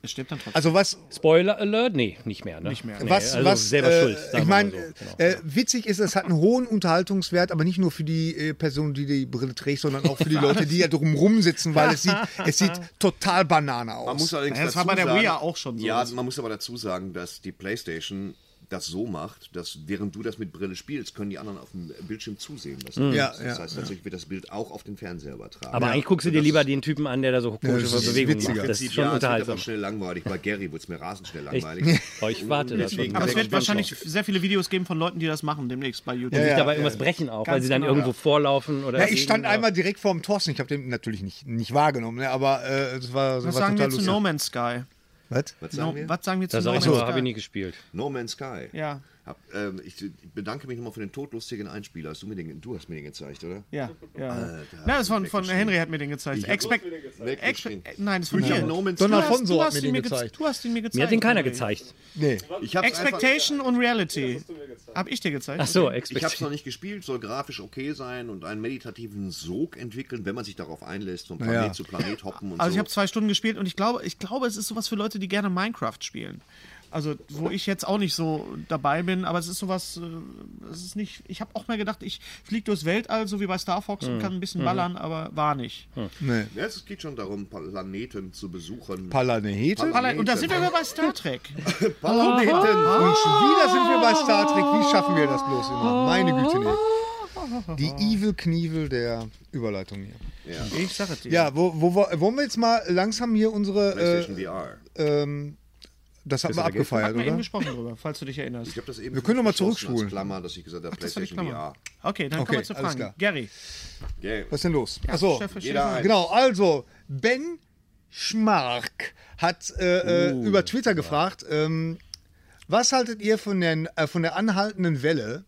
[SPEAKER 2] Es stirbt dann trotzdem.
[SPEAKER 5] Also was,
[SPEAKER 3] Spoiler Alert? Nee, nicht mehr. Ne? Nicht mehr. Nee,
[SPEAKER 5] was,
[SPEAKER 3] also
[SPEAKER 5] was,
[SPEAKER 3] selber
[SPEAKER 5] äh,
[SPEAKER 3] schuld. sagen
[SPEAKER 5] Ich
[SPEAKER 3] wir mal
[SPEAKER 5] meine,
[SPEAKER 3] so. Genau.
[SPEAKER 5] äh, witzig ist, es hat einen hohen Unterhaltungswert, aber nicht nur für die äh, Person, die die Brille trägt, sondern auch für die Leute, die ja drumrum sitzen, weil es sieht, es sieht total Banane aus.
[SPEAKER 4] Man muss allerdings
[SPEAKER 2] Naja, das
[SPEAKER 4] dazu
[SPEAKER 2] war bei der
[SPEAKER 4] sagen,
[SPEAKER 2] Wii ja auch schon so.
[SPEAKER 4] Ja, man muss aber dazu sagen, dass die PlayStation das so macht, dass während du das mit Brille spielst, können die anderen auf dem Bildschirm zusehen. Das,
[SPEAKER 5] Ja,
[SPEAKER 4] das
[SPEAKER 5] ja,
[SPEAKER 4] heißt, tatsächlich wird das Bild auch auf den Fernseher übertragen.
[SPEAKER 3] Aber eigentlich guckst du dir lieber den Typen an, der da so komische
[SPEAKER 5] das ist
[SPEAKER 3] Bewegungen
[SPEAKER 5] witziger.
[SPEAKER 3] macht. Das
[SPEAKER 4] Prinzip,
[SPEAKER 3] ist schon
[SPEAKER 4] ja, es wird
[SPEAKER 3] unterhaltsam.
[SPEAKER 4] aber schnell langweilig. Bei Gary wurde es mir rasend schnell
[SPEAKER 3] Echt?
[SPEAKER 4] langweilig.
[SPEAKER 3] Oh, ich warte das schon.
[SPEAKER 4] Deswegen-
[SPEAKER 2] Aber es wird
[SPEAKER 4] Deswegen-
[SPEAKER 2] wahrscheinlich sehr viele Videos geben von Leuten, die das machen demnächst bei YouTube.
[SPEAKER 3] Sich
[SPEAKER 5] ja,
[SPEAKER 3] dabei irgendwas brechen auch, weil
[SPEAKER 2] Ganz
[SPEAKER 3] sie dann
[SPEAKER 2] genau,
[SPEAKER 3] irgendwo vorlaufen oder.
[SPEAKER 5] Ja, ich stand
[SPEAKER 3] oder-
[SPEAKER 5] einmal direkt vorm Thorsten. Ich habe den natürlich nicht, nicht wahrgenommen, ne? aber äh, das war, das
[SPEAKER 2] Was
[SPEAKER 5] war
[SPEAKER 2] sagen wir
[SPEAKER 5] total
[SPEAKER 2] zu
[SPEAKER 5] lustig.
[SPEAKER 2] No Man's Sky?
[SPEAKER 5] Was?
[SPEAKER 4] Was
[SPEAKER 2] No,
[SPEAKER 4] sagen wir?
[SPEAKER 2] was sagen wir zu
[SPEAKER 3] Da
[SPEAKER 2] No
[SPEAKER 3] sag ich
[SPEAKER 2] Man's
[SPEAKER 3] nur,
[SPEAKER 2] Sky?
[SPEAKER 3] habe ich nie gespielt.
[SPEAKER 4] No Man's Sky.
[SPEAKER 2] Ja.
[SPEAKER 4] Hab, ähm, ich bedanke mich nochmal für den todlustigen Einspieler. Hast du, mir den, du hast mir den gezeigt, oder?
[SPEAKER 2] Ja, ja. Na, das von, von Henry hat mir den gezeigt. Expect,
[SPEAKER 4] Weggeschrieben.
[SPEAKER 2] Expect, äh, nein, das war
[SPEAKER 4] Ich hab
[SPEAKER 2] hier.
[SPEAKER 4] No Man's
[SPEAKER 2] Du
[SPEAKER 5] Donald
[SPEAKER 4] Sky.
[SPEAKER 2] hast-
[SPEAKER 5] Alfonso
[SPEAKER 2] du
[SPEAKER 5] hat
[SPEAKER 2] hast
[SPEAKER 5] mir
[SPEAKER 2] ihn
[SPEAKER 5] den gezeigt.
[SPEAKER 2] Du hast ihn mir gezeigt.
[SPEAKER 3] Mir hat den keiner
[SPEAKER 2] Henry.
[SPEAKER 3] gezeigt.
[SPEAKER 5] Nee.
[SPEAKER 4] Ich hab's einfach-
[SPEAKER 2] Expectation und Reality. Hab ich dir gezeigt.
[SPEAKER 3] Ach so,
[SPEAKER 2] Okay.
[SPEAKER 4] Ich habe es
[SPEAKER 3] Expectation.
[SPEAKER 4] noch nicht gespielt, soll grafisch okay sein und einen meditativen Sog entwickeln, wenn man sich darauf einlässt, von Planet
[SPEAKER 5] Ja.
[SPEAKER 4] zu Planet hoppen und
[SPEAKER 2] Also ich
[SPEAKER 4] so.
[SPEAKER 2] habe zwei Stunden gespielt und ich glaube, ich glaube, es ist sowas für Leute, die gerne Minecraft spielen. Also, wo ich jetzt auch nicht so dabei bin, aber es ist sowas, äh, es ist nicht, ich habe auch mal gedacht, ich fliege durchs Weltall, so wie bei Star Fox und kann ein bisschen ballern, aber war nicht.
[SPEAKER 5] Nee.
[SPEAKER 4] ja, es geht schon darum, Planeten zu besuchen.
[SPEAKER 5] Palanehete?
[SPEAKER 4] Pala-
[SPEAKER 2] Und da sind wir wieder bei Star Trek.
[SPEAKER 4] Planeten!
[SPEAKER 5] Und schon wieder sind wir bei Star Trek. Wie schaffen wir das bloß immer? Meine Güte, nee. Die Evil Knievel der Überleitung hier.
[SPEAKER 2] Ich sage es dir.
[SPEAKER 5] Ja, wo, wo, wo, wollen wir jetzt mal langsam hier unsere.
[SPEAKER 4] PlayStation VR.
[SPEAKER 5] Äh, ähm, das haben wir abgefeiert,
[SPEAKER 2] Hatten wir eben
[SPEAKER 5] oder?
[SPEAKER 2] gesprochen drüber, falls du dich erinnerst.
[SPEAKER 4] Ich habe das eben.
[SPEAKER 5] Wir können doch mal
[SPEAKER 4] geschlossen
[SPEAKER 5] zurückspulen.
[SPEAKER 4] Als Klammer, dass ich gesagt habe,
[SPEAKER 2] Das war die
[SPEAKER 4] PlayStation
[SPEAKER 2] Klammer.
[SPEAKER 4] VR.
[SPEAKER 2] Okay, dann
[SPEAKER 5] Okay,
[SPEAKER 2] kommen wir zu
[SPEAKER 5] alles
[SPEAKER 2] Fragen.
[SPEAKER 5] klar.
[SPEAKER 2] Gary.
[SPEAKER 4] Yeah.
[SPEAKER 5] Was ist denn los? Achso,
[SPEAKER 2] Chef,
[SPEAKER 4] Jeder ein.
[SPEAKER 5] Genau, also Ben Schmark hat äh, äh, über Twitter gefragt, ähm, was haltet ihr von, den, äh, von der anhaltenden Welle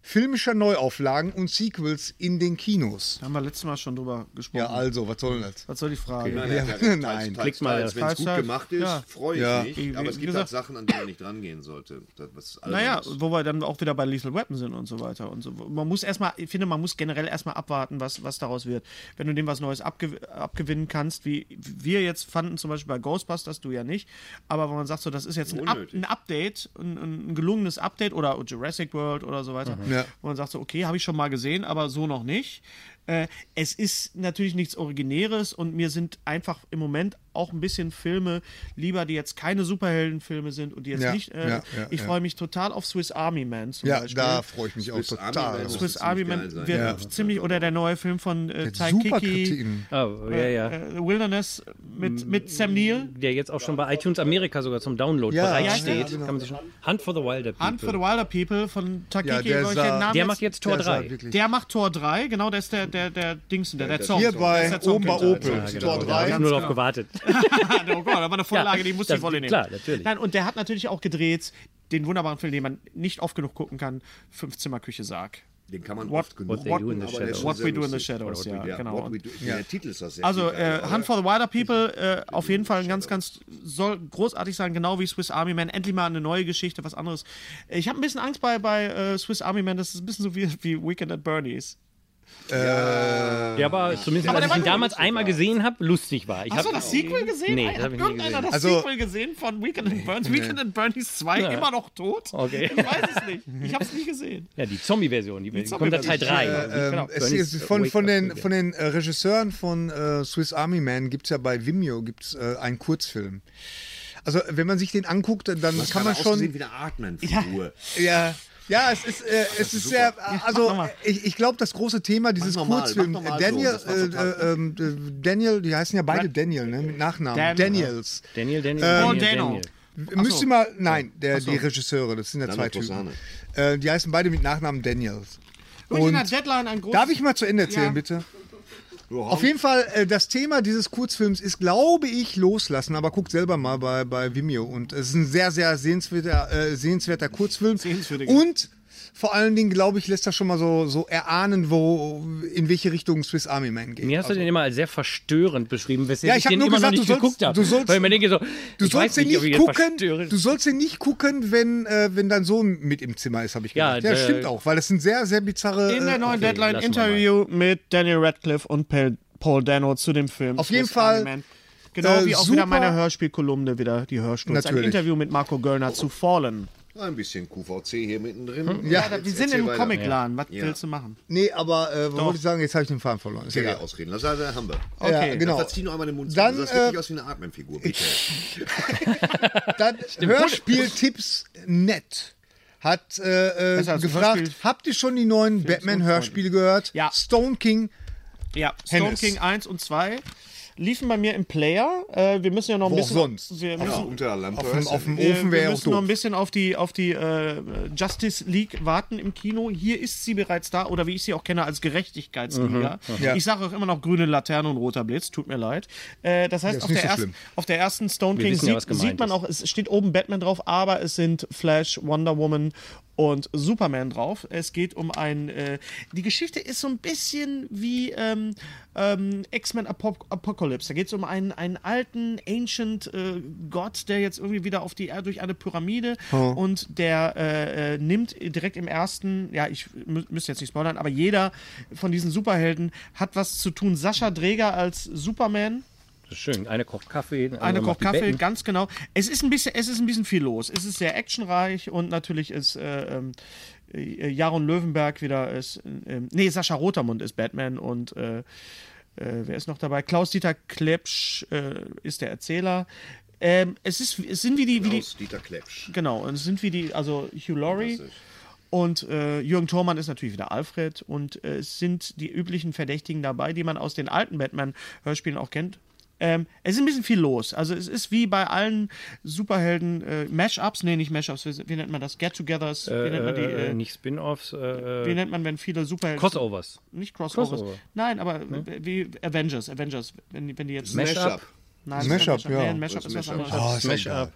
[SPEAKER 5] filmischer Neuauflagen und Sequels in den Kinos.
[SPEAKER 2] Da haben wir letztes Mal schon drüber gesprochen.
[SPEAKER 5] Ja, also, was soll denn das?
[SPEAKER 2] Was soll die Frage?
[SPEAKER 4] Nein, nein,
[SPEAKER 5] Ja,
[SPEAKER 4] teils, teils,
[SPEAKER 5] nein.
[SPEAKER 4] teils,
[SPEAKER 3] Klick mal,
[SPEAKER 4] teils, Wenn es gut
[SPEAKER 2] Freizeit,
[SPEAKER 4] gemacht ist,
[SPEAKER 2] ja.
[SPEAKER 4] freue ich
[SPEAKER 5] Ja.
[SPEAKER 4] mich.
[SPEAKER 2] Wie-
[SPEAKER 4] Aber es
[SPEAKER 2] wie
[SPEAKER 4] gibt halt
[SPEAKER 2] gesagt-
[SPEAKER 4] Sachen, an die man nicht rangehen sollte. Das, was alle
[SPEAKER 2] Naja,
[SPEAKER 4] sonst-
[SPEAKER 2] wo wir dann auch wieder bei Lethal Weapon sind und so weiter und so. Man muss erstmal, ich finde, man muss generell erstmal abwarten, was, was daraus wird. Wenn du dem was Neues abge abgewinnen kannst, wie wir jetzt fanden, zum Beispiel bei Ghostbusters, du ja nicht, aber wenn man sagt, so, das ist jetzt ein, Up,
[SPEAKER 4] Unnötig.
[SPEAKER 2] ein Update, ein, ein gelungenes Update oder Jurassic World oder so weiter,
[SPEAKER 5] Mhm. Ja.
[SPEAKER 2] wo man sagt, so, okay, habe ich schon mal gesehen, aber so noch nicht. Äh, es ist natürlich nichts Originäres und mir sind einfach im Moment auch ein bisschen Filme lieber, die jetzt keine Superheldenfilme sind und die jetzt
[SPEAKER 5] Ja,
[SPEAKER 2] nicht. Äh,
[SPEAKER 5] ja, ja,
[SPEAKER 2] ich
[SPEAKER 5] ja.
[SPEAKER 2] freue freue mich total auf Swiss Army Man zum
[SPEAKER 5] Ja,
[SPEAKER 2] Beispiel.
[SPEAKER 5] da freue ich mich auch
[SPEAKER 4] Swiss Army Man
[SPEAKER 5] total.
[SPEAKER 4] ist-
[SPEAKER 5] drauf.
[SPEAKER 2] Swiss
[SPEAKER 4] Das
[SPEAKER 2] Army
[SPEAKER 4] ziemlich
[SPEAKER 2] Man
[SPEAKER 4] geil sein.
[SPEAKER 2] wird
[SPEAKER 4] Ja.
[SPEAKER 2] ziemlich, oder der neue Film von äh, Taika
[SPEAKER 5] Super
[SPEAKER 2] Kiki,
[SPEAKER 5] Kritiken.
[SPEAKER 3] Oh, ja, ja.
[SPEAKER 2] äh, Wilderness mit,
[SPEAKER 4] Mm,
[SPEAKER 2] mit Sam Neill.
[SPEAKER 3] Der jetzt auch schon bei iTunes Amerika sogar zum Download
[SPEAKER 5] Ja,
[SPEAKER 3] bereitsteht.
[SPEAKER 5] ja, genau.
[SPEAKER 3] Kann man sich schon, Hunt for the Wilder People.
[SPEAKER 2] Hunt for the Wilder People von
[SPEAKER 5] Ja,
[SPEAKER 2] Takiki,
[SPEAKER 5] der
[SPEAKER 2] wo ich
[SPEAKER 5] sah-
[SPEAKER 2] den Namen
[SPEAKER 3] der macht jetzt Tor
[SPEAKER 5] Der sah
[SPEAKER 3] 3.
[SPEAKER 5] wirklich-
[SPEAKER 2] der macht Tor 3, genau, der ist der, der, der Dingsen, der, der Song.
[SPEAKER 5] Hier
[SPEAKER 2] der ist
[SPEAKER 5] bei,
[SPEAKER 2] der Song-
[SPEAKER 5] oben bei Opel, Tor
[SPEAKER 3] Da habe ich
[SPEAKER 5] 3.
[SPEAKER 3] nur darauf gewartet.
[SPEAKER 2] oh Gott, da war eine Vorlage,
[SPEAKER 3] Ja,
[SPEAKER 2] die musste
[SPEAKER 3] das-
[SPEAKER 2] ich voll nehmen.
[SPEAKER 3] klar, natürlich.
[SPEAKER 2] Nein, und der hat natürlich auch gedreht, den wunderbaren Film, den man nicht oft genug gucken kann, Fünfzimmerküche-Sarg.
[SPEAKER 4] Den kann man
[SPEAKER 2] What-
[SPEAKER 4] oft genug
[SPEAKER 3] What they
[SPEAKER 4] gucken,
[SPEAKER 3] do in the
[SPEAKER 4] aber der ist
[SPEAKER 3] shadows.
[SPEAKER 4] schon
[SPEAKER 2] What
[SPEAKER 4] sehr
[SPEAKER 2] We Do in the
[SPEAKER 4] lustig.
[SPEAKER 2] Shadows, ja,
[SPEAKER 4] Ja,
[SPEAKER 2] genau.
[SPEAKER 4] What
[SPEAKER 2] Und-
[SPEAKER 4] we do, der Titel ist das sehr
[SPEAKER 2] Also
[SPEAKER 4] viel geiler,
[SPEAKER 2] äh, Hunt for the Wilder People äh, auf jeden Fall ein ganz, ganz soll großartig sein, genau wie Swiss Army Man. Endlich mal eine neue Geschichte, was anderes. Ich habe ein bisschen Angst bei, bei äh, Swiss Army Man, das ist ein bisschen so wie, wie Weekend at Bernie's.
[SPEAKER 3] Ja, aber zumindest,
[SPEAKER 2] Aber der
[SPEAKER 3] als ich
[SPEAKER 2] war
[SPEAKER 3] ihn
[SPEAKER 2] gut.
[SPEAKER 3] damals einmal gesehen habe, lustig war. Ich
[SPEAKER 2] Hast du
[SPEAKER 3] hab-
[SPEAKER 2] das Sequel gesehen?
[SPEAKER 3] Nee,
[SPEAKER 2] Hat
[SPEAKER 3] das habe ich nie
[SPEAKER 2] irgendeiner
[SPEAKER 3] gesehen.
[SPEAKER 2] das
[SPEAKER 5] Also-
[SPEAKER 2] Sequel gesehen von Weekend at Bernie's? Weekend at Bernie's 2 immer noch tot?
[SPEAKER 3] Okay.
[SPEAKER 2] Ich weiß es nicht. Ich habe es nicht gesehen.
[SPEAKER 3] Ja, die Zombie-Version. Die, kommt da
[SPEAKER 2] Zombie-Version.
[SPEAKER 3] Teil 3.
[SPEAKER 5] Ähm,
[SPEAKER 2] Genau.
[SPEAKER 5] es
[SPEAKER 3] Bernie's
[SPEAKER 5] ist von,
[SPEAKER 3] äh, Wake
[SPEAKER 5] von
[SPEAKER 3] Up
[SPEAKER 5] den,
[SPEAKER 3] Call.
[SPEAKER 5] von den äh, Regisseuren von äh, Swiss Army Man gibt es ja bei Vimeo gibt's, äh, einen Kurzfilm. Also wenn man sich den anguckt, dann
[SPEAKER 4] Das
[SPEAKER 5] kann man schon...
[SPEAKER 4] wie eine Artman-Figur.
[SPEAKER 5] Ja, ja es ist, äh, es ist sehr... Also ich, ich glaube, das große Thema dieses
[SPEAKER 4] Mach nochmal,
[SPEAKER 5] Kurzfilms...
[SPEAKER 4] mach nochmal so,
[SPEAKER 5] Daniel,
[SPEAKER 4] das war
[SPEAKER 5] äh,
[SPEAKER 4] total
[SPEAKER 5] äh, ähm, äh, Daniel, die heißen ja beide Daniel, ne? mit Nachnamen.
[SPEAKER 2] Dan-
[SPEAKER 5] Daniels.
[SPEAKER 3] Daniel, Daniel,
[SPEAKER 2] Oh,
[SPEAKER 3] Daniel,
[SPEAKER 2] Dano.
[SPEAKER 3] Daniel.
[SPEAKER 5] Müsst ihr mal... Nein, der, die Regisseure, das sind ja zwei Typen.
[SPEAKER 4] Posane.
[SPEAKER 5] Äh, die heißen beide mit Nachnamen Daniels.
[SPEAKER 2] Und, in der Deadline ein großes...
[SPEAKER 5] Darf ich mal zu Ende erzählen,
[SPEAKER 2] Ja.
[SPEAKER 5] bitte?
[SPEAKER 4] Überhaupt
[SPEAKER 5] Auf jeden Fall, äh, das Thema dieses Kurzfilms ist, glaube ich, loslassen, aber guckt selber mal bei, bei Vimeo. Und es ist ein sehr, sehr sehenswerter, äh, sehenswerter Kurzfilm.
[SPEAKER 2] Sehenswürdiger.
[SPEAKER 5] Und vor allen Dingen, glaube ich, lässt das schon mal so, so erahnen, wo, in welche Richtung Swiss Army Man geht. Also,
[SPEAKER 3] Mir hast du den immer als sehr verstörend beschrieben, weswegen
[SPEAKER 5] Ja, ich
[SPEAKER 3] ich,
[SPEAKER 5] hab
[SPEAKER 3] den
[SPEAKER 5] nur
[SPEAKER 3] immer
[SPEAKER 5] gesagt,
[SPEAKER 3] noch
[SPEAKER 5] du sollst-
[SPEAKER 3] nicht geguckt habe.
[SPEAKER 5] du sollst-
[SPEAKER 3] Weil ich mir denke so,
[SPEAKER 5] Du
[SPEAKER 3] ich
[SPEAKER 5] sollst
[SPEAKER 3] weiß
[SPEAKER 5] den
[SPEAKER 3] nicht, ob
[SPEAKER 5] nicht
[SPEAKER 3] ich den
[SPEAKER 5] gucken,
[SPEAKER 3] verstörend-
[SPEAKER 5] du sollst den nicht gucken, wenn, äh, wenn dein Sohn mit im Zimmer ist, habe ich
[SPEAKER 3] Ja,
[SPEAKER 5] gedacht. Ja,
[SPEAKER 3] der-
[SPEAKER 5] stimmt auch, weil das sind sehr, sehr bizarre.
[SPEAKER 2] In der
[SPEAKER 5] äh,
[SPEAKER 2] neuen
[SPEAKER 3] okay,
[SPEAKER 2] Deadline
[SPEAKER 3] lassen wir mal.
[SPEAKER 2] Interview mit Daniel Radcliffe und Pel- Paul Dano zu dem Film.
[SPEAKER 5] Auf jeden
[SPEAKER 2] Swiss Army
[SPEAKER 5] Fall,
[SPEAKER 2] Man. Genau
[SPEAKER 5] äh,
[SPEAKER 2] wie auch
[SPEAKER 5] super-
[SPEAKER 2] wieder meine Hörspielkolumne, wieder die Hörstunde. Ein
[SPEAKER 5] Natürlich.
[SPEAKER 2] Interview mit Marco Göllner zu Fallen.
[SPEAKER 4] Ein bisschen QVC hier mittendrin.
[SPEAKER 5] Hm. Ja,
[SPEAKER 4] Jetzt
[SPEAKER 2] Wir sind
[SPEAKER 4] erzähl
[SPEAKER 2] im
[SPEAKER 4] weiter.
[SPEAKER 2] Comicladen. Was
[SPEAKER 4] Ja.
[SPEAKER 2] willst du machen?
[SPEAKER 5] nee, aber äh, was wollte ich sagen? Jetzt habe ich den Faden verloren. Ist
[SPEAKER 4] Ja,
[SPEAKER 5] egal.
[SPEAKER 4] ausreden. Das heißt, haben wir.
[SPEAKER 2] Okay.
[SPEAKER 5] Ja, genau.
[SPEAKER 4] Verzieh nur einmal den Mund zu.
[SPEAKER 5] Dann,
[SPEAKER 4] Du sahst
[SPEAKER 5] äh,
[SPEAKER 4] wirklich aus wie eine Artman-Figur. bitte.
[SPEAKER 5] Dann Hörspieltipps.net hat äh,
[SPEAKER 2] Besser
[SPEAKER 5] äh,
[SPEAKER 2] als
[SPEAKER 5] gefragt,
[SPEAKER 2] Hörspiel-
[SPEAKER 5] habt ihr schon die neuen Batman-Hörspiele gehört?
[SPEAKER 2] Ja.
[SPEAKER 5] Stone King.
[SPEAKER 2] Ja, Stone
[SPEAKER 5] Hennis.
[SPEAKER 2] King 1 und 2 liefen bei mir im Player. Äh, wir müssen ja noch ein
[SPEAKER 5] Wo auch
[SPEAKER 2] bisschen.
[SPEAKER 5] sonst?
[SPEAKER 2] Wir
[SPEAKER 4] Ja,
[SPEAKER 2] müssen,
[SPEAKER 4] unter der Lampe.
[SPEAKER 5] Auf dem, auf dem
[SPEAKER 2] äh,
[SPEAKER 5] Ofen
[SPEAKER 2] wir
[SPEAKER 5] wäre auch
[SPEAKER 2] müssen noch ein
[SPEAKER 5] doof.
[SPEAKER 2] bisschen auf die, auf die äh, Justice League warten im Kino. Hier ist sie bereits da, oder wie ich sie auch kenne, als Gerechtigkeitsliga.
[SPEAKER 5] Mhm. Ja.
[SPEAKER 2] Ich sage auch immer noch grüne Laterne und roter Blitz, tut mir leid. Äh, das heißt,
[SPEAKER 5] ist
[SPEAKER 2] auf,
[SPEAKER 5] nicht
[SPEAKER 2] der
[SPEAKER 5] so
[SPEAKER 2] ersten,
[SPEAKER 5] schlimm.
[SPEAKER 2] auf der ersten Stone
[SPEAKER 3] Wir
[SPEAKER 2] King
[SPEAKER 3] wissen ja, was
[SPEAKER 2] sieht,
[SPEAKER 3] gemeint
[SPEAKER 2] sieht man
[SPEAKER 3] ist.
[SPEAKER 2] auch, es steht oben Batman drauf, aber es sind Flash, Wonder Woman und Superman drauf. Es geht um ein. Äh, die Geschichte ist so ein bisschen wie ähm, ähm, X-Men Apop Apocalypse. Da geht es um einen, einen alten Ancient äh, Gott, der jetzt irgendwie wieder auf die Erde durch eine Pyramide und der äh, äh, nimmt direkt im ersten, ja, ich mü müsste jetzt nicht spoilern, aber jeder von diesen Superhelden hat was zu tun. Sascha Dreger als Superman.
[SPEAKER 3] Das ist Schön, eine kocht Kaffee. der
[SPEAKER 2] Eine
[SPEAKER 3] andere macht
[SPEAKER 2] Koch
[SPEAKER 3] die
[SPEAKER 2] Kaffee,
[SPEAKER 3] Betten.
[SPEAKER 2] ganz genau. Es ist ein bisschen, es ist ein bisschen viel los. Es ist sehr actionreich und natürlich ist äh, ähm, äh, Jaron Löwenberg wieder ist, äh, ähm, nee, Sascha Rotermund ist Batman und äh, äh, wer ist noch dabei? Klaus-Dieter Klepsch äh, ist der Erzähler. Ähm, es, ist, es sind wie die, wie die,
[SPEAKER 4] Klaus Dieter Klepsch.
[SPEAKER 2] genau, und es sind wie die, also Hugh Laurie.
[SPEAKER 4] Klassisch.
[SPEAKER 2] Und äh, Jürgen Thormann ist natürlich wieder Alfred. Und äh, es sind die üblichen Verdächtigen dabei, die man aus den alten Batman-Hörspielen auch kennt. Ähm, es ist ein bisschen viel los. Also es ist wie bei allen Superhelden äh, Mashups, nee, nicht Mashups, wie, wie nennt man das? Get-togethers, wie nennt man die, äh,
[SPEAKER 3] Äh, äh, nicht Spin-Offs, äh,
[SPEAKER 2] wie
[SPEAKER 3] äh,
[SPEAKER 2] nennt man, wenn viele Superhelden.
[SPEAKER 3] Crossovers.
[SPEAKER 2] Nicht Crossovers.
[SPEAKER 3] Crossover.
[SPEAKER 2] Nein, aber wie Avengers, Avengers, wenn, wenn die jetzt.
[SPEAKER 3] Mash-
[SPEAKER 4] Mashup.
[SPEAKER 2] Nein, das ist
[SPEAKER 5] Mashup,
[SPEAKER 2] kein Mashup.
[SPEAKER 5] ja.
[SPEAKER 2] Nee, ein Mashup ist was
[SPEAKER 4] Mashup.
[SPEAKER 2] anderes.
[SPEAKER 5] Oh, ist ja egal.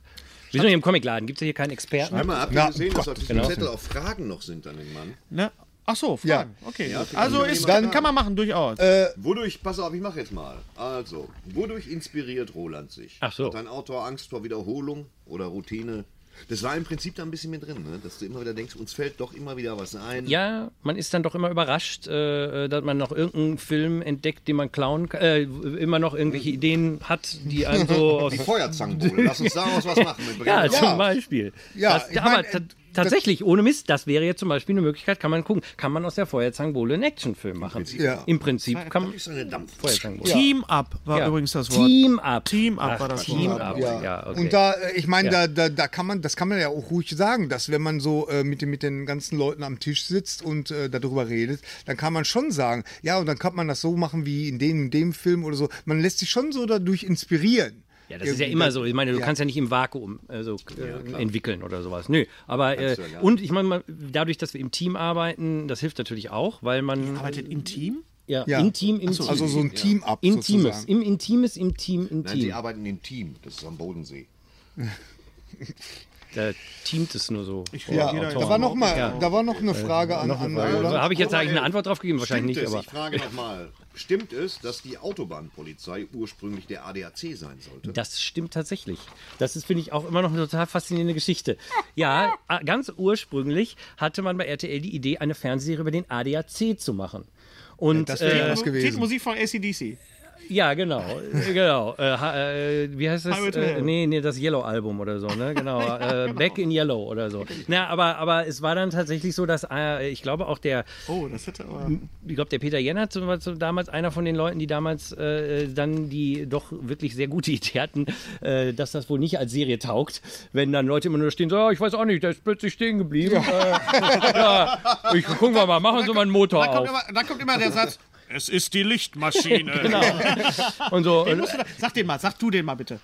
[SPEAKER 3] Wir sind hier im Comicladen, gibt es hier keinen Experten?
[SPEAKER 4] Einmal habt
[SPEAKER 5] Na,
[SPEAKER 4] ihr gesehen, dass auf diesem
[SPEAKER 3] Genau.
[SPEAKER 4] Zettel auch Fragen noch sind an den Mann.
[SPEAKER 2] Ne? Ach so, Fragen.
[SPEAKER 5] Ja.
[SPEAKER 2] Okay.
[SPEAKER 4] Ja,
[SPEAKER 2] gut. also ist,
[SPEAKER 4] dann-
[SPEAKER 2] kann man machen, durchaus.
[SPEAKER 4] Wodurch, pass auf, ich mache jetzt mal. Also, wodurch inspiriert Roland sich?
[SPEAKER 3] Ach so.
[SPEAKER 4] Hat ein Autor Angst vor Wiederholung oder Routine? Das war im Prinzip da ein bisschen mit drin, ne? dass du immer wieder denkst, uns fällt doch immer wieder was ein.
[SPEAKER 3] Ja, man ist dann doch immer überrascht, äh, dass man noch irgendeinen Film entdeckt, den man klauen kann, äh, immer noch irgendwelche Ideen hat, die einem so aus
[SPEAKER 4] Die Feuerzangenbowle, lass uns daraus was machen. Wir bringen
[SPEAKER 3] Ja,
[SPEAKER 4] das-
[SPEAKER 3] zum Beispiel.
[SPEAKER 5] Ja,
[SPEAKER 3] das,
[SPEAKER 5] ich
[SPEAKER 3] aber
[SPEAKER 5] mein, äh,
[SPEAKER 3] ta-
[SPEAKER 5] das-
[SPEAKER 3] tatsächlich, ohne Mist, das wäre jetzt zum Beispiel eine Möglichkeit, kann man gucken, kann man aus der Feuerzangenbowle einen Actionfilm machen.
[SPEAKER 5] ja.
[SPEAKER 3] Im Prinzip kann man
[SPEAKER 4] Das ist eine Dampfpfeife.
[SPEAKER 3] Feuerzangenbowle.
[SPEAKER 2] Team Up war
[SPEAKER 3] Ja.
[SPEAKER 2] übrigens das Wort.
[SPEAKER 3] Team Up.
[SPEAKER 2] Team Up
[SPEAKER 3] Ach,
[SPEAKER 2] war das
[SPEAKER 3] Team
[SPEAKER 2] Wort.
[SPEAKER 3] Up,
[SPEAKER 5] Ja.
[SPEAKER 3] ja. okay.
[SPEAKER 5] Und da, äh, ich meine,
[SPEAKER 3] Ja.
[SPEAKER 5] da, da, da kann man, das kann man ja auch ruhig sagen, dass wenn man so äh, mit, den, mit den ganzen Leuten am Tisch sitzt und äh, darüber redet, dann kann man schon sagen, ja, und dann kann man das so machen wie in dem, in dem Film oder so. Man lässt sich schon so dadurch inspirieren.
[SPEAKER 3] Ja, das ist ja immer so. Ich meine, du kannst ja nicht im Vakuum äh, so, äh, entwickeln oder sowas. Nö, aber äh, und ich meine, man- dadurch, dass wir im Team arbeiten, das hilft natürlich auch, weil man
[SPEAKER 2] Arbeitet im Team?
[SPEAKER 3] ja,
[SPEAKER 5] Ja.
[SPEAKER 3] intim, intim.
[SPEAKER 5] Also so ein Team-Up.
[SPEAKER 3] Intimes,
[SPEAKER 5] sozusagen.
[SPEAKER 3] im Intimes, im Team, im
[SPEAKER 4] Nein, sie
[SPEAKER 3] Team.
[SPEAKER 4] arbeiten im Team, das ist am Bodensee.
[SPEAKER 3] Da teamt es nur so.
[SPEAKER 5] Ja, da war noch mal, da war noch eine Frage an, an
[SPEAKER 3] Also,
[SPEAKER 5] oder?
[SPEAKER 3] Habe ich jetzt eigentlich eine
[SPEAKER 4] Roland,
[SPEAKER 3] Antwort drauf gegeben? Wahrscheinlich
[SPEAKER 4] Stimmt
[SPEAKER 3] nicht,
[SPEAKER 4] es,
[SPEAKER 3] aber
[SPEAKER 4] ich frage nochmal, stimmt es, dass die Autobahnpolizei ursprünglich der ADAC sein sollte?
[SPEAKER 3] das stimmt tatsächlich. Das ist, finde ich, auch immer noch eine total faszinierende Geschichte. Ja, äh, ganz ursprünglich hatte man bei RTL die Idee, eine Fernsehserie über den ADAC zu machen. Und äh,
[SPEAKER 5] Das wäre was gewesen.
[SPEAKER 2] Titelmusik von ACDC.
[SPEAKER 3] Ja, genau. äh, genau. Äh, ha- äh, wie heißt das?
[SPEAKER 2] Highway to
[SPEAKER 3] Äh,
[SPEAKER 2] Hell.
[SPEAKER 3] nee, nee, das Yellow-Album oder so, ne? Genau. äh, Back in Yellow oder so. Na, aber, aber es war dann tatsächlich so, dass äh, ich glaube auch der,
[SPEAKER 2] Oh, das hätte aber.
[SPEAKER 3] ich glaube, der Peter Jennert war so damals einer von den Leuten, die damals äh, dann die doch wirklich sehr gute Idee hatten, äh, dass das wohl nicht als Serie taugt, wenn dann Leute immer nur stehen, so, "Ja, ich weiß auch nicht, der ist plötzlich stehen geblieben. Äh, ja, ich gucken wir mal, machen Sie mal einen Motor
[SPEAKER 2] Da kommt,
[SPEAKER 3] auf.
[SPEAKER 2] immer, da kommt immer der Satz. Es ist die Lichtmaschine.
[SPEAKER 3] Und so,
[SPEAKER 2] Den musst du da, sag den mal, sag du den mal bitte.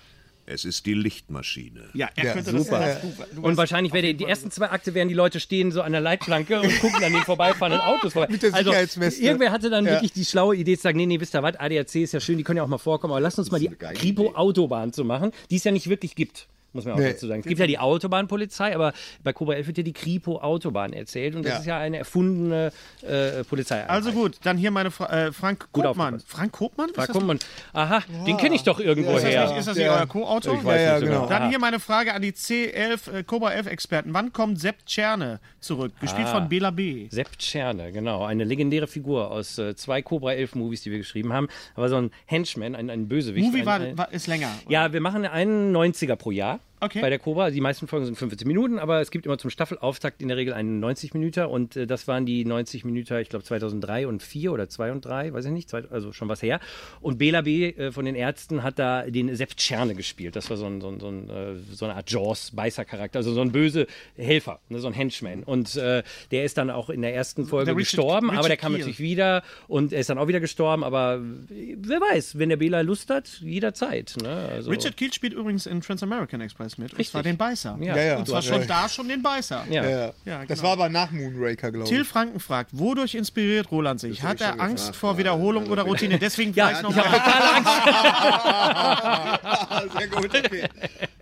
[SPEAKER 4] Es ist die Lichtmaschine.
[SPEAKER 2] Ja, er könnte das. Du, du
[SPEAKER 3] Und wahrscheinlich werden die ersten zwei Akte werden die Leute stehen so an der Leitplanke und gucken an den vorbeifahrenden Autos vorbei. Also,
[SPEAKER 5] Mit der Sicherheitsweste.
[SPEAKER 3] irgendwer hatte dann
[SPEAKER 5] Ja.
[SPEAKER 3] wirklich die schlaue Idee zu sagen, nee, nee, wisst ihr was, ADAC ist ja schön, die können ja auch mal vorkommen, aber lasst uns mal die
[SPEAKER 4] geile Idee.
[SPEAKER 3] Kripo-Autobahn zu machen, die es ja nicht wirklich gibt. Muss man auch
[SPEAKER 5] Nee.
[SPEAKER 3] dazu sagen. Es gibt ja die Autobahnpolizei, aber bei Cobra 11 wird ja die Kripo-Autobahn erzählt und das
[SPEAKER 5] Ja.
[SPEAKER 3] ist ja eine erfundene äh, Polizei.
[SPEAKER 2] also gut, dann hier meine Fra äh, Frank Kopmann.
[SPEAKER 3] aufgepasst.
[SPEAKER 2] Frank Kopmann?
[SPEAKER 3] Da
[SPEAKER 2] ist das,
[SPEAKER 3] kommt man, aha, den kenne ich doch irgendwo
[SPEAKER 2] ist
[SPEAKER 3] her.
[SPEAKER 2] das, nicht, ist das nicht
[SPEAKER 5] Ja.
[SPEAKER 2] euer Co-Autor?
[SPEAKER 3] Ich weiß
[SPEAKER 5] Ja, ja,
[SPEAKER 3] nicht
[SPEAKER 5] genau.
[SPEAKER 3] genau.
[SPEAKER 2] Dann hier meine Frage an die C11, äh, Cobra 11 Experten. Wann kommt Sepp Czerne zurück? Gespielt von Bela B.
[SPEAKER 3] Sepp Czerne, genau. Eine legendäre Figur aus äh, zwei Cobra 11 Movies, die wir geschrieben haben. Aber so ein Henchman, ein, ein Bösewicht.
[SPEAKER 2] Movie
[SPEAKER 3] ein,
[SPEAKER 2] war,
[SPEAKER 3] ein,
[SPEAKER 2] war, ist länger.
[SPEAKER 3] ja, wir machen einen 90er pro Jahr
[SPEAKER 2] Okay.
[SPEAKER 3] bei der Cobra. Die meisten Folgen sind 45 Minuten, aber es gibt immer zum Staffelauftakt in der Regel einen 90 Minüter und äh, das waren die 90 Minüter, ich glaube 2003 und 4 oder 2 und 3, weiß ich nicht, zwei, also schon was her. Und Bela B. Äh, von den Ärzten hat da den Sepp Czerne gespielt. Das war so, ein, so, ein, so, ein, äh, so eine Art Jaws-Beißer-Charakter, also so ein böse Helfer, ne, so ein Henchman. Und äh, der ist dann auch in der ersten Folge
[SPEAKER 2] Der Richard-
[SPEAKER 3] gestorben, aber der
[SPEAKER 2] Richard
[SPEAKER 3] kam
[SPEAKER 2] Kiel.
[SPEAKER 3] natürlich wieder und er ist dann auch wieder gestorben, aber äh, wer weiß, wenn der Bela Lust hat, jederzeit. Ne? Also,
[SPEAKER 2] Richard Kiel spielt übrigens in Trans-American Express mit. Und zwar den Beißer.
[SPEAKER 3] Ja,
[SPEAKER 5] Ja, ja.
[SPEAKER 2] Und zwar schon da schon den Beißer.
[SPEAKER 3] Ja.
[SPEAKER 5] Ja.
[SPEAKER 2] Ja,
[SPEAKER 5] Das
[SPEAKER 2] genau.
[SPEAKER 5] war aber nach Moonraker, glaube
[SPEAKER 2] Till
[SPEAKER 5] ich.
[SPEAKER 2] Franken fragt, wodurch inspiriert Roland sich? Hat er Angst
[SPEAKER 4] gefragt,
[SPEAKER 2] vor
[SPEAKER 4] ja.
[SPEAKER 2] Wiederholung oder Routine? Deswegen vielleicht noch
[SPEAKER 3] ich habe
[SPEAKER 2] mal.
[SPEAKER 3] total Angst.
[SPEAKER 4] Ah, Sehr gut, okay.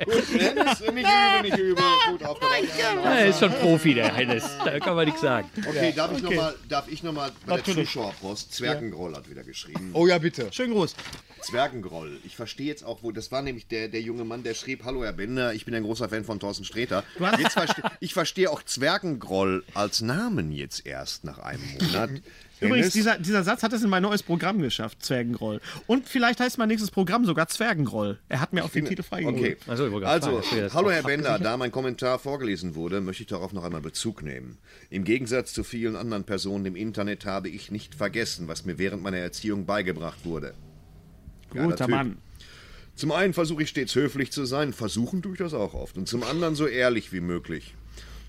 [SPEAKER 4] Gut, Dennis, nicht üben, nicht üben. Gut aufgepasst.
[SPEAKER 3] Er ist schon Profi, der Hennes. Da kann man nichts sagen.
[SPEAKER 4] Okay, darf ich nochmal, darf ich noch mal bei der
[SPEAKER 2] Natürlich.
[SPEAKER 4] Zuschauerpost, Zwergengroll hat wieder geschrieben.
[SPEAKER 5] Oh ja, bitte.
[SPEAKER 2] Schönen Gruß.
[SPEAKER 4] Zwergengroll. Ich verstehe jetzt auch, wo das war nämlich der, der junge Mann, der schrieb, hallo Herr Bender, ich bin ein großer Fan von Thorsten Sträter. Jetzt verste ich verstehe auch Zwergengroll als Namen jetzt erst nach einem Monat.
[SPEAKER 2] Übrigens,
[SPEAKER 4] Dennis,
[SPEAKER 2] dieser, dieser Satz hat es in mein neues Programm geschafft, Zwergengroll. Und vielleicht heißt mein nächstes Programm sogar Zwergengroll. Er hat mir auch den Titel freigegeben.
[SPEAKER 4] Okay.
[SPEAKER 2] Okay.
[SPEAKER 3] Also, ich wollte gerade
[SPEAKER 4] Also,
[SPEAKER 3] fragen, ob wir das
[SPEAKER 4] hallo
[SPEAKER 3] noch
[SPEAKER 4] Herr Bender, da mein Kommentar vorgelesen wurde, möchte ich darauf noch einmal Bezug nehmen. Im Gegensatz zu vielen anderen Personen im Internet habe ich nicht vergessen, was mir während meiner Erziehung beigebracht wurde. Geiler
[SPEAKER 2] Guter
[SPEAKER 4] Typ.
[SPEAKER 2] Mann.
[SPEAKER 4] Zum einen versuche ich stets höflich zu sein, versuchen tue ich das auch oft, und zum anderen so ehrlich wie möglich.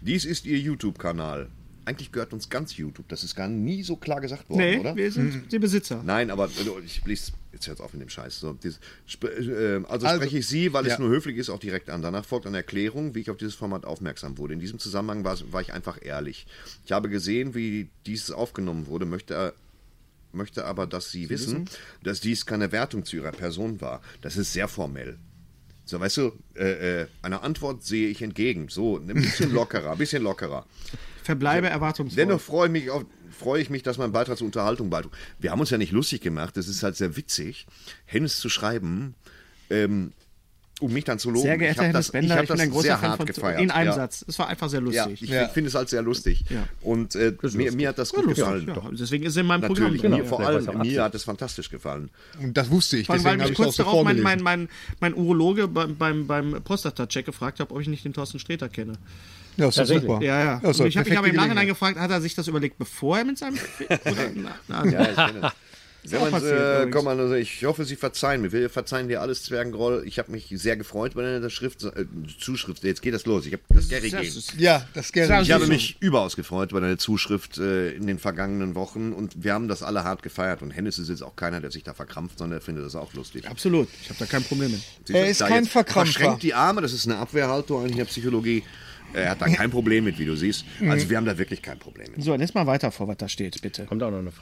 [SPEAKER 4] Dies ist Ihr YouTube-Kanal. Eigentlich gehört uns ganz YouTube, das ist gar nie so klar gesagt worden,
[SPEAKER 2] Nee,
[SPEAKER 4] oder? Hm.
[SPEAKER 2] wir sind die Besitzer.
[SPEAKER 4] Nein, aber also, ich blies, jetzt hört's auf mit dem Scheiß. So, dieses, sp äh, also, spreche ich Sie, weil es nur höflich ist, auch direkt an. Danach folgt eine Erklärung, wie ich auf dieses Format aufmerksam wurde. In diesem Zusammenhang war, war ich einfach ehrlich. Ich habe gesehen, wie dieses aufgenommen wurde, möchte äh, möchte aber, dass Sie, wissen, dass dies keine Wertung zu Ihrer Person war. Das ist sehr formell. So, weißt du, äh, äh, einer Antwort sehe ich entgegen. So, ein bisschen lockerer, ein bisschen lockerer.
[SPEAKER 2] verbleibe erwartungsvoll.
[SPEAKER 4] Dennoch freue ich mich auf, freue ich mich, dass mein Beitrag zur Unterhaltung beitrug. Wir haben uns ja nicht lustig gemacht, es ist halt sehr witzig, Hennes zu schreiben, ähm, um mich dann zu loben.
[SPEAKER 2] sehr geehrter
[SPEAKER 4] ich
[SPEAKER 2] Herr
[SPEAKER 4] habe das, ich
[SPEAKER 2] Bender,
[SPEAKER 4] hab
[SPEAKER 2] ich, bin
[SPEAKER 4] das
[SPEAKER 2] ein großer
[SPEAKER 4] sehr
[SPEAKER 2] Fan
[SPEAKER 4] hart
[SPEAKER 2] von
[SPEAKER 4] gefeiert.
[SPEAKER 2] in einem
[SPEAKER 4] ja.
[SPEAKER 2] Satz. Es war einfach sehr
[SPEAKER 4] Ja,
[SPEAKER 2] lustig.
[SPEAKER 4] ich finde es halt sehr lustig. Und äh, mir, mir hat das gut gefallen.
[SPEAKER 2] Ja, also
[SPEAKER 4] Doch,
[SPEAKER 2] Deswegen ist er in meinem Programm.
[SPEAKER 4] Natürlich,
[SPEAKER 2] drin.
[SPEAKER 4] mir, vor
[SPEAKER 3] Vielleicht war es
[SPEAKER 4] allem
[SPEAKER 3] auch
[SPEAKER 4] mir hat es fantastisch gefallen.
[SPEAKER 5] Und das wusste ich,
[SPEAKER 2] Vor allem, weil
[SPEAKER 5] deswegen habe ich
[SPEAKER 2] mich
[SPEAKER 5] es
[SPEAKER 2] kurz
[SPEAKER 5] auch
[SPEAKER 2] darauf
[SPEAKER 5] sofort
[SPEAKER 2] mein,
[SPEAKER 5] gelesen.
[SPEAKER 2] mein, mein, mein Urologe beim, beim, beim Prostata-Check gefragt hat, ob ich nicht den Thorsten Sträter kenne.
[SPEAKER 5] ja, ist doch super.
[SPEAKER 2] Ja, ja.
[SPEAKER 5] Das ist
[SPEAKER 2] Und
[SPEAKER 5] doch
[SPEAKER 2] ich habe mich
[SPEAKER 5] perfekte
[SPEAKER 2] aber im Nachhinein
[SPEAKER 5] Gelegenheit.
[SPEAKER 2] gefragt, hat er sich das überlegt, bevor er mit seinem. Oder, na, na,
[SPEAKER 4] Ja, ich kenne es. Wenn
[SPEAKER 2] auch
[SPEAKER 4] man,
[SPEAKER 2] passiert
[SPEAKER 4] äh,
[SPEAKER 2] übrigens.
[SPEAKER 4] komm, also ich hoffe, Sie verzeihen mir. Wir verzeihen dir alles, Zwergengroll. Ich habe mich sehr gefreut bei deiner Schrift, äh, Zuschrift. Jetzt geht das los. Ich habe das Gary
[SPEAKER 2] das
[SPEAKER 4] gehen.
[SPEAKER 2] ist-
[SPEAKER 5] Ja, das gerne.
[SPEAKER 4] Ich habe mich überaus gefreut bei deiner Zuschrift äh, in den vergangenen Wochen und wir haben das alle hart gefeiert. Und Hennis ist jetzt auch keiner, der sich da verkrampft, sondern er findet das auch lustig.
[SPEAKER 2] Absolut, ich habe da kein Problem mit.
[SPEAKER 4] Sie
[SPEAKER 5] Er
[SPEAKER 4] sind
[SPEAKER 5] ist
[SPEAKER 4] da
[SPEAKER 5] kein
[SPEAKER 4] jetzt-
[SPEAKER 5] Verkrampfer.
[SPEAKER 4] Verschränkt die Arme, das ist eine Abwehrhaltung eigentlich in der Psychologie. Er hat da kein Problem mit, wie du siehst. Also wir haben da wirklich kein Problem mit.
[SPEAKER 2] So, lest mal weiter vor, was da steht, bitte.
[SPEAKER 3] Kommt auch noch eine
[SPEAKER 2] Äh,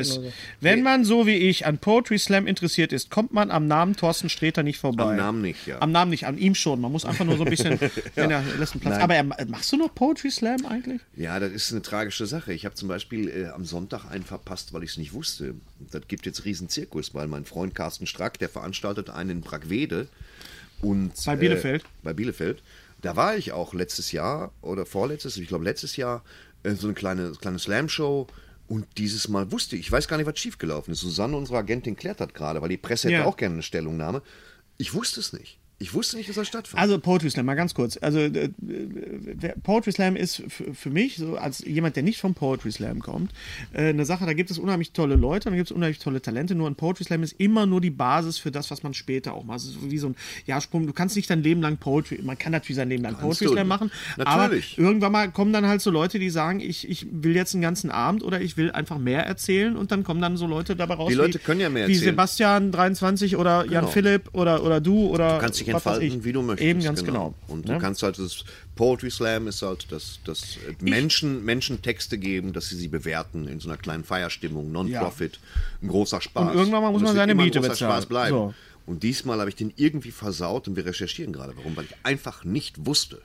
[SPEAKER 3] Frage.
[SPEAKER 2] PS. Wenn man so wie ich an Poetry Slam interessiert ist, kommt man am Namen Thorsten Sträter nicht vorbei.
[SPEAKER 4] Am Namen nicht, ja.
[SPEAKER 2] Am Namen nicht, an ihm schon. Man muss einfach nur so ein bisschen. wenn er lässt einen Platz. Aber er, machst du noch Poetry Slam eigentlich?
[SPEAKER 4] Ja, das ist eine tragische Sache. Ich habe zum Beispiel äh, am Sonntag einen verpasst, weil ich es nicht wusste. Das gibt jetzt riesen Zirkus, weil mein Freund Carsten Strack, der veranstaltet einen in Bragwede. Und,
[SPEAKER 2] Bei Bielefeld?
[SPEAKER 4] Äh, bei Bielefeld. Da war ich auch letztes Jahr oder vorletztes, ich glaube letztes Jahr, äh, so eine kleine, kleine Slam-Show. Und dieses Mal wusste ich, ich weiß gar nicht, was schiefgelaufen ist. Susanne, unsere Agentin, klärt das gerade, weil die Presse
[SPEAKER 2] Ja.
[SPEAKER 4] hätte auch gerne eine Stellungnahme. Ich wusste es nicht. Ich wusste nicht, dass er stattfand.
[SPEAKER 2] Also Poetry Slam, mal ganz kurz. Also äh, wer- Poetry Slam ist f- für mich, so als jemand, der nicht vom Poetry Slam kommt, äh, eine Sache, da gibt es unheimlich tolle Leute und da gibt es unheimlich tolle Talente. Nur ein Poetry Slam ist immer nur die Basis für das, was man später auch macht. Es ist wie so ein Jahrsprung. Du kannst nicht dein Leben lang Poetry, man kann natürlich sein Leben lang
[SPEAKER 4] Kannst
[SPEAKER 2] Poetry
[SPEAKER 4] du.
[SPEAKER 2] Slam machen,
[SPEAKER 4] Natürlich.
[SPEAKER 2] aber irgendwann mal kommen dann halt so Leute, die sagen, ich, ich will jetzt einen ganzen Abend oder ich will einfach mehr erzählen und dann kommen dann so Leute dabei raus.
[SPEAKER 4] Die Leute können ja mehr
[SPEAKER 2] Wie
[SPEAKER 4] erzählen. Genau.
[SPEAKER 2] Sebastian 23 oder Jan Philipp oder, oder du oder
[SPEAKER 4] Du kannst dich
[SPEAKER 2] was weiß
[SPEAKER 4] entfalten,
[SPEAKER 2] ich.
[SPEAKER 4] wie du möchtest.
[SPEAKER 2] Eben ganz genau.
[SPEAKER 4] Und
[SPEAKER 2] Ja.
[SPEAKER 4] du kannst halt das Poetry Slam ist halt, dass, dass äh, Menschen, Menschen Texte geben, dass sie sie bewerten in so einer kleinen Feierstimmung, Non-Profit, ein großer Spaß.
[SPEAKER 2] Und irgendwann mal muss
[SPEAKER 4] es
[SPEAKER 2] man
[SPEAKER 4] wird
[SPEAKER 2] seine
[SPEAKER 4] immer ein
[SPEAKER 2] Miete
[SPEAKER 4] großer
[SPEAKER 2] bezahlen.
[SPEAKER 4] Spaß bleiben.
[SPEAKER 2] So.
[SPEAKER 4] Und diesmal habe ich den irgendwie versaut und wir recherchieren gerade, warum, weil ich einfach nicht wusste,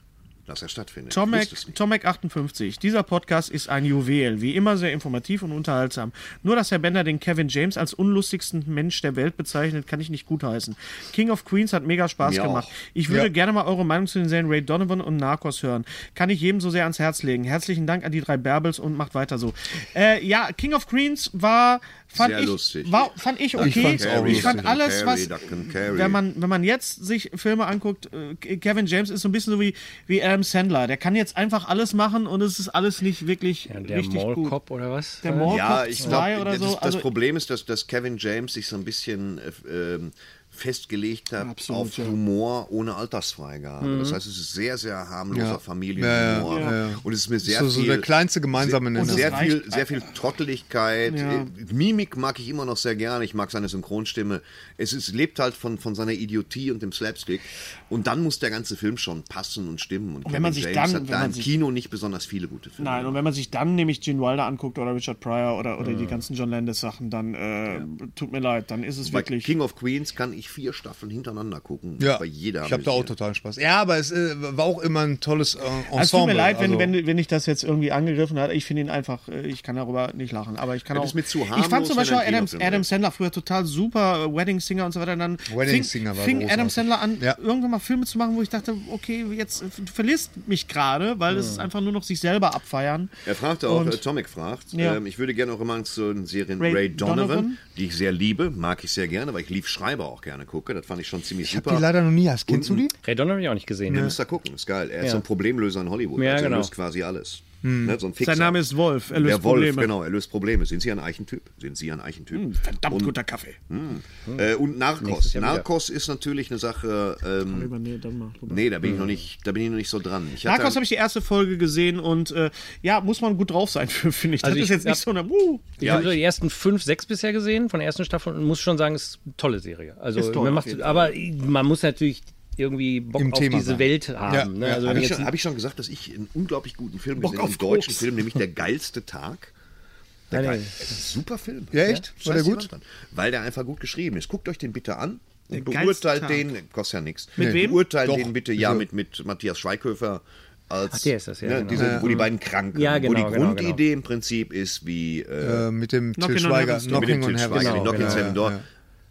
[SPEAKER 4] dass er stattfindet. ich
[SPEAKER 2] Tomek,
[SPEAKER 4] wusste es nicht.
[SPEAKER 2] Tomek 58. Dieser Podcast ist ein Juwel, wie immer sehr informativ und unterhaltsam. Nur dass Herr Bender den Kevin James als unlustigsten Mensch der Welt bezeichnet, kann ich nicht gutheißen. King of Queens hat mega Spaß
[SPEAKER 4] Mir
[SPEAKER 2] gemacht.
[SPEAKER 4] auch.
[SPEAKER 2] Ich würde gerne mal eure Meinung zu den Serien Ray Donovan und Narcos hören. Kann ich jedem so sehr ans Herz legen. Herzlichen Dank an die drei Bärbels und macht weiter so. Äh, ja, King of Queens war fand
[SPEAKER 4] Sehr
[SPEAKER 2] ich
[SPEAKER 4] lustig.
[SPEAKER 2] war fand ich okay. Ich,
[SPEAKER 5] fand's auch
[SPEAKER 2] fand
[SPEAKER 4] lustig.
[SPEAKER 2] alles was
[SPEAKER 4] Duncan Carey.
[SPEAKER 2] wenn man wenn man jetzt sich Filme anguckt, äh, Kevin James ist so ein bisschen so wie, wie Adam Sandler. Der kann jetzt einfach alles machen und es ist alles nicht wirklich
[SPEAKER 3] Ja, der
[SPEAKER 2] richtig gut.
[SPEAKER 3] Mallcop oder was?
[SPEAKER 2] Der Mall
[SPEAKER 4] Ja,
[SPEAKER 2] Cop
[SPEAKER 4] ich
[SPEAKER 2] 2
[SPEAKER 4] glaube,
[SPEAKER 2] oder
[SPEAKER 4] das,
[SPEAKER 2] so.
[SPEAKER 4] das
[SPEAKER 2] also,
[SPEAKER 4] Problem ist, dass, dass Kevin James sich so ein bisschen äh, ähm, festgelegt hat
[SPEAKER 2] Absolut,
[SPEAKER 4] auf
[SPEAKER 2] ja.
[SPEAKER 4] Humor ohne Altersfreigabe.
[SPEAKER 2] Mhm.
[SPEAKER 4] Das heißt, es ist sehr, sehr harmloser Familienhumor. Und es ist mir sehr
[SPEAKER 5] So,
[SPEAKER 4] viel...
[SPEAKER 5] so der kleinste gemeinsame
[SPEAKER 4] Und
[SPEAKER 5] Nenner.
[SPEAKER 4] sehr
[SPEAKER 2] reicht
[SPEAKER 4] viel, sehr viel Trotteligkeit. Äh, Mimik mag ich immer noch sehr gerne. Ich mag seine Synchronstimme. Es ist, lebt halt von, von seiner Idiotie und dem Slapstick. Und dann muss der ganze Film schon passen und stimmen. Und,
[SPEAKER 2] wenn
[SPEAKER 4] Kevin
[SPEAKER 2] man sich
[SPEAKER 4] James
[SPEAKER 2] dann- wenn
[SPEAKER 4] hat da
[SPEAKER 2] man
[SPEAKER 4] im
[SPEAKER 2] sich-
[SPEAKER 4] Kino nicht besonders viele gute Filme.
[SPEAKER 2] Nein, und wenn man sich dann nämlich Gene Wilder anguckt oder Richard Pryor oder, oder die ganzen John Landis-Sachen, dann äh, tut mir leid, dann ist es
[SPEAKER 4] Bei
[SPEAKER 2] wirklich.
[SPEAKER 4] King of Queens kann ich vier Staffeln hintereinander gucken.
[SPEAKER 5] Ja,
[SPEAKER 4] Bei jeder.
[SPEAKER 5] ich habe da auch
[SPEAKER 4] amüsiert.
[SPEAKER 5] total Spaß. Ja, aber es äh, war auch immer ein tolles äh, Ensemble.
[SPEAKER 2] Also es tut mir leid, wenn,
[SPEAKER 5] also,
[SPEAKER 2] wenn, wenn ich das jetzt irgendwie angegriffen habe. Ich finde ihn einfach, äh, ich kann darüber nicht lachen. Aber ich kann
[SPEAKER 4] Das
[SPEAKER 2] auch.
[SPEAKER 4] ist mir zu
[SPEAKER 2] ich fand
[SPEAKER 4] harmlos,
[SPEAKER 2] zum
[SPEAKER 4] wenn
[SPEAKER 2] Beispiel
[SPEAKER 4] ein
[SPEAKER 2] Adam,
[SPEAKER 4] Kinofilm
[SPEAKER 2] Adam
[SPEAKER 4] ist.
[SPEAKER 2] Sandler früher total super, äh, Wedding Singer und so weiter. Dann
[SPEAKER 5] Wedding
[SPEAKER 2] fing,
[SPEAKER 5] Singer war
[SPEAKER 2] fing Adam
[SPEAKER 5] großartig.
[SPEAKER 2] Sandler an,
[SPEAKER 5] Ja.
[SPEAKER 2] irgendwann mal Filme zu machen, wo ich dachte, okay, jetzt äh, du verlierst mich gerade, weil es ist einfach nur noch sich selber abfeiern.
[SPEAKER 4] Er fragt auch,
[SPEAKER 2] Und-
[SPEAKER 4] äh, Tomek fragt,
[SPEAKER 2] Ja.
[SPEAKER 4] ähm, ich würde gerne eure Meinung zu den Serien
[SPEAKER 2] Ray
[SPEAKER 4] Ray, Donovan,
[SPEAKER 2] Donovan.
[SPEAKER 4] die ich sehr liebe, mag ich sehr gerne, weil ich Lief Schreiber auch gerne gucke. Das fand ich schon ziemlich
[SPEAKER 5] Die
[SPEAKER 4] super.
[SPEAKER 5] leider noch nie hast. Kennst du die?
[SPEAKER 3] Ray Donovan habe ich auch nicht gesehen.
[SPEAKER 4] Ihr müsst da gucken, ist geil. Er ist
[SPEAKER 3] Ja.
[SPEAKER 4] so ein Problemlöser in Hollywood.
[SPEAKER 3] Ja,
[SPEAKER 4] also
[SPEAKER 3] genau.
[SPEAKER 4] Er löst quasi alles. Ne, so ein Fixer.
[SPEAKER 2] Sein Name ist Wolf, er löst
[SPEAKER 4] Der Wolf,
[SPEAKER 2] Probleme. Hm,
[SPEAKER 4] genau, er löst Probleme. Sind Sie ein Eichentyp? Sind Sie ein Eichentyp?
[SPEAKER 2] Verdammt guter Kaffee.
[SPEAKER 4] Äh, und Narcos.
[SPEAKER 3] Jahr wieder.
[SPEAKER 4] Narcos ist natürlich eine Sache. Ähm,
[SPEAKER 2] Nee, dann mal.
[SPEAKER 4] nee, da bin ich noch nicht, da bin ich noch nicht so dran. Ich hatte-
[SPEAKER 2] Narcos habe ich die erste Folge gesehen und äh, ja, muss man gut drauf sein für, finde ich. das
[SPEAKER 3] Also ich
[SPEAKER 2] ist jetzt
[SPEAKER 3] hab-
[SPEAKER 2] nicht so eine. Uh,
[SPEAKER 3] Ich habe so die ersten fünf, sechs bisher gesehen von der ersten Staffel und muss schon sagen, es ist eine tolle Serie. Also
[SPEAKER 2] Ist toll,
[SPEAKER 3] man
[SPEAKER 2] auf
[SPEAKER 3] macht,
[SPEAKER 2] jeden
[SPEAKER 3] aber man muss natürlich irgendwie Bock
[SPEAKER 5] Im
[SPEAKER 3] auf
[SPEAKER 5] Thema
[SPEAKER 3] diese
[SPEAKER 5] sein.
[SPEAKER 3] Welt haben.
[SPEAKER 5] Ja,
[SPEAKER 3] ne?
[SPEAKER 5] ja.
[SPEAKER 3] also
[SPEAKER 4] Habe
[SPEAKER 3] wenn
[SPEAKER 4] ich,
[SPEAKER 3] jetzt,
[SPEAKER 4] schon- hab ich schon gesagt, dass ich einen unglaublich guten Film gesehen habe,
[SPEAKER 2] auf
[SPEAKER 4] einen deutschen
[SPEAKER 2] Koks.
[SPEAKER 4] Film, nämlich Der geilste Tag. Der
[SPEAKER 3] Nein,
[SPEAKER 4] geil,
[SPEAKER 3] nein.
[SPEAKER 4] das ist ein super Film.
[SPEAKER 5] Ja, echt?
[SPEAKER 4] Ja,
[SPEAKER 5] War der
[SPEAKER 4] scheiß die
[SPEAKER 5] gut?
[SPEAKER 4] Wand an. Weil der einfach gut geschrieben ist. Guckt euch den bitte an und
[SPEAKER 2] Der geilste
[SPEAKER 4] beurteilt
[SPEAKER 2] Tag.
[SPEAKER 4] den, kostet ja nichts.
[SPEAKER 2] Mit wem?
[SPEAKER 4] Beurteilt
[SPEAKER 5] Doch.
[SPEAKER 4] den bitte, ja, mit, mit Matthias Schweighöfer als
[SPEAKER 3] Ach, der ist das, ja,
[SPEAKER 4] ne,
[SPEAKER 3] genau.
[SPEAKER 4] diese, wo die beiden krank
[SPEAKER 3] Ja,
[SPEAKER 4] wo die
[SPEAKER 3] genau, genau,
[SPEAKER 4] Grundidee im Prinzip ist wie äh,
[SPEAKER 5] Äh, mit dem
[SPEAKER 2] Knockin'
[SPEAKER 5] Till
[SPEAKER 2] on
[SPEAKER 5] Schweiger.
[SPEAKER 2] Heaven's Door.
[SPEAKER 4] mit dem
[SPEAKER 5] Knocking on
[SPEAKER 4] Till Schweiger,
[SPEAKER 5] Heaven's
[SPEAKER 4] die
[SPEAKER 5] Door.
[SPEAKER 4] Knockin'
[SPEAKER 5] Genau,
[SPEAKER 4] Seven
[SPEAKER 5] ja,
[SPEAKER 4] Door,
[SPEAKER 5] ja.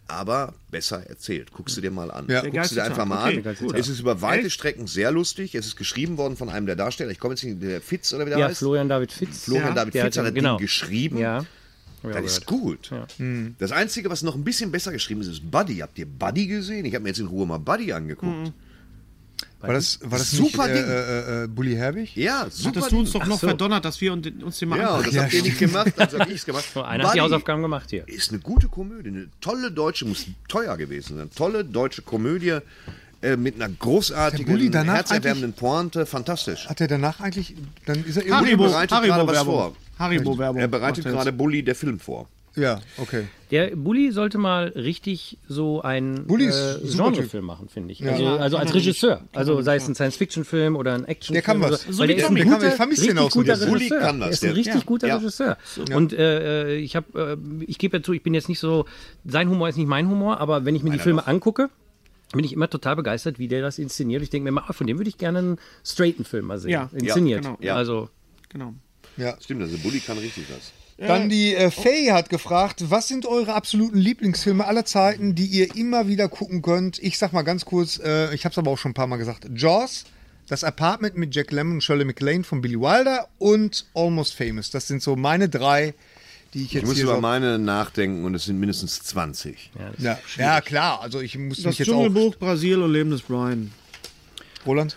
[SPEAKER 4] aber besser erzählt. Guckst du dir mal an.
[SPEAKER 5] Ja.
[SPEAKER 4] Guckst
[SPEAKER 2] Geilste
[SPEAKER 4] du dir einfach
[SPEAKER 2] Tag.
[SPEAKER 4] mal
[SPEAKER 2] Okay,
[SPEAKER 4] an.
[SPEAKER 2] geilste Tag.
[SPEAKER 4] Es ist über weite Strecken sehr lustig. Es ist geschrieben worden von einem der Darsteller. Ich komme jetzt nicht, der Fitz oder wie der
[SPEAKER 3] Ja,
[SPEAKER 4] heißt.
[SPEAKER 3] Florian David Fitz.
[SPEAKER 4] Florian
[SPEAKER 3] ja,
[SPEAKER 4] David
[SPEAKER 3] der
[SPEAKER 4] Fitz hat das
[SPEAKER 3] genau.
[SPEAKER 4] Ding geschrieben.
[SPEAKER 3] Ja.
[SPEAKER 4] Das ist gut.
[SPEAKER 5] Mhm.
[SPEAKER 4] Das Einzige, was noch ein bisschen besser geschrieben ist, ist Buddy. Habt ihr Buddy gesehen? Ich habe mir jetzt in Ruhe mal Buddy angeguckt.
[SPEAKER 3] Mhm.
[SPEAKER 5] War das, war das
[SPEAKER 4] Super
[SPEAKER 5] nicht,
[SPEAKER 4] Ding.
[SPEAKER 5] Äh, äh, äh, Bully Herbig?
[SPEAKER 4] Ja, super.
[SPEAKER 2] Hattest du uns
[SPEAKER 4] Ding.
[SPEAKER 2] doch noch
[SPEAKER 3] so.
[SPEAKER 2] verdonnert, dass wir und- uns den mal
[SPEAKER 4] ja,
[SPEAKER 2] angucken.
[SPEAKER 4] und das habt ihr nicht gemacht, also hab ich's gemacht.
[SPEAKER 3] Einer hat die
[SPEAKER 4] Buddy
[SPEAKER 3] Hausaufgaben gemacht hier.
[SPEAKER 4] Ist eine gute Komödie, eine tolle deutsche, muss teuer gewesen sein, tolle deutsche Komödie äh, mit einer
[SPEAKER 5] Der Bulli
[SPEAKER 4] großartigen,
[SPEAKER 5] danach
[SPEAKER 4] herzerwärmenden Pointe, fantastisch.
[SPEAKER 5] Hat er danach eigentlich. Dann ist er
[SPEAKER 4] Haribo.
[SPEAKER 5] irgendwo.
[SPEAKER 4] bereitet gerade was vor.
[SPEAKER 2] Haribo-Werbung.
[SPEAKER 4] Er bereitet
[SPEAKER 2] macht
[SPEAKER 4] gerade Bulli der Film vor.
[SPEAKER 5] Ja, okay.
[SPEAKER 3] Der Bulli sollte mal richtig so einen
[SPEAKER 5] Bulli
[SPEAKER 3] äh,
[SPEAKER 5] ist ein super
[SPEAKER 3] Genrefilm machen, finde ich. Also, also als
[SPEAKER 2] Kann er nicht.
[SPEAKER 3] Regisseur. Also sei es ein Science-Fiction-Film oder ein Actionfilm.
[SPEAKER 5] Der kann
[SPEAKER 3] oder
[SPEAKER 5] was.
[SPEAKER 3] So,
[SPEAKER 5] So
[SPEAKER 3] Weil
[SPEAKER 2] wie
[SPEAKER 3] der ist
[SPEAKER 2] Tommy.
[SPEAKER 3] ein
[SPEAKER 2] Der
[SPEAKER 5] kann-
[SPEAKER 3] guter,
[SPEAKER 5] ich vermisse den
[SPEAKER 3] richtig
[SPEAKER 5] auch so
[SPEAKER 3] guter
[SPEAKER 5] ein bisschen.
[SPEAKER 4] Bulli
[SPEAKER 3] Regisseur.
[SPEAKER 4] kann das,
[SPEAKER 3] Er ist ein
[SPEAKER 4] der-
[SPEAKER 3] richtig
[SPEAKER 4] Ja.
[SPEAKER 3] guter
[SPEAKER 4] Ja.
[SPEAKER 3] Regisseur. Und äh, äh, ich habe, äh, ich gebe ja zu, ich bin jetzt nicht so, sein Humor ist nicht mein Humor, aber wenn ich mir die Filme angucke, bin ich immer total begeistert, wie der das inszeniert. Ich denke mir immer, ah, von dem würde ich gerne einen straighten Film mal sehen.
[SPEAKER 2] Ja.
[SPEAKER 3] Inszeniert.
[SPEAKER 2] Ja, genau.
[SPEAKER 4] Ja.
[SPEAKER 3] Also
[SPEAKER 2] Genau.
[SPEAKER 5] Ja.
[SPEAKER 4] Stimmt, also Bulli kann richtig was.
[SPEAKER 5] Dann die
[SPEAKER 3] oh.
[SPEAKER 5] äh, Faye hat gefragt, was sind eure absoluten Lieblingsfilme aller Zeiten, die ihr immer wieder gucken könnt? Ich sag mal ganz kurz, äh, ich hab's aber auch schon ein paar Mal gesagt. Jaws, Das Apartment mit Jack Lemmon und Shirley MacLaine von Billy Wilder und Almost Famous. Das sind so meine drei, die ich jetzt
[SPEAKER 4] Ich muss
[SPEAKER 5] hier
[SPEAKER 4] über
[SPEAKER 5] so...
[SPEAKER 4] meine nachdenken und es sind mindestens 20.
[SPEAKER 5] Ja, ja, klar, also ich muss
[SPEAKER 2] Das
[SPEAKER 5] mich jetzt auch...
[SPEAKER 2] Dschungelbuch, Brasil und Leben des Brian.
[SPEAKER 5] Roland?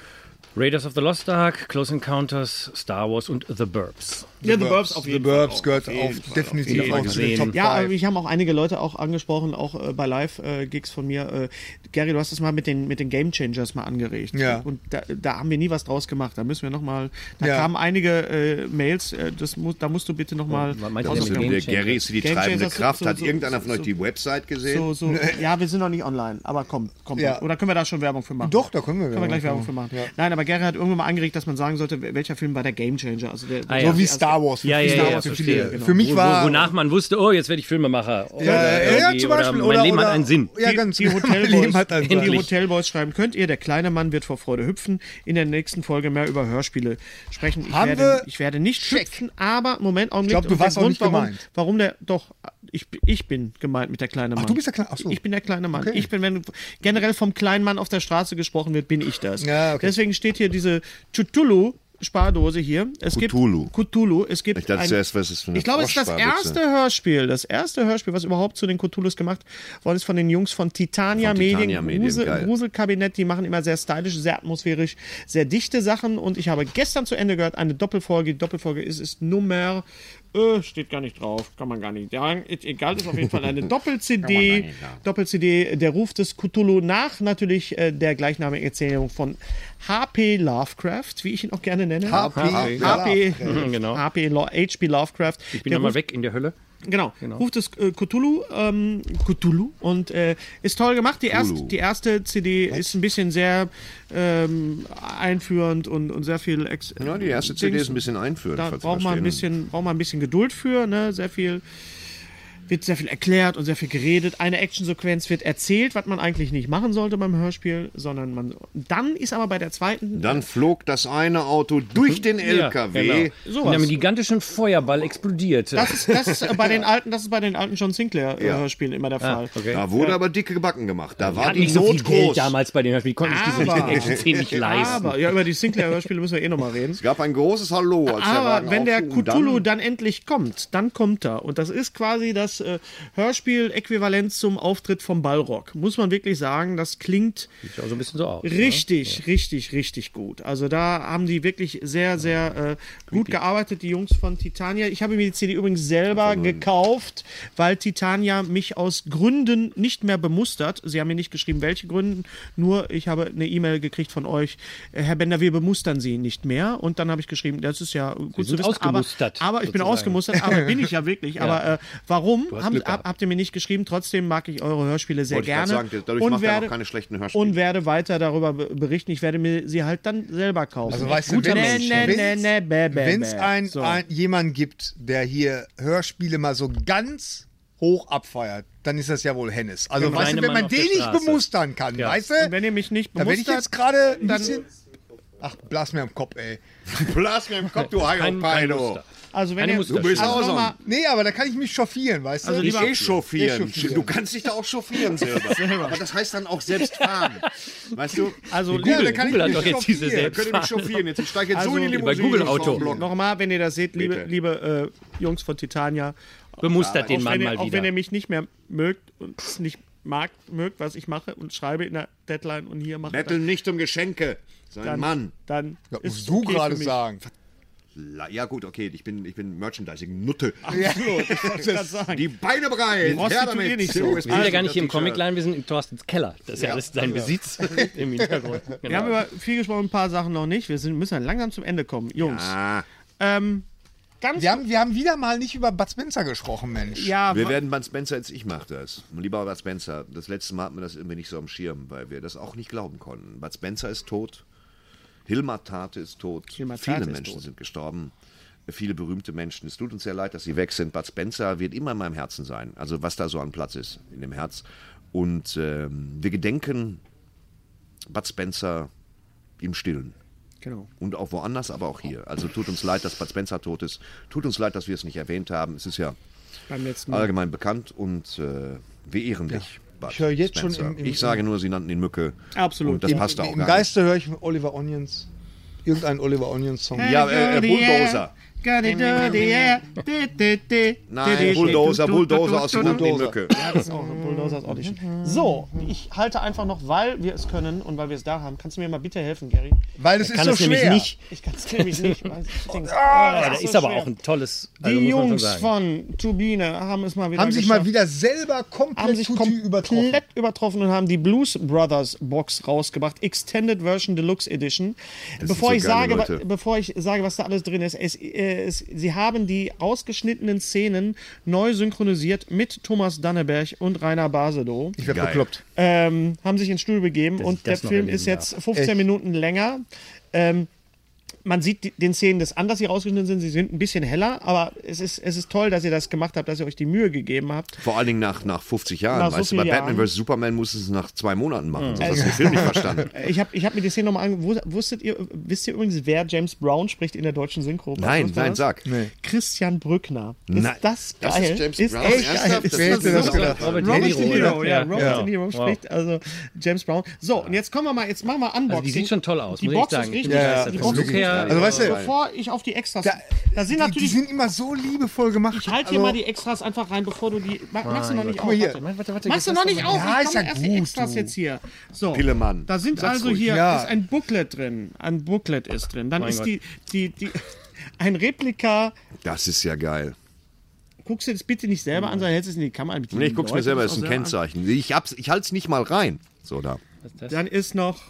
[SPEAKER 3] Raiders of the Lost Ark, Close Encounters, Star Wars und The Burbs.
[SPEAKER 2] Ja, The Burbs
[SPEAKER 5] The Burbs gehört auf, definitiv
[SPEAKER 3] jeden
[SPEAKER 5] auch
[SPEAKER 3] Fall
[SPEAKER 5] zu den
[SPEAKER 3] gesehen.
[SPEAKER 5] Top
[SPEAKER 2] Ja, aber
[SPEAKER 5] 5.
[SPEAKER 2] mich haben auch einige Leute auch angesprochen, auch äh, bei Live-Gigs von mir. Äh, Gary, du hast das mal mit den, mit den Game Changers mal angeregt.
[SPEAKER 5] Ja.
[SPEAKER 2] Und da, da haben wir nie was draus gemacht. Da müssen wir nochmal. Da
[SPEAKER 5] Ja.
[SPEAKER 2] kamen einige äh, Mails, äh, das mu da musst du bitte nochmal.
[SPEAKER 3] meinst du
[SPEAKER 4] Also
[SPEAKER 3] Game
[SPEAKER 4] der
[SPEAKER 3] Changer.
[SPEAKER 4] Gary ist die
[SPEAKER 2] Game
[SPEAKER 4] treibende
[SPEAKER 2] Changer, so-
[SPEAKER 4] Kraft.
[SPEAKER 2] so-
[SPEAKER 4] Hat
[SPEAKER 2] so-
[SPEAKER 4] irgendeiner von
[SPEAKER 2] so-
[SPEAKER 4] euch die Website gesehen?
[SPEAKER 2] So, so, ja, wir sind noch nicht online, aber komm, komm.
[SPEAKER 5] Ja.
[SPEAKER 2] Oder können wir da schon Werbung für machen?
[SPEAKER 5] Doch, da können wir
[SPEAKER 2] Können wir gleich Werbung für machen. Nein, aber Gary hat irgendwann mal angeregt, dass man sagen sollte, welcher Film war der Game Changer. Also der,
[SPEAKER 3] Ah, ja.
[SPEAKER 5] So wie Star Wars.
[SPEAKER 3] Ja,
[SPEAKER 5] Wie
[SPEAKER 3] ja,
[SPEAKER 5] Star
[SPEAKER 3] ja,
[SPEAKER 5] Wars für,
[SPEAKER 3] verstehe,
[SPEAKER 5] viele.
[SPEAKER 3] genau.
[SPEAKER 5] für mich
[SPEAKER 3] Wo-
[SPEAKER 5] war...
[SPEAKER 3] wonach man wusste, oh, jetzt werde ich Filmemacher. Oder
[SPEAKER 5] ja, ja, ja,
[SPEAKER 3] irgendwie,
[SPEAKER 5] zum Beispiel.
[SPEAKER 3] Oder mein Leben
[SPEAKER 5] oder,
[SPEAKER 3] hat einen Sinn.
[SPEAKER 5] Ja,
[SPEAKER 2] die,
[SPEAKER 5] ganz genau.
[SPEAKER 2] die Hotelboys,
[SPEAKER 5] Leben hat einen Sinn.
[SPEAKER 2] die
[SPEAKER 3] Endlich.
[SPEAKER 2] Hotelboys schreiben, könnt ihr, der kleine Mann wird vor Freude hüpfen, in der nächsten Folge mehr über Hörspiele sprechen. Ich,
[SPEAKER 5] Haben
[SPEAKER 2] werde,
[SPEAKER 5] wir-
[SPEAKER 2] ich werde nicht schöpfen, aber Moment, Augenblick.
[SPEAKER 5] glaub, du
[SPEAKER 2] und der
[SPEAKER 5] warst auch
[SPEAKER 2] Grund,
[SPEAKER 5] nicht
[SPEAKER 2] warum,
[SPEAKER 5] gemeint.
[SPEAKER 2] Warum der, doch, ich, ich bin gemeint mit der kleine Mann.
[SPEAKER 5] du bist der Kleine- ach so.
[SPEAKER 2] Ich bin der kleine Mann. Ich bin, wenn generell vom kleinen Mann auf der Straße gesprochen wird, bin ich das.
[SPEAKER 5] Ja, okay.
[SPEAKER 2] Deswegen steht hier diese Chutulu. Spardose hier. Es
[SPEAKER 4] Cthulhu.
[SPEAKER 2] Gibt, Cthulhu. Es gibt
[SPEAKER 4] Ich dachte
[SPEAKER 2] ein-
[SPEAKER 4] zuerst, was ist für eine
[SPEAKER 2] ich glaube, es ist das
[SPEAKER 4] Froschsparbüchse.
[SPEAKER 2] erste Hörspiel, das erste Hörspiel, was überhaupt zu den Cthulhus gemacht worden ist, von den Jungs von Titania,
[SPEAKER 4] Von Titania
[SPEAKER 2] Medien,
[SPEAKER 4] Medien,
[SPEAKER 2] Grusel,
[SPEAKER 4] geil.
[SPEAKER 2] Gruselkabinett. Die machen immer sehr stylisch, sehr atmosphärisch, sehr dichte Sachen. Und ich habe gestern zu Ende gehört, eine Doppelfolge. Die Doppelfolge ist, ist Nummer, äh, steht gar nicht drauf, kann man gar nicht sagen. Ist Egal, ist auf jeden Fall eine Doppel-CD. Doppel-CD, der Ruf des Cthulhu nach natürlich äh, der gleichnamigen Erzählung von H.P. Lovecraft, wie ich ihn auch gerne nenne.
[SPEAKER 5] HP.
[SPEAKER 2] HP,
[SPEAKER 3] Genau.
[SPEAKER 2] HP, Lo- HP Lovecraft.
[SPEAKER 3] Ich bin ja mal weg in der Hölle.
[SPEAKER 2] Genau. Ruf des äh, Cthulhu, ähm, Cthulhu und äh, ist toll gemacht. Die, erst, die erste CD ist ein bisschen sehr ähm, einführend und, und sehr viel. Ex
[SPEAKER 4] Ja, die erste CD ist ein bisschen einführend.
[SPEAKER 2] Da
[SPEAKER 4] falls
[SPEAKER 2] braucht man, ein
[SPEAKER 4] verstehen.
[SPEAKER 2] bisschen, braucht man ein bisschen Geduld für, ne? Sehr viel wird sehr viel erklärt und sehr viel geredet. Eine Actionsequenz wird erzählt, was man eigentlich nicht machen sollte beim Hörspiel, sondern man. Dann ist aber bei der zweiten
[SPEAKER 4] Dann flog das eine Auto durch den LKW.
[SPEAKER 3] Ja, genau.
[SPEAKER 2] Sowas.
[SPEAKER 3] Und dann mit gigantischen Feuerball explodierte.
[SPEAKER 2] Das ist, das ist äh, bei den alten, das ist bei den alten John Sinclair äh,
[SPEAKER 4] Ja.
[SPEAKER 2] Hörspielen immer der Fall.
[SPEAKER 3] okay.
[SPEAKER 4] Da wurde aber dicke Backen gemacht. Da war
[SPEAKER 3] Hat
[SPEAKER 4] die
[SPEAKER 3] nicht so
[SPEAKER 4] Not
[SPEAKER 3] viel Geld
[SPEAKER 4] groß.
[SPEAKER 3] damals bei den Hörspielen. Die konnten sich diese
[SPEAKER 2] Aber-
[SPEAKER 3] Action-Szenen nicht leisten.
[SPEAKER 2] Aber ja, über die Sinclair Hörspiele müssen wir eh nochmal reden.
[SPEAKER 4] Es gab ein großes Hallo. Als der Wagen
[SPEAKER 2] Aber wenn der
[SPEAKER 4] auffuhr und
[SPEAKER 2] Cthulhu dann
[SPEAKER 4] dann,
[SPEAKER 2] endlich kommt, dann kommt er. Und das ist quasi das äh, Hörspiel-Äquivalent zum Auftritt vom Ballrock. Muss man wirklich sagen, das klingt
[SPEAKER 3] Sieht auch so ein bisschen so aus.
[SPEAKER 2] richtig, richtig, richtig gut. Also da haben die wirklich sehr, sehr äh, gut gearbeitet, die Jungs von Titania. Ich habe mir die CD übrigens selber gekauft, weil Titania mich aus Gründen nicht mehr bemustert. Sie haben mir nicht geschrieben, welche Gründen. Nur ich habe eine E-Mail gekriegt von euch, äh, Herr Bender, wir bemustern Sie nicht mehr. Und dann habe ich geschrieben, das ist ja gut
[SPEAKER 3] sind
[SPEAKER 2] zu wissen. Aber,
[SPEAKER 3] ausgemustert,
[SPEAKER 2] aber ich bin
[SPEAKER 3] sozusagen.
[SPEAKER 2] ausgemustert, aber bin ich ja wirklich. Aber äh, warum
[SPEAKER 3] hast
[SPEAKER 2] haben,
[SPEAKER 3] Glück
[SPEAKER 2] hab,
[SPEAKER 3] gehabt.
[SPEAKER 2] habt ihr mir nicht geschrieben? Trotzdem mag ich eure Hörspiele sehr
[SPEAKER 4] Wollte ich grad
[SPEAKER 2] gerne.
[SPEAKER 4] sagen, dadurch macht er noch keine schlechten Hörspiele.
[SPEAKER 2] Und werde weiter darüber be- berichten. Ich werde mir sie halt dann selber kaufen.
[SPEAKER 5] Also weißt du,
[SPEAKER 2] Guter
[SPEAKER 5] wenn
[SPEAKER 2] Mensch. Nee, nee, nee, bäh, bäh,
[SPEAKER 5] wenn es
[SPEAKER 2] bäh.
[SPEAKER 5] ein,
[SPEAKER 2] So.
[SPEAKER 5] ein, jemanden gibt, der hier Hörspiele mal so ganz hoch abfeiert, dann ist das ja wohl Hennes. Also
[SPEAKER 3] Genau.
[SPEAKER 5] weißt du,
[SPEAKER 3] Kleine
[SPEAKER 5] wenn
[SPEAKER 3] Mann
[SPEAKER 5] man
[SPEAKER 3] auf
[SPEAKER 5] den
[SPEAKER 3] der
[SPEAKER 5] nicht
[SPEAKER 3] Straße.
[SPEAKER 5] bemustern kann, weißt du,
[SPEAKER 2] Und wenn ihr mich nicht
[SPEAKER 5] da bin ich
[SPEAKER 2] bemustert,
[SPEAKER 5] jetzt gerade ein
[SPEAKER 2] dann-
[SPEAKER 5] bisschen... Ach, blas mir am Kopf, ey.
[SPEAKER 4] Blas mir im Kopf, du
[SPEAKER 3] Kein, kein
[SPEAKER 4] Heilpeido.
[SPEAKER 3] Muster.
[SPEAKER 2] Also wenn
[SPEAKER 3] Keine
[SPEAKER 2] ihr,
[SPEAKER 3] Muster- Du
[SPEAKER 4] bist
[SPEAKER 2] also
[SPEAKER 4] Hausam.
[SPEAKER 2] nochmal,
[SPEAKER 5] Nee, aber da kann ich mich chauffieren, weißt du?
[SPEAKER 2] Also
[SPEAKER 4] Ich
[SPEAKER 2] lieber-
[SPEAKER 4] eh chauffieren.
[SPEAKER 5] Echauffieren.
[SPEAKER 4] Du kannst dich da auch chauffieren selber. Aber das heißt dann auch selbst fahren. Weißt du?
[SPEAKER 2] also
[SPEAKER 5] Ja, da
[SPEAKER 2] liebe,
[SPEAKER 5] kann ich
[SPEAKER 3] Google hat
[SPEAKER 5] mich
[SPEAKER 3] doch jetzt diese
[SPEAKER 5] chauffieren.
[SPEAKER 4] Ihr könnt mich chauffieren. Jetzt ich steige jetzt so
[SPEAKER 2] Also,
[SPEAKER 4] in die
[SPEAKER 3] bei
[SPEAKER 4] Limousine.
[SPEAKER 3] Google
[SPEAKER 4] und fahr
[SPEAKER 3] Auto.
[SPEAKER 4] auf Block.
[SPEAKER 2] nochmal, wenn ihr das seht, liebe,
[SPEAKER 4] Bitte.
[SPEAKER 2] liebe äh, Jungs von Titania,
[SPEAKER 3] Bemustert den
[SPEAKER 2] auch,
[SPEAKER 3] Mann
[SPEAKER 2] wenn ihr,
[SPEAKER 3] mal
[SPEAKER 2] auch wenn ihr
[SPEAKER 3] wieder.
[SPEAKER 2] mich nicht mehr mögt und es nicht mag, mögt, was ich mache und schreibe in der Deadline und hier mache,
[SPEAKER 4] Betteln nicht um Geschenke. Sein
[SPEAKER 2] dann,
[SPEAKER 4] Mann.
[SPEAKER 2] dann
[SPEAKER 5] Das
[SPEAKER 2] ist
[SPEAKER 5] musst
[SPEAKER 2] es
[SPEAKER 5] du
[SPEAKER 2] okay
[SPEAKER 5] gerade
[SPEAKER 2] für mich.
[SPEAKER 5] sagen.
[SPEAKER 4] La- Ja gut, okay, ich bin, ich bin Merchandising-Nutte.
[SPEAKER 2] Absolut, ich wollte gerade sagen.
[SPEAKER 4] Die Beine breit.
[SPEAKER 2] Prostituier
[SPEAKER 4] Her damit.
[SPEAKER 2] eh nicht so.
[SPEAKER 4] Jo,
[SPEAKER 2] Wir
[SPEAKER 4] es
[SPEAKER 3] Wir sind ja gar nicht
[SPEAKER 4] passt das
[SPEAKER 3] hier im
[SPEAKER 4] T-Shirt.
[SPEAKER 3] Comicladen, wir sind in Thorstens Keller. Das ist ja, alles sein Besitz im Hintergrund.
[SPEAKER 2] Wir haben
[SPEAKER 3] Genau.
[SPEAKER 2] über viel gesprochen, ein paar Sachen noch nicht. Wir sind, müssen ja langsam zum Ende kommen. Jungs,
[SPEAKER 4] Ah,
[SPEAKER 2] ähm, ganz...
[SPEAKER 5] Wir haben, wir haben wieder mal nicht über Bud Spencer gesprochen, Mensch.
[SPEAKER 2] ja,
[SPEAKER 4] wir werden Bud Spencer jetzt, ich mache das. Lieber Bud Spencer, das letzte Mal hatten wir das irgendwie nicht so am Schirm, weil wir das auch nicht glauben konnten. Bud Spencer ist tot, Hilmar Tate ist tot,
[SPEAKER 2] Hilmar
[SPEAKER 4] viele
[SPEAKER 2] Tate ist
[SPEAKER 4] Menschen
[SPEAKER 2] tot.
[SPEAKER 4] sind gestorben, viele berühmte Menschen. Es tut uns sehr leid, dass sie weg sind. Bud Spencer wird immer in meinem Herzen sein, also was da so an Platz ist in dem Herz. Und ähm, wir gedenken Bud Spencer im Stillen.
[SPEAKER 2] genau.
[SPEAKER 4] Und auch woanders, aber auch hier. Also tut uns leid, dass Bud Spencer tot ist. Tut uns leid, dass wir es nicht erwähnt haben. Es ist ja
[SPEAKER 2] Beim letzten Mal.
[SPEAKER 4] allgemein bekannt und äh, wir ehren dich. Bud
[SPEAKER 5] Ich höre jetzt schon
[SPEAKER 4] Spencer.
[SPEAKER 5] im- im-
[SPEAKER 4] ich sage nur, sie nannten ihn Mücke.
[SPEAKER 2] Absolut.
[SPEAKER 4] Und das passt auch
[SPEAKER 5] Im
[SPEAKER 4] gar
[SPEAKER 5] Geiste höre ich Oliver Onions. Irgendeinen Oliver Onions-Song.
[SPEAKER 4] nicht. Ja, äh, äh, Bulldozer.
[SPEAKER 2] Gotta do the air. Di, di, di. Di, di,
[SPEAKER 4] Nein,
[SPEAKER 2] di,
[SPEAKER 4] Bulldozer,
[SPEAKER 2] du, du, du,
[SPEAKER 4] Bulldozer
[SPEAKER 2] du,
[SPEAKER 4] aus
[SPEAKER 2] du,
[SPEAKER 4] dem
[SPEAKER 2] du.
[SPEAKER 4] Mund in Mücke.
[SPEAKER 2] Das ist auch ein Bulldozer ist auch nicht schön. So, ich halte einfach noch, weil wir es können und weil wir es da haben. Kannst du mir mal bitte helfen, Gary?
[SPEAKER 5] Weil das ist
[SPEAKER 3] Kann
[SPEAKER 5] so
[SPEAKER 3] es nämlich
[SPEAKER 5] schwer.
[SPEAKER 3] nicht.
[SPEAKER 2] Ich kann es nämlich nicht. Weil ich denk,
[SPEAKER 3] Ah,
[SPEAKER 2] oh,
[SPEAKER 3] da
[SPEAKER 2] das
[SPEAKER 3] ist
[SPEAKER 2] so
[SPEAKER 3] aber
[SPEAKER 2] schwer.
[SPEAKER 3] auch ein tolles.
[SPEAKER 2] Die
[SPEAKER 3] also muss man schon
[SPEAKER 2] Jungs
[SPEAKER 3] sagen.
[SPEAKER 2] von Turbine haben es mal wieder
[SPEAKER 5] Haben sich
[SPEAKER 2] geschafft.
[SPEAKER 5] mal wieder selber komplett
[SPEAKER 2] haben sich
[SPEAKER 5] Tutti
[SPEAKER 2] komplett
[SPEAKER 5] übertroffen.
[SPEAKER 2] übertroffen. und haben die Blues Brothers Box rausgebracht, Extended Version Deluxe Edition. Bevor
[SPEAKER 4] sind
[SPEAKER 2] ich
[SPEAKER 4] so geile
[SPEAKER 2] sage, wa-
[SPEAKER 4] Leute.
[SPEAKER 2] bevor ich sage, was da alles drin ist, es, äh, es, sie haben die ausgeschnittenen Szenen neu synchronisiert mit Thomas Danneberg und Rainer Basedow.
[SPEAKER 5] Ich werde
[SPEAKER 4] Geil.
[SPEAKER 5] bekloppt.
[SPEAKER 2] Ähm, haben sich ins Studio begeben
[SPEAKER 3] Dass ich
[SPEAKER 2] und der
[SPEAKER 3] das noch
[SPEAKER 2] Film
[SPEAKER 3] erleben
[SPEAKER 2] ist jetzt 15 Minuten länger. Ähm, man sieht die, den Szenen das an, dass sie rausgeschnitten sind. Sie sind ein bisschen heller, aber es ist, es ist toll, dass ihr das gemacht habt, dass ihr euch die Mühe gegeben habt.
[SPEAKER 4] Vor allen Dingen nach, nach 50 Jahren.
[SPEAKER 2] Nach so
[SPEAKER 4] weißt du,
[SPEAKER 2] vielen
[SPEAKER 4] bei Batman
[SPEAKER 2] Jahren. Hm.
[SPEAKER 4] vs. Superman mussten sie es nach zwei Monaten machen. Sonst hast du den Film nicht verstanden.
[SPEAKER 2] Ich habe ich hab mir die Szene nochmal angeguckt. Wus- Wusstet ihr, wisst ihr übrigens, wer James Brown spricht in der deutschen Synchro? Weißt du,
[SPEAKER 4] Nein,
[SPEAKER 2] was war
[SPEAKER 4] nein,
[SPEAKER 2] das?
[SPEAKER 4] sag.
[SPEAKER 2] Christian Brückner. Ist
[SPEAKER 4] Nein.
[SPEAKER 2] das
[SPEAKER 4] Das ist
[SPEAKER 2] geil?
[SPEAKER 4] James Brown?
[SPEAKER 2] echt
[SPEAKER 4] Ernsthaft?
[SPEAKER 2] geil.
[SPEAKER 4] Das
[SPEAKER 2] Ist
[SPEAKER 5] Wer hätte das
[SPEAKER 2] so
[SPEAKER 5] gedacht?
[SPEAKER 2] geil.
[SPEAKER 3] Robert
[SPEAKER 2] Robert
[SPEAKER 3] De
[SPEAKER 2] De
[SPEAKER 3] Niro,
[SPEAKER 2] Niro,
[SPEAKER 3] oder?
[SPEAKER 2] ja.
[SPEAKER 3] Ja.
[SPEAKER 2] Robert
[SPEAKER 3] Ja.
[SPEAKER 2] De Niro
[SPEAKER 3] Wow.
[SPEAKER 2] spricht also James Brown. So, und jetzt kommen wir mal, jetzt machen wir Unboxing.
[SPEAKER 3] Also die sieht schon toll aus,
[SPEAKER 2] Die
[SPEAKER 3] muss ich
[SPEAKER 2] Box
[SPEAKER 3] sagen.
[SPEAKER 2] ist richtig
[SPEAKER 3] Ja,
[SPEAKER 2] geil.
[SPEAKER 3] ja,
[SPEAKER 2] Die
[SPEAKER 3] vom
[SPEAKER 2] Box
[SPEAKER 3] Look
[SPEAKER 2] ist
[SPEAKER 3] her,
[SPEAKER 2] richtig
[SPEAKER 5] also
[SPEAKER 2] geil.
[SPEAKER 5] weißt du-
[SPEAKER 2] Bevor ich auf die Extras... Da,
[SPEAKER 5] Da,
[SPEAKER 2] sind
[SPEAKER 5] die, die
[SPEAKER 2] natürlich...
[SPEAKER 5] sind immer so liebevoll gemacht. Also,
[SPEAKER 2] Ich halte hier mal die Extras einfach rein, bevor du die... Ma- Machst du noch nicht auf?
[SPEAKER 5] Ah, mal hier.
[SPEAKER 2] warte.
[SPEAKER 3] Warte, warte,
[SPEAKER 2] Machst du
[SPEAKER 3] jetzt
[SPEAKER 2] noch
[SPEAKER 3] lass
[SPEAKER 2] nicht
[SPEAKER 3] doch
[SPEAKER 2] auf?
[SPEAKER 3] mal-
[SPEAKER 5] Ja,
[SPEAKER 2] ich
[SPEAKER 5] ist
[SPEAKER 2] komm
[SPEAKER 5] ja
[SPEAKER 2] erst die
[SPEAKER 5] gut,
[SPEAKER 2] Extras
[SPEAKER 5] du.
[SPEAKER 2] jetzt hier. So.
[SPEAKER 4] Pillemann,
[SPEAKER 2] Da sind
[SPEAKER 4] sag's
[SPEAKER 2] also
[SPEAKER 4] ruhig.
[SPEAKER 2] hier
[SPEAKER 5] Ja.
[SPEAKER 2] ist ein Booklet drin. Ein Booklet ist drin. Dann
[SPEAKER 3] Mein
[SPEAKER 2] ist
[SPEAKER 3] Gott.
[SPEAKER 2] die, die, die ein Replika.
[SPEAKER 4] Das ist ja geil.
[SPEAKER 2] Hm, Guckst du das bitte nicht selber an, sondern hältst es in die Kamera. Die
[SPEAKER 4] Nee, ich guck's mir
[SPEAKER 2] Leute
[SPEAKER 4] selber, das
[SPEAKER 2] müssen
[SPEAKER 4] ist ein
[SPEAKER 2] auch selber
[SPEAKER 4] Kennzeichen. Ich, hab's- ich halte es nicht mal rein. So, da.
[SPEAKER 2] an- Dann ist noch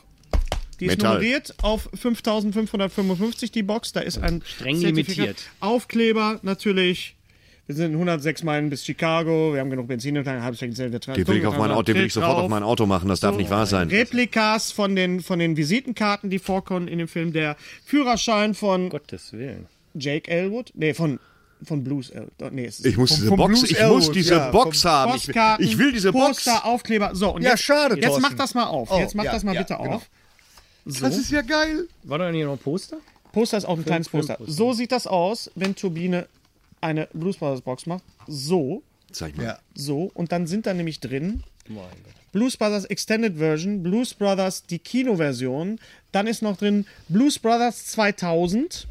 [SPEAKER 2] die ist
[SPEAKER 4] Metall.
[SPEAKER 2] nummeriert auf 5555 die Box. Da ist ein
[SPEAKER 3] Streng
[SPEAKER 2] Zertifikat.
[SPEAKER 3] limitiert.
[SPEAKER 2] Aufkleber natürlich. Wir sind 106 Meilen bis Chicago. Wir haben genug Benzin und ein halbes Stückchen wir
[SPEAKER 4] Den will ich, auf mein Auto, den will ich sofort auf mein Auto machen. Das darf nicht wahr sein.
[SPEAKER 2] Replikas von den, von den Visitenkarten, die vorkommen in dem Film. Der Führerschein von
[SPEAKER 3] Gottes Willen.
[SPEAKER 2] Jake Elwood? Nee, von, von Blues Elwood. Oh, Nee, es ist
[SPEAKER 4] Ich muss
[SPEAKER 5] Vom-
[SPEAKER 4] diese
[SPEAKER 5] vom
[SPEAKER 4] Box,
[SPEAKER 5] Blues
[SPEAKER 4] ich muss
[SPEAKER 5] Arrows,
[SPEAKER 4] diese
[SPEAKER 5] ja,
[SPEAKER 4] Box haben. Ich,
[SPEAKER 2] Postkarten,
[SPEAKER 4] ich will diese Box.
[SPEAKER 2] Poster, Aufkleber. So, und
[SPEAKER 5] Ja,
[SPEAKER 2] jetzt,
[SPEAKER 5] schade,
[SPEAKER 2] jetzt
[SPEAKER 5] Thorsten.
[SPEAKER 2] mach das mal auf.
[SPEAKER 5] Oh,
[SPEAKER 2] jetzt mach
[SPEAKER 5] ja,
[SPEAKER 2] das mal
[SPEAKER 5] ja,
[SPEAKER 2] bitte
[SPEAKER 5] genau.
[SPEAKER 2] auf.
[SPEAKER 4] Das ist ja geil.
[SPEAKER 3] War da nicht noch ein Poster?
[SPEAKER 2] Poster ist auch ein kleines Poster.
[SPEAKER 3] Filmposter.
[SPEAKER 2] So sieht das aus, wenn Turbine eine Blues Brothers Box macht. So,
[SPEAKER 4] Zeig mal.
[SPEAKER 5] Ja.
[SPEAKER 2] so. Und dann sind da nämlich drin Blues Brothers Extended Version, Blues Brothers die Kinoversion. Dann ist noch drin Blues Brothers 2000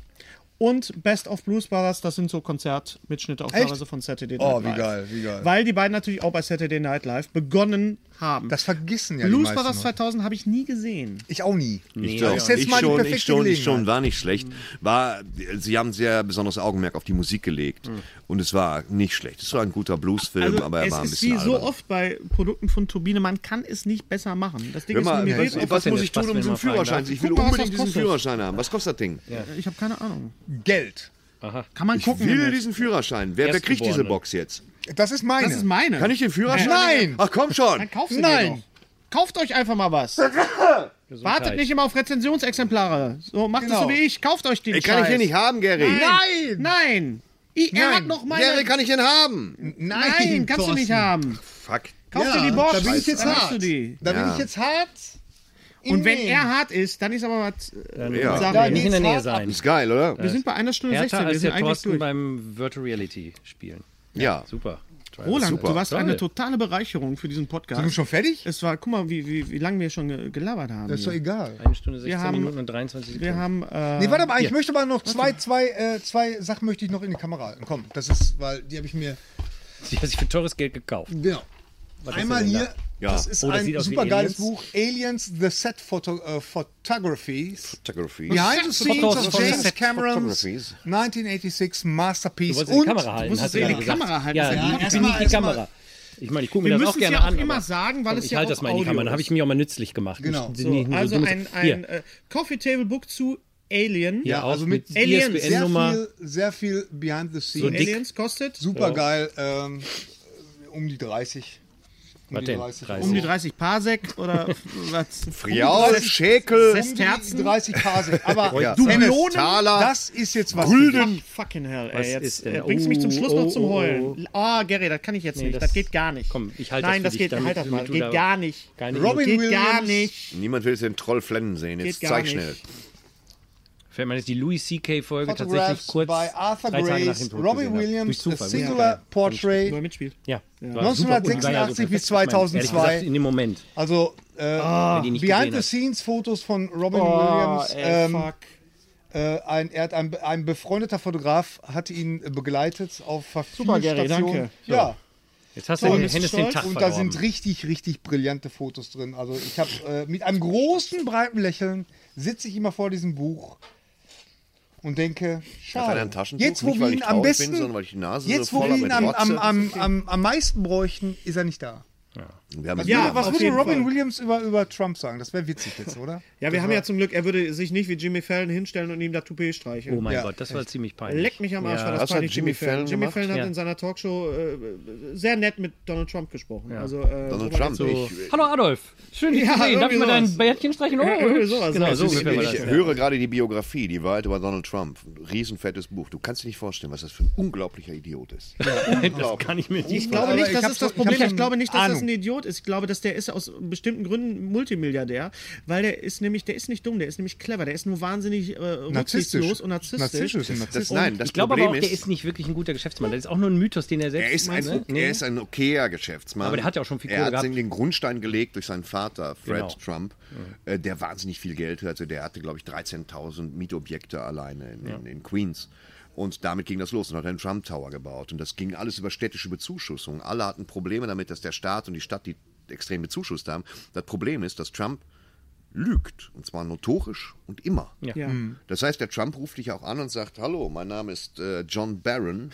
[SPEAKER 2] und Best of Blues Brothers. Das sind so Konzertmitschnitte auch teilweise von Saturday Night
[SPEAKER 5] Oh, wie
[SPEAKER 2] Live.
[SPEAKER 5] geil, wie geil.
[SPEAKER 2] Weil die beiden natürlich auch bei Saturday Night Live begonnen haben.
[SPEAKER 5] das vergessen ja
[SPEAKER 2] Blues
[SPEAKER 5] die
[SPEAKER 2] Brothers
[SPEAKER 5] meisten. noch.
[SPEAKER 2] 2000 habe ich nie gesehen.
[SPEAKER 5] Ich auch nie.
[SPEAKER 4] Ich,
[SPEAKER 5] Das
[SPEAKER 4] doch.
[SPEAKER 5] ist jetzt
[SPEAKER 4] ich
[SPEAKER 5] mal die
[SPEAKER 4] schon, ich
[SPEAKER 5] perfekte
[SPEAKER 4] schon, ich
[SPEAKER 5] Gelegenheit.
[SPEAKER 4] schon, war nicht schlecht. War, sie haben sehr besonderes Augenmerk auf die Musik gelegt. Und es war nicht schlecht. Es war ein guter Bluesfilm, aber
[SPEAKER 2] Hm. Also
[SPEAKER 4] er
[SPEAKER 2] es
[SPEAKER 4] war ein
[SPEAKER 2] ist
[SPEAKER 4] bisschen
[SPEAKER 2] wie so
[SPEAKER 4] albern.
[SPEAKER 2] oft bei Produkten von Turbine, man kann es nicht besser machen. Das Ding
[SPEAKER 4] Hör mal,
[SPEAKER 2] ist
[SPEAKER 4] was,
[SPEAKER 2] nummeriert.
[SPEAKER 4] was,
[SPEAKER 2] auf-
[SPEAKER 3] kostet
[SPEAKER 4] muss
[SPEAKER 3] denn
[SPEAKER 4] ich
[SPEAKER 3] das Spaß, wenn
[SPEAKER 4] tun, um diesen
[SPEAKER 3] man fragen
[SPEAKER 4] Führerschein?
[SPEAKER 3] darf?
[SPEAKER 4] Ich
[SPEAKER 2] Guck
[SPEAKER 4] will
[SPEAKER 2] mal, was
[SPEAKER 4] unbedingt
[SPEAKER 2] das
[SPEAKER 4] diesen
[SPEAKER 2] kostet.
[SPEAKER 4] Führerschein haben. Was kostet das Ding?
[SPEAKER 2] Ich habe keine Ahnung.
[SPEAKER 5] Geld.
[SPEAKER 2] Kann man
[SPEAKER 4] Ich
[SPEAKER 2] gucken.
[SPEAKER 4] will
[SPEAKER 2] Nett.
[SPEAKER 4] diesen Führerschein. Wer, wer kriegt diese
[SPEAKER 3] Erstgeborene.
[SPEAKER 4] Box jetzt?
[SPEAKER 5] Das ist meine.
[SPEAKER 2] das ist meine.
[SPEAKER 4] Kann ich den Führerschein?
[SPEAKER 5] Nein.
[SPEAKER 4] Ach komm schon.
[SPEAKER 2] Dann kaufst du
[SPEAKER 5] Nein.
[SPEAKER 2] Dir doch. Kauft euch einfach mal was. Wartet nicht immer auf Rezensionsexemplare. So macht es
[SPEAKER 5] Genau.
[SPEAKER 2] so wie ich. Kauft euch den
[SPEAKER 4] Den kann ich
[SPEAKER 2] Scheiß.
[SPEAKER 4] den nicht haben, Gary.
[SPEAKER 2] Nein. Nein. I, er
[SPEAKER 5] Nein.
[SPEAKER 2] hat noch meine.
[SPEAKER 4] Gary, kann ich den haben?
[SPEAKER 5] Nein,
[SPEAKER 2] Nein, kannst du
[SPEAKER 5] Thorsten.
[SPEAKER 2] nicht haben.
[SPEAKER 4] Fuck.
[SPEAKER 2] Kauf
[SPEAKER 5] Ja,
[SPEAKER 2] dir die Box.
[SPEAKER 5] Da bin ich jetzt
[SPEAKER 2] dann hast
[SPEAKER 5] hart.
[SPEAKER 2] du die.
[SPEAKER 5] Da bin
[SPEAKER 4] Ja.
[SPEAKER 5] ich jetzt hart.
[SPEAKER 2] Und wenn er hart ist, dann ist aber was. Äh,
[SPEAKER 4] Ja.
[SPEAKER 2] Sache.
[SPEAKER 3] Dann nicht in der Nähe
[SPEAKER 2] hart
[SPEAKER 3] sein.
[SPEAKER 4] Ist geil, oder?
[SPEAKER 2] Wir sind bei einer Stunde
[SPEAKER 3] Härter
[SPEAKER 2] 16. Wir
[SPEAKER 3] als
[SPEAKER 2] sind
[SPEAKER 3] der
[SPEAKER 2] eigentlich
[SPEAKER 3] Thorsten
[SPEAKER 2] durch.
[SPEAKER 3] beim Virtual Reality spielen.
[SPEAKER 4] Ja.
[SPEAKER 3] Äh, Super.
[SPEAKER 2] Roland,
[SPEAKER 4] Super.
[SPEAKER 2] du warst
[SPEAKER 3] Toll.
[SPEAKER 2] eine totale Bereicherung für diesen Podcast.
[SPEAKER 5] Sind wir schon fertig?
[SPEAKER 2] Es war, guck mal, wie, wie, wie lange wir schon ge- gelabert haben.
[SPEAKER 5] Das ist doch
[SPEAKER 2] hier.
[SPEAKER 5] egal.
[SPEAKER 3] Eine Stunde 16
[SPEAKER 2] haben-
[SPEAKER 3] Minuten und 23 Sekunden.
[SPEAKER 2] wir haben. Äh,
[SPEAKER 5] Nee, warte mal, ich möchte aber noch zwei, zwei, äh, zwei Sachen möchte ich noch in die Kamera halten. Komm, das ist, weil die habe ich mir.
[SPEAKER 3] Die hat sich für teures Geld gekauft.
[SPEAKER 5] Genau. Einmal
[SPEAKER 3] denn da?
[SPEAKER 5] hier,
[SPEAKER 4] Ja.
[SPEAKER 5] das ist
[SPEAKER 3] Oh, das sieht
[SPEAKER 5] ein
[SPEAKER 3] aus wie
[SPEAKER 5] super geiles
[SPEAKER 3] Aliens.
[SPEAKER 5] Buch, Aliens The Set Photo äh, Photographies.
[SPEAKER 4] Photography.
[SPEAKER 5] Behind the scenes
[SPEAKER 3] Fotos
[SPEAKER 5] of
[SPEAKER 3] von
[SPEAKER 5] James
[SPEAKER 3] Set
[SPEAKER 5] Cameron's
[SPEAKER 4] Photographies.
[SPEAKER 5] 1986 Masterpiece.
[SPEAKER 3] Du wolltest
[SPEAKER 5] und
[SPEAKER 3] die Kamera halten.
[SPEAKER 2] musst es
[SPEAKER 3] hast
[SPEAKER 2] in
[SPEAKER 3] gerade
[SPEAKER 2] die
[SPEAKER 3] gesagt.
[SPEAKER 2] Kamera halten. Ja,
[SPEAKER 3] Ja, die- die,
[SPEAKER 5] erstmal-
[SPEAKER 3] die, die
[SPEAKER 5] erstmal-
[SPEAKER 3] Kamera. Ich meine, ich gucke
[SPEAKER 2] Wir
[SPEAKER 3] mir das auch
[SPEAKER 2] müssen es
[SPEAKER 3] gerne
[SPEAKER 2] ja auch
[SPEAKER 3] an.
[SPEAKER 2] immer
[SPEAKER 3] aber
[SPEAKER 2] sagen, weil es
[SPEAKER 3] ich
[SPEAKER 2] ja
[SPEAKER 3] halte
[SPEAKER 2] auch
[SPEAKER 3] das mal in die
[SPEAKER 2] Audio
[SPEAKER 3] Kamera. Dann habe
[SPEAKER 2] ist.
[SPEAKER 3] ich mich auch mal nützlich gemacht.
[SPEAKER 5] Genau.
[SPEAKER 3] Nicht-
[SPEAKER 5] So,
[SPEAKER 3] nicht nur
[SPEAKER 2] also
[SPEAKER 3] dummes-
[SPEAKER 2] ein,
[SPEAKER 3] Hier.
[SPEAKER 2] ein äh, Coffee Table Book zu Alien.
[SPEAKER 3] Ja, auch
[SPEAKER 5] also
[SPEAKER 3] mit
[SPEAKER 5] mit
[SPEAKER 2] Aliens.
[SPEAKER 5] sehr
[SPEAKER 3] ISBN-Nummer.
[SPEAKER 5] viel, sehr viel Behind the
[SPEAKER 3] So
[SPEAKER 5] Scenes.
[SPEAKER 3] dick.
[SPEAKER 2] Aliens kostet
[SPEAKER 5] super geil. Ähm, um die 30. Um
[SPEAKER 3] Was denn? 30.
[SPEAKER 2] um die 30 Parsec oder was?
[SPEAKER 4] Friaul, Schäkel,
[SPEAKER 5] Terzen?
[SPEAKER 2] Sest- Terzen?
[SPEAKER 5] 30 Parsec. Aber
[SPEAKER 4] Ja.
[SPEAKER 5] du
[SPEAKER 4] Dulonen?
[SPEAKER 5] Melonen, das ist jetzt was.
[SPEAKER 4] Gulden.
[SPEAKER 2] Fucking hell, ey.
[SPEAKER 3] Was
[SPEAKER 2] Jetzt
[SPEAKER 3] ist denn?
[SPEAKER 2] äh, bringst du mich zum Schluss noch
[SPEAKER 3] Oh,
[SPEAKER 2] zum
[SPEAKER 3] oh, oh.
[SPEAKER 2] Heulen. Ah, Gary, das kann ich jetzt nicht. Das,
[SPEAKER 3] das-
[SPEAKER 2] geht gar nicht.
[SPEAKER 3] Komm, ich halte
[SPEAKER 2] Nein,
[SPEAKER 3] das
[SPEAKER 2] das,
[SPEAKER 3] für dich,
[SPEAKER 2] geht,
[SPEAKER 3] damit-
[SPEAKER 2] halt das
[SPEAKER 3] damit
[SPEAKER 2] mal.
[SPEAKER 3] du
[SPEAKER 2] Geht
[SPEAKER 3] da-
[SPEAKER 2] gar nicht.
[SPEAKER 3] Gar nicht.
[SPEAKER 5] Robin
[SPEAKER 2] geht gar
[SPEAKER 5] Williams.
[SPEAKER 2] nicht.
[SPEAKER 4] Niemand will den Troll flennen sehen. Jetzt
[SPEAKER 2] Geht gar
[SPEAKER 4] zeig
[SPEAKER 2] nicht.
[SPEAKER 4] schnell.
[SPEAKER 3] Fällt mir jetzt die Louis C.K. Folge tatsächlich
[SPEAKER 5] Photographs
[SPEAKER 3] kurz
[SPEAKER 5] by Arthur
[SPEAKER 3] drei Tage nach dem
[SPEAKER 5] Grace,
[SPEAKER 3] Tod
[SPEAKER 5] Robbie
[SPEAKER 3] gesehen habe.
[SPEAKER 5] Williams,
[SPEAKER 3] Durch
[SPEAKER 5] The
[SPEAKER 3] Zufall.
[SPEAKER 5] Singular Portrait.
[SPEAKER 2] Nur mitspielt.
[SPEAKER 3] Ja, war super. Und die waren ja so
[SPEAKER 5] 1986 bis
[SPEAKER 3] perfekt. Ich meine, ehrlich
[SPEAKER 5] 2002.
[SPEAKER 3] gesagt, in dem Moment.
[SPEAKER 5] Also äh,
[SPEAKER 3] wenn die nicht
[SPEAKER 5] Behind
[SPEAKER 3] gesehen
[SPEAKER 5] the
[SPEAKER 3] hast.
[SPEAKER 5] Scenes Fotos von Robin
[SPEAKER 2] Ah. Oh,
[SPEAKER 5] Williams.
[SPEAKER 2] ey,
[SPEAKER 5] ähm,
[SPEAKER 2] fuck.
[SPEAKER 5] äh, ein, er hat ein, ein befreundeter Fotograf hat ihn äh, begleitet auf
[SPEAKER 2] Super, Gary, danke.
[SPEAKER 5] Ja,
[SPEAKER 3] Jetzt hast du den Hennes den
[SPEAKER 2] Stolz
[SPEAKER 3] Tag
[SPEAKER 5] und da
[SPEAKER 3] verdorben.
[SPEAKER 5] sind richtig, richtig brillante Fotos drin. Also ich habe äh, mit einem großen, breiten Lächeln sitze ich immer vor diesem Buch und denke,
[SPEAKER 4] Hat er
[SPEAKER 5] schade.
[SPEAKER 4] ein Taschentuch?
[SPEAKER 5] Jetzt, wo
[SPEAKER 4] Nicht,
[SPEAKER 5] wir
[SPEAKER 4] weil
[SPEAKER 5] ihn
[SPEAKER 4] ich
[SPEAKER 5] am
[SPEAKER 4] traurig
[SPEAKER 5] besten,
[SPEAKER 4] bin, sondern weil ich die Nase so
[SPEAKER 5] jetzt, wo
[SPEAKER 4] voll
[SPEAKER 5] wir
[SPEAKER 4] habe
[SPEAKER 5] ihn
[SPEAKER 4] mit
[SPEAKER 5] am,
[SPEAKER 4] Rotze.
[SPEAKER 5] am, am, am, am meisten bräuchten, ist er nicht da.
[SPEAKER 4] Wir haben
[SPEAKER 2] Ja,
[SPEAKER 4] was
[SPEAKER 5] Was
[SPEAKER 2] auf
[SPEAKER 5] würde
[SPEAKER 2] jeden
[SPEAKER 5] Robin
[SPEAKER 2] Fall.
[SPEAKER 5] Williams über, über Trump sagen? Das wäre witzig jetzt, oder?
[SPEAKER 2] Ja, wir haben ja zum Glück, er würde sich nicht wie Jimmy Fallon hinstellen und ihm da Toupet streicheln.
[SPEAKER 3] Oh mein
[SPEAKER 5] Ja,
[SPEAKER 3] Gott, das war ziemlich peinlich.
[SPEAKER 2] Leck mich am Arsch, war das
[SPEAKER 4] was hat
[SPEAKER 2] peinlich Jimmy
[SPEAKER 4] Jimmy
[SPEAKER 2] Fallon.
[SPEAKER 4] Fallon
[SPEAKER 2] Jimmy
[SPEAKER 4] gemacht?
[SPEAKER 2] Fallon hat
[SPEAKER 3] Ja.
[SPEAKER 2] in seiner Talkshow äh, sehr nett mit Donald Trump gesprochen. Also, äh,
[SPEAKER 4] Donald
[SPEAKER 2] wobei-
[SPEAKER 4] Trump.
[SPEAKER 3] So.
[SPEAKER 4] Ich,
[SPEAKER 3] Hallo Adolf, schön dich
[SPEAKER 2] Ja,
[SPEAKER 3] zu sehen. Darf ich mal
[SPEAKER 2] irgendwie
[SPEAKER 3] dein
[SPEAKER 2] sowas.
[SPEAKER 3] Bärtchen streichen?
[SPEAKER 2] Ja, irgendwie sowas.
[SPEAKER 3] genau,
[SPEAKER 2] Es
[SPEAKER 3] so
[SPEAKER 2] ist-
[SPEAKER 3] ungefähr war
[SPEAKER 4] ich
[SPEAKER 3] das.
[SPEAKER 4] höre gerade die Biografie, die Wahrheit über Donald Trump. Ein Riesenfettes Buch. Du kannst dir nicht vorstellen, was das für ein unglaublicher Idiot ist.
[SPEAKER 3] Das kann ich mir nicht
[SPEAKER 2] Ich glaube
[SPEAKER 5] Aber
[SPEAKER 2] nicht,
[SPEAKER 5] Also ich
[SPEAKER 2] das
[SPEAKER 5] hab
[SPEAKER 2] ist
[SPEAKER 5] so-
[SPEAKER 2] das
[SPEAKER 5] ich hab
[SPEAKER 2] Problem.
[SPEAKER 5] so
[SPEAKER 2] Ich, glaube nicht, dass das ein
[SPEAKER 5] Ahnung.
[SPEAKER 2] Idiot ist. Ich glaube, dass der ist aus bestimmten Gründen Multimilliardär, weil der ist nämlich, der ist nicht dumm, der ist nämlich clever, der ist nur wahnsinnig äh, rücksichtslos und narzisstisch.
[SPEAKER 5] Narzisstisch und
[SPEAKER 4] Das,
[SPEAKER 5] narzisstisch.
[SPEAKER 4] nein, das
[SPEAKER 3] Ich glaube aber
[SPEAKER 4] Problem
[SPEAKER 3] auch, der
[SPEAKER 4] ist,
[SPEAKER 3] ist nicht wirklich ein guter Geschäftsmann. Das ist auch nur ein Mythos, den er selbst
[SPEAKER 4] er ist, ein,
[SPEAKER 3] ne?
[SPEAKER 4] er ist ein okayer Geschäftsmann.
[SPEAKER 3] Aber der hat ja auch schon viel
[SPEAKER 4] Er
[SPEAKER 3] Kohle
[SPEAKER 4] hat
[SPEAKER 3] gehabt.
[SPEAKER 4] den Grundstein gelegt durch seinen Vater, Fred
[SPEAKER 3] Genau.
[SPEAKER 4] Trump, äh, der wahnsinnig viel Geld hatte. Der hatte, glaube ich, 13.000 Mietobjekte alleine in, in, in Queens. Und damit ging das los und hat einen Trump Tower gebaut. Und das ging alles über städtische Bezuschussung. Alle hatten Probleme damit, dass der Staat und die Stadt die extrem bezuschusst haben. Das Problem ist, dass Trump lügt. Und zwar notorisch und immer.
[SPEAKER 2] Ja.
[SPEAKER 5] Hm.
[SPEAKER 3] Mhm.
[SPEAKER 4] Das heißt, der Trump ruft dich auch an und sagt: Hallo, mein Name ist äh, John Barron.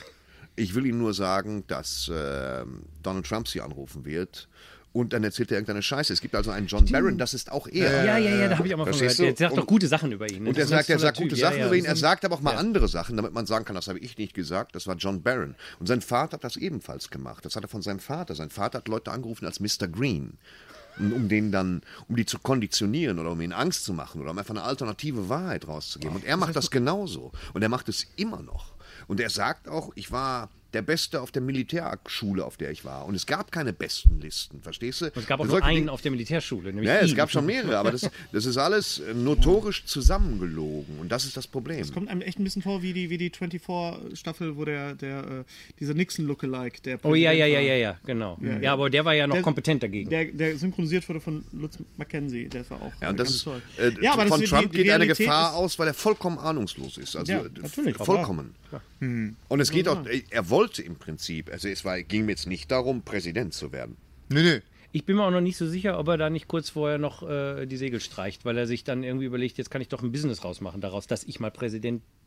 [SPEAKER 4] Ich will Ihnen nur sagen, dass ähm, Donald Trump Sie anrufen wird. Und dann erzählt er irgendeine Scheiße. Es gibt also einen John Barron, das ist auch er.
[SPEAKER 3] Ja, ja, ja, da habe ich auch mal von
[SPEAKER 4] Verstehst
[SPEAKER 3] gehört. Der
[SPEAKER 4] du?
[SPEAKER 3] sagt doch
[SPEAKER 4] Und-
[SPEAKER 3] gute Sachen über ihn. ne?
[SPEAKER 4] Und
[SPEAKER 3] Das
[SPEAKER 4] er
[SPEAKER 3] ist ein
[SPEAKER 4] sagt, er
[SPEAKER 3] toller
[SPEAKER 4] sagt
[SPEAKER 3] Typ.
[SPEAKER 4] gute
[SPEAKER 3] Ja,
[SPEAKER 4] Sachen
[SPEAKER 3] ja,
[SPEAKER 4] über ihn,
[SPEAKER 3] das
[SPEAKER 4] er
[SPEAKER 3] ist
[SPEAKER 4] sagt aber auch mal andere Sachen, damit man sagen kann, das habe ich nicht gesagt, das war John Barron. Und sein Vater hat das ebenfalls gemacht. Das hat er von seinem Vater. Sein Vater hat Leute angerufen als Mr. Green. Und um den dann, um die zu konditionieren oder um ihnen Angst zu machen oder um einfach eine alternative Wahrheit rauszugeben. Und er macht das genauso. Und er macht es immer noch. Und er sagt auch, ich war der Beste auf der Militärschule, auf der ich war. Und es gab keine besten Listen, verstehst du?
[SPEAKER 3] es gab auch
[SPEAKER 4] Du
[SPEAKER 3] nur
[SPEAKER 4] solltest-
[SPEAKER 3] einen auf der Militärschule. nämlich
[SPEAKER 4] ja, es
[SPEAKER 3] ihn.
[SPEAKER 4] gab schon mehrere, aber das, das ist alles äh, notorisch zusammengelogen und das ist das Problem.
[SPEAKER 2] Kommt einem echt ein bisschen vor wie die, wie die 24-Staffel, wo der, der, äh, dieser Nixon-Lookalike, der
[SPEAKER 3] Oh ja, ja,
[SPEAKER 2] Präsident
[SPEAKER 3] ja,
[SPEAKER 2] war,
[SPEAKER 3] ja, ja, genau. Ja, aber der war ja noch kompetent dagegen.
[SPEAKER 2] Der, der synchronisiert wurde von Lutz Mackenzie, der war auch
[SPEAKER 4] Ja, und
[SPEAKER 2] ganz
[SPEAKER 4] das ist,
[SPEAKER 2] toll.
[SPEAKER 4] äh,
[SPEAKER 2] ja, aber das
[SPEAKER 4] von
[SPEAKER 2] ist- die-
[SPEAKER 4] Trump
[SPEAKER 2] die
[SPEAKER 4] geht eine
[SPEAKER 2] Realität
[SPEAKER 4] Gefahr
[SPEAKER 2] ist-
[SPEAKER 4] aus, weil er vollkommen ahnungslos ist. Also
[SPEAKER 2] Ja,
[SPEAKER 4] äh,
[SPEAKER 2] natürlich, aber-
[SPEAKER 4] vollkommen. Und es geht auch, äh, er wollte im Prinzip, also es war, ging mir jetzt nicht darum, Präsident zu werden.
[SPEAKER 5] Nö, nö.
[SPEAKER 3] Ich bin mir auch noch nicht so sicher, ob er da nicht kurz vorher noch äh, die Segel streicht, weil er sich dann irgendwie überlegt, jetzt kann ich doch ein Business rausmachen daraus, dass ich mal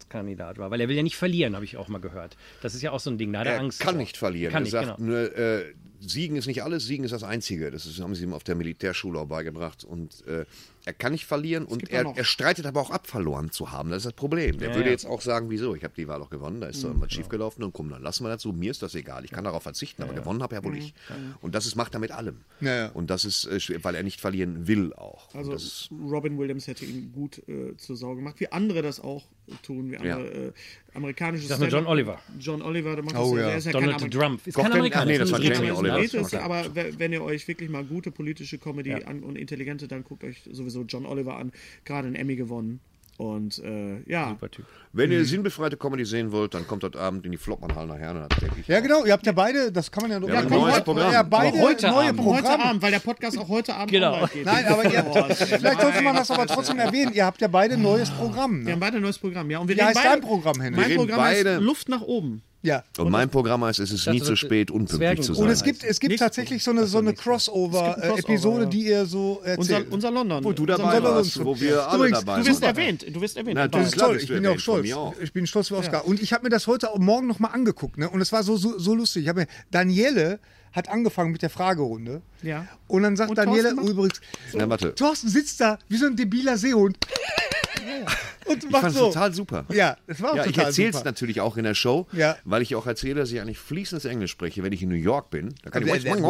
[SPEAKER 3] Präsidentkandidat war. Weil er will ja nicht verlieren, habe ich auch mal gehört. Das ist ja auch so ein Ding, da hat er,
[SPEAKER 4] er
[SPEAKER 3] Angst.
[SPEAKER 4] Äh, kann
[SPEAKER 3] vor.
[SPEAKER 4] nicht verlieren.
[SPEAKER 3] Kann
[SPEAKER 4] er
[SPEAKER 3] nicht,
[SPEAKER 4] sagt
[SPEAKER 3] genau.
[SPEAKER 4] nur, äh, Siegen ist nicht alles, Siegen ist das Einzige. Das ist, haben sie ihm auf der Militärschule auch beigebracht. Und äh, er kann nicht verlieren und
[SPEAKER 2] gibt auch
[SPEAKER 4] er,
[SPEAKER 2] noch-
[SPEAKER 4] er streitet aber auch ab, verloren zu haben. Das ist das Problem. Der
[SPEAKER 3] Ja,
[SPEAKER 4] würde
[SPEAKER 3] ja.
[SPEAKER 4] jetzt auch sagen, wieso? Ich habe die Wahl doch gewonnen, da ist doch irgendwas schiefgelaufen und komm, dann lassen wir das so. Mir ist das egal. Ich kann darauf verzichten, aber gewonnen habe ja wohl ich. Und das ist, macht er mit allem.
[SPEAKER 5] Ja, ja.
[SPEAKER 4] Und das ist, äh, schwer, weil er nicht verlieren will auch. Und
[SPEAKER 2] Also
[SPEAKER 4] das ist,
[SPEAKER 2] Robin Williams hätte ihn gut äh, zur Sau gemacht, wie andere das auch tun, wie andere äh, amerikanische
[SPEAKER 3] Das ist mit John
[SPEAKER 2] Stand-up-
[SPEAKER 3] Oliver.
[SPEAKER 2] John Oliver, der macht
[SPEAKER 5] Oh,
[SPEAKER 2] das
[SPEAKER 5] ja.
[SPEAKER 2] der ist ja kein
[SPEAKER 3] Donald
[SPEAKER 2] Amerikaner.
[SPEAKER 3] Trump. Ist
[SPEAKER 4] Gott,
[SPEAKER 3] kein
[SPEAKER 4] denn-
[SPEAKER 3] Amerikaner.
[SPEAKER 4] ah, nee, das war
[SPEAKER 3] ist ein
[SPEAKER 4] Jamie
[SPEAKER 3] Brite.
[SPEAKER 4] Oliver.
[SPEAKER 2] Brite ist,
[SPEAKER 4] Okay.
[SPEAKER 2] aber we- wenn ihr euch wirklich mal gute politische Comedy an und intelligente, dann guckt euch sowieso John Oliver an. Gerade einen Emmy gewonnen. Und äh, ja.
[SPEAKER 3] Super Typ.
[SPEAKER 4] Wenn ihr sinnbefreite Comedy sehen wollt, dann kommt heute Abend in die Flottmannhallener Herne. das denke ich.
[SPEAKER 5] Ja, genau, ihr habt ja beide, das kann man ja noch
[SPEAKER 4] haben ein neues Programm.
[SPEAKER 5] Ja, beide
[SPEAKER 3] Aber heute
[SPEAKER 5] neue
[SPEAKER 3] Abend.
[SPEAKER 5] Programme.
[SPEAKER 2] Heute Abend, weil der Podcast auch heute Abend
[SPEAKER 3] Genau.
[SPEAKER 2] online geht.
[SPEAKER 5] Nein, aber ihr
[SPEAKER 2] Boah,
[SPEAKER 5] habt,
[SPEAKER 2] ey,
[SPEAKER 5] vielleicht sollte man
[SPEAKER 2] meine
[SPEAKER 5] das aber
[SPEAKER 2] Fresse.
[SPEAKER 5] trotzdem erwähnen. Ihr habt ja beide neues Programm.
[SPEAKER 2] Wir haben
[SPEAKER 5] Ne?
[SPEAKER 2] beide ein neues Programm, ja. Und wir
[SPEAKER 5] Wie heißt
[SPEAKER 2] reden beide,
[SPEAKER 5] dein Programm, Henry?
[SPEAKER 4] Wir
[SPEAKER 2] Mein
[SPEAKER 4] reden
[SPEAKER 2] Programm
[SPEAKER 4] beide-
[SPEAKER 2] heißt Luft nach oben.
[SPEAKER 5] Ja.
[SPEAKER 4] Und mein Programm heißt, es ist nie
[SPEAKER 3] Das wird,
[SPEAKER 4] zu
[SPEAKER 3] äh,
[SPEAKER 4] spät, unpünktlich zu
[SPEAKER 3] Zwergenkuchen.
[SPEAKER 4] sein.
[SPEAKER 5] Und es gibt, es gibt tatsächlich so eine, so eine
[SPEAKER 2] Crossover,
[SPEAKER 5] Crossover-Episode,
[SPEAKER 2] ja.
[SPEAKER 5] die ihr so erzählt.
[SPEAKER 2] Unser, unser London.
[SPEAKER 4] wo du
[SPEAKER 2] unser
[SPEAKER 4] dabei
[SPEAKER 2] London-
[SPEAKER 4] warst, wo wir alle
[SPEAKER 5] Übrigens,
[SPEAKER 4] dabei
[SPEAKER 2] Du wirst
[SPEAKER 4] waren.
[SPEAKER 2] erwähnt. Du wirst erwähnt.
[SPEAKER 4] Na,
[SPEAKER 5] Das ist
[SPEAKER 4] Klar
[SPEAKER 5] toll,
[SPEAKER 4] bist
[SPEAKER 5] ich
[SPEAKER 4] du
[SPEAKER 5] bin ja auch
[SPEAKER 4] erwähnt, von
[SPEAKER 5] stolz.
[SPEAKER 4] mir auch.
[SPEAKER 5] Ich bin stolz für Oscar. Und ich habe mir das heute auch morgen nochmal angeguckt. Ne? Und es war so, so, so lustig. Ich hab mir, Daniele hat angefangen mit der Fragerunde.
[SPEAKER 2] Ja.
[SPEAKER 5] Und dann sagt
[SPEAKER 2] Und
[SPEAKER 5] Daniele
[SPEAKER 2] Thorsten macht-
[SPEAKER 5] übrigens,
[SPEAKER 4] Na, warte.
[SPEAKER 5] Thorsten sitzt da wie so ein debiler Seehund. Und
[SPEAKER 4] Ich
[SPEAKER 5] macht
[SPEAKER 4] fand es
[SPEAKER 5] so.
[SPEAKER 4] total super.
[SPEAKER 5] Ja, das war auch
[SPEAKER 4] Ja, ich
[SPEAKER 5] total
[SPEAKER 4] erzähle es
[SPEAKER 5] super.
[SPEAKER 4] natürlich auch in der Show,
[SPEAKER 5] Ja.
[SPEAKER 4] weil ich auch erzähle, dass ich eigentlich fließendes Englisch spreche, wenn ich in New York bin. Da kann ich
[SPEAKER 2] Äh,
[SPEAKER 5] Der- der-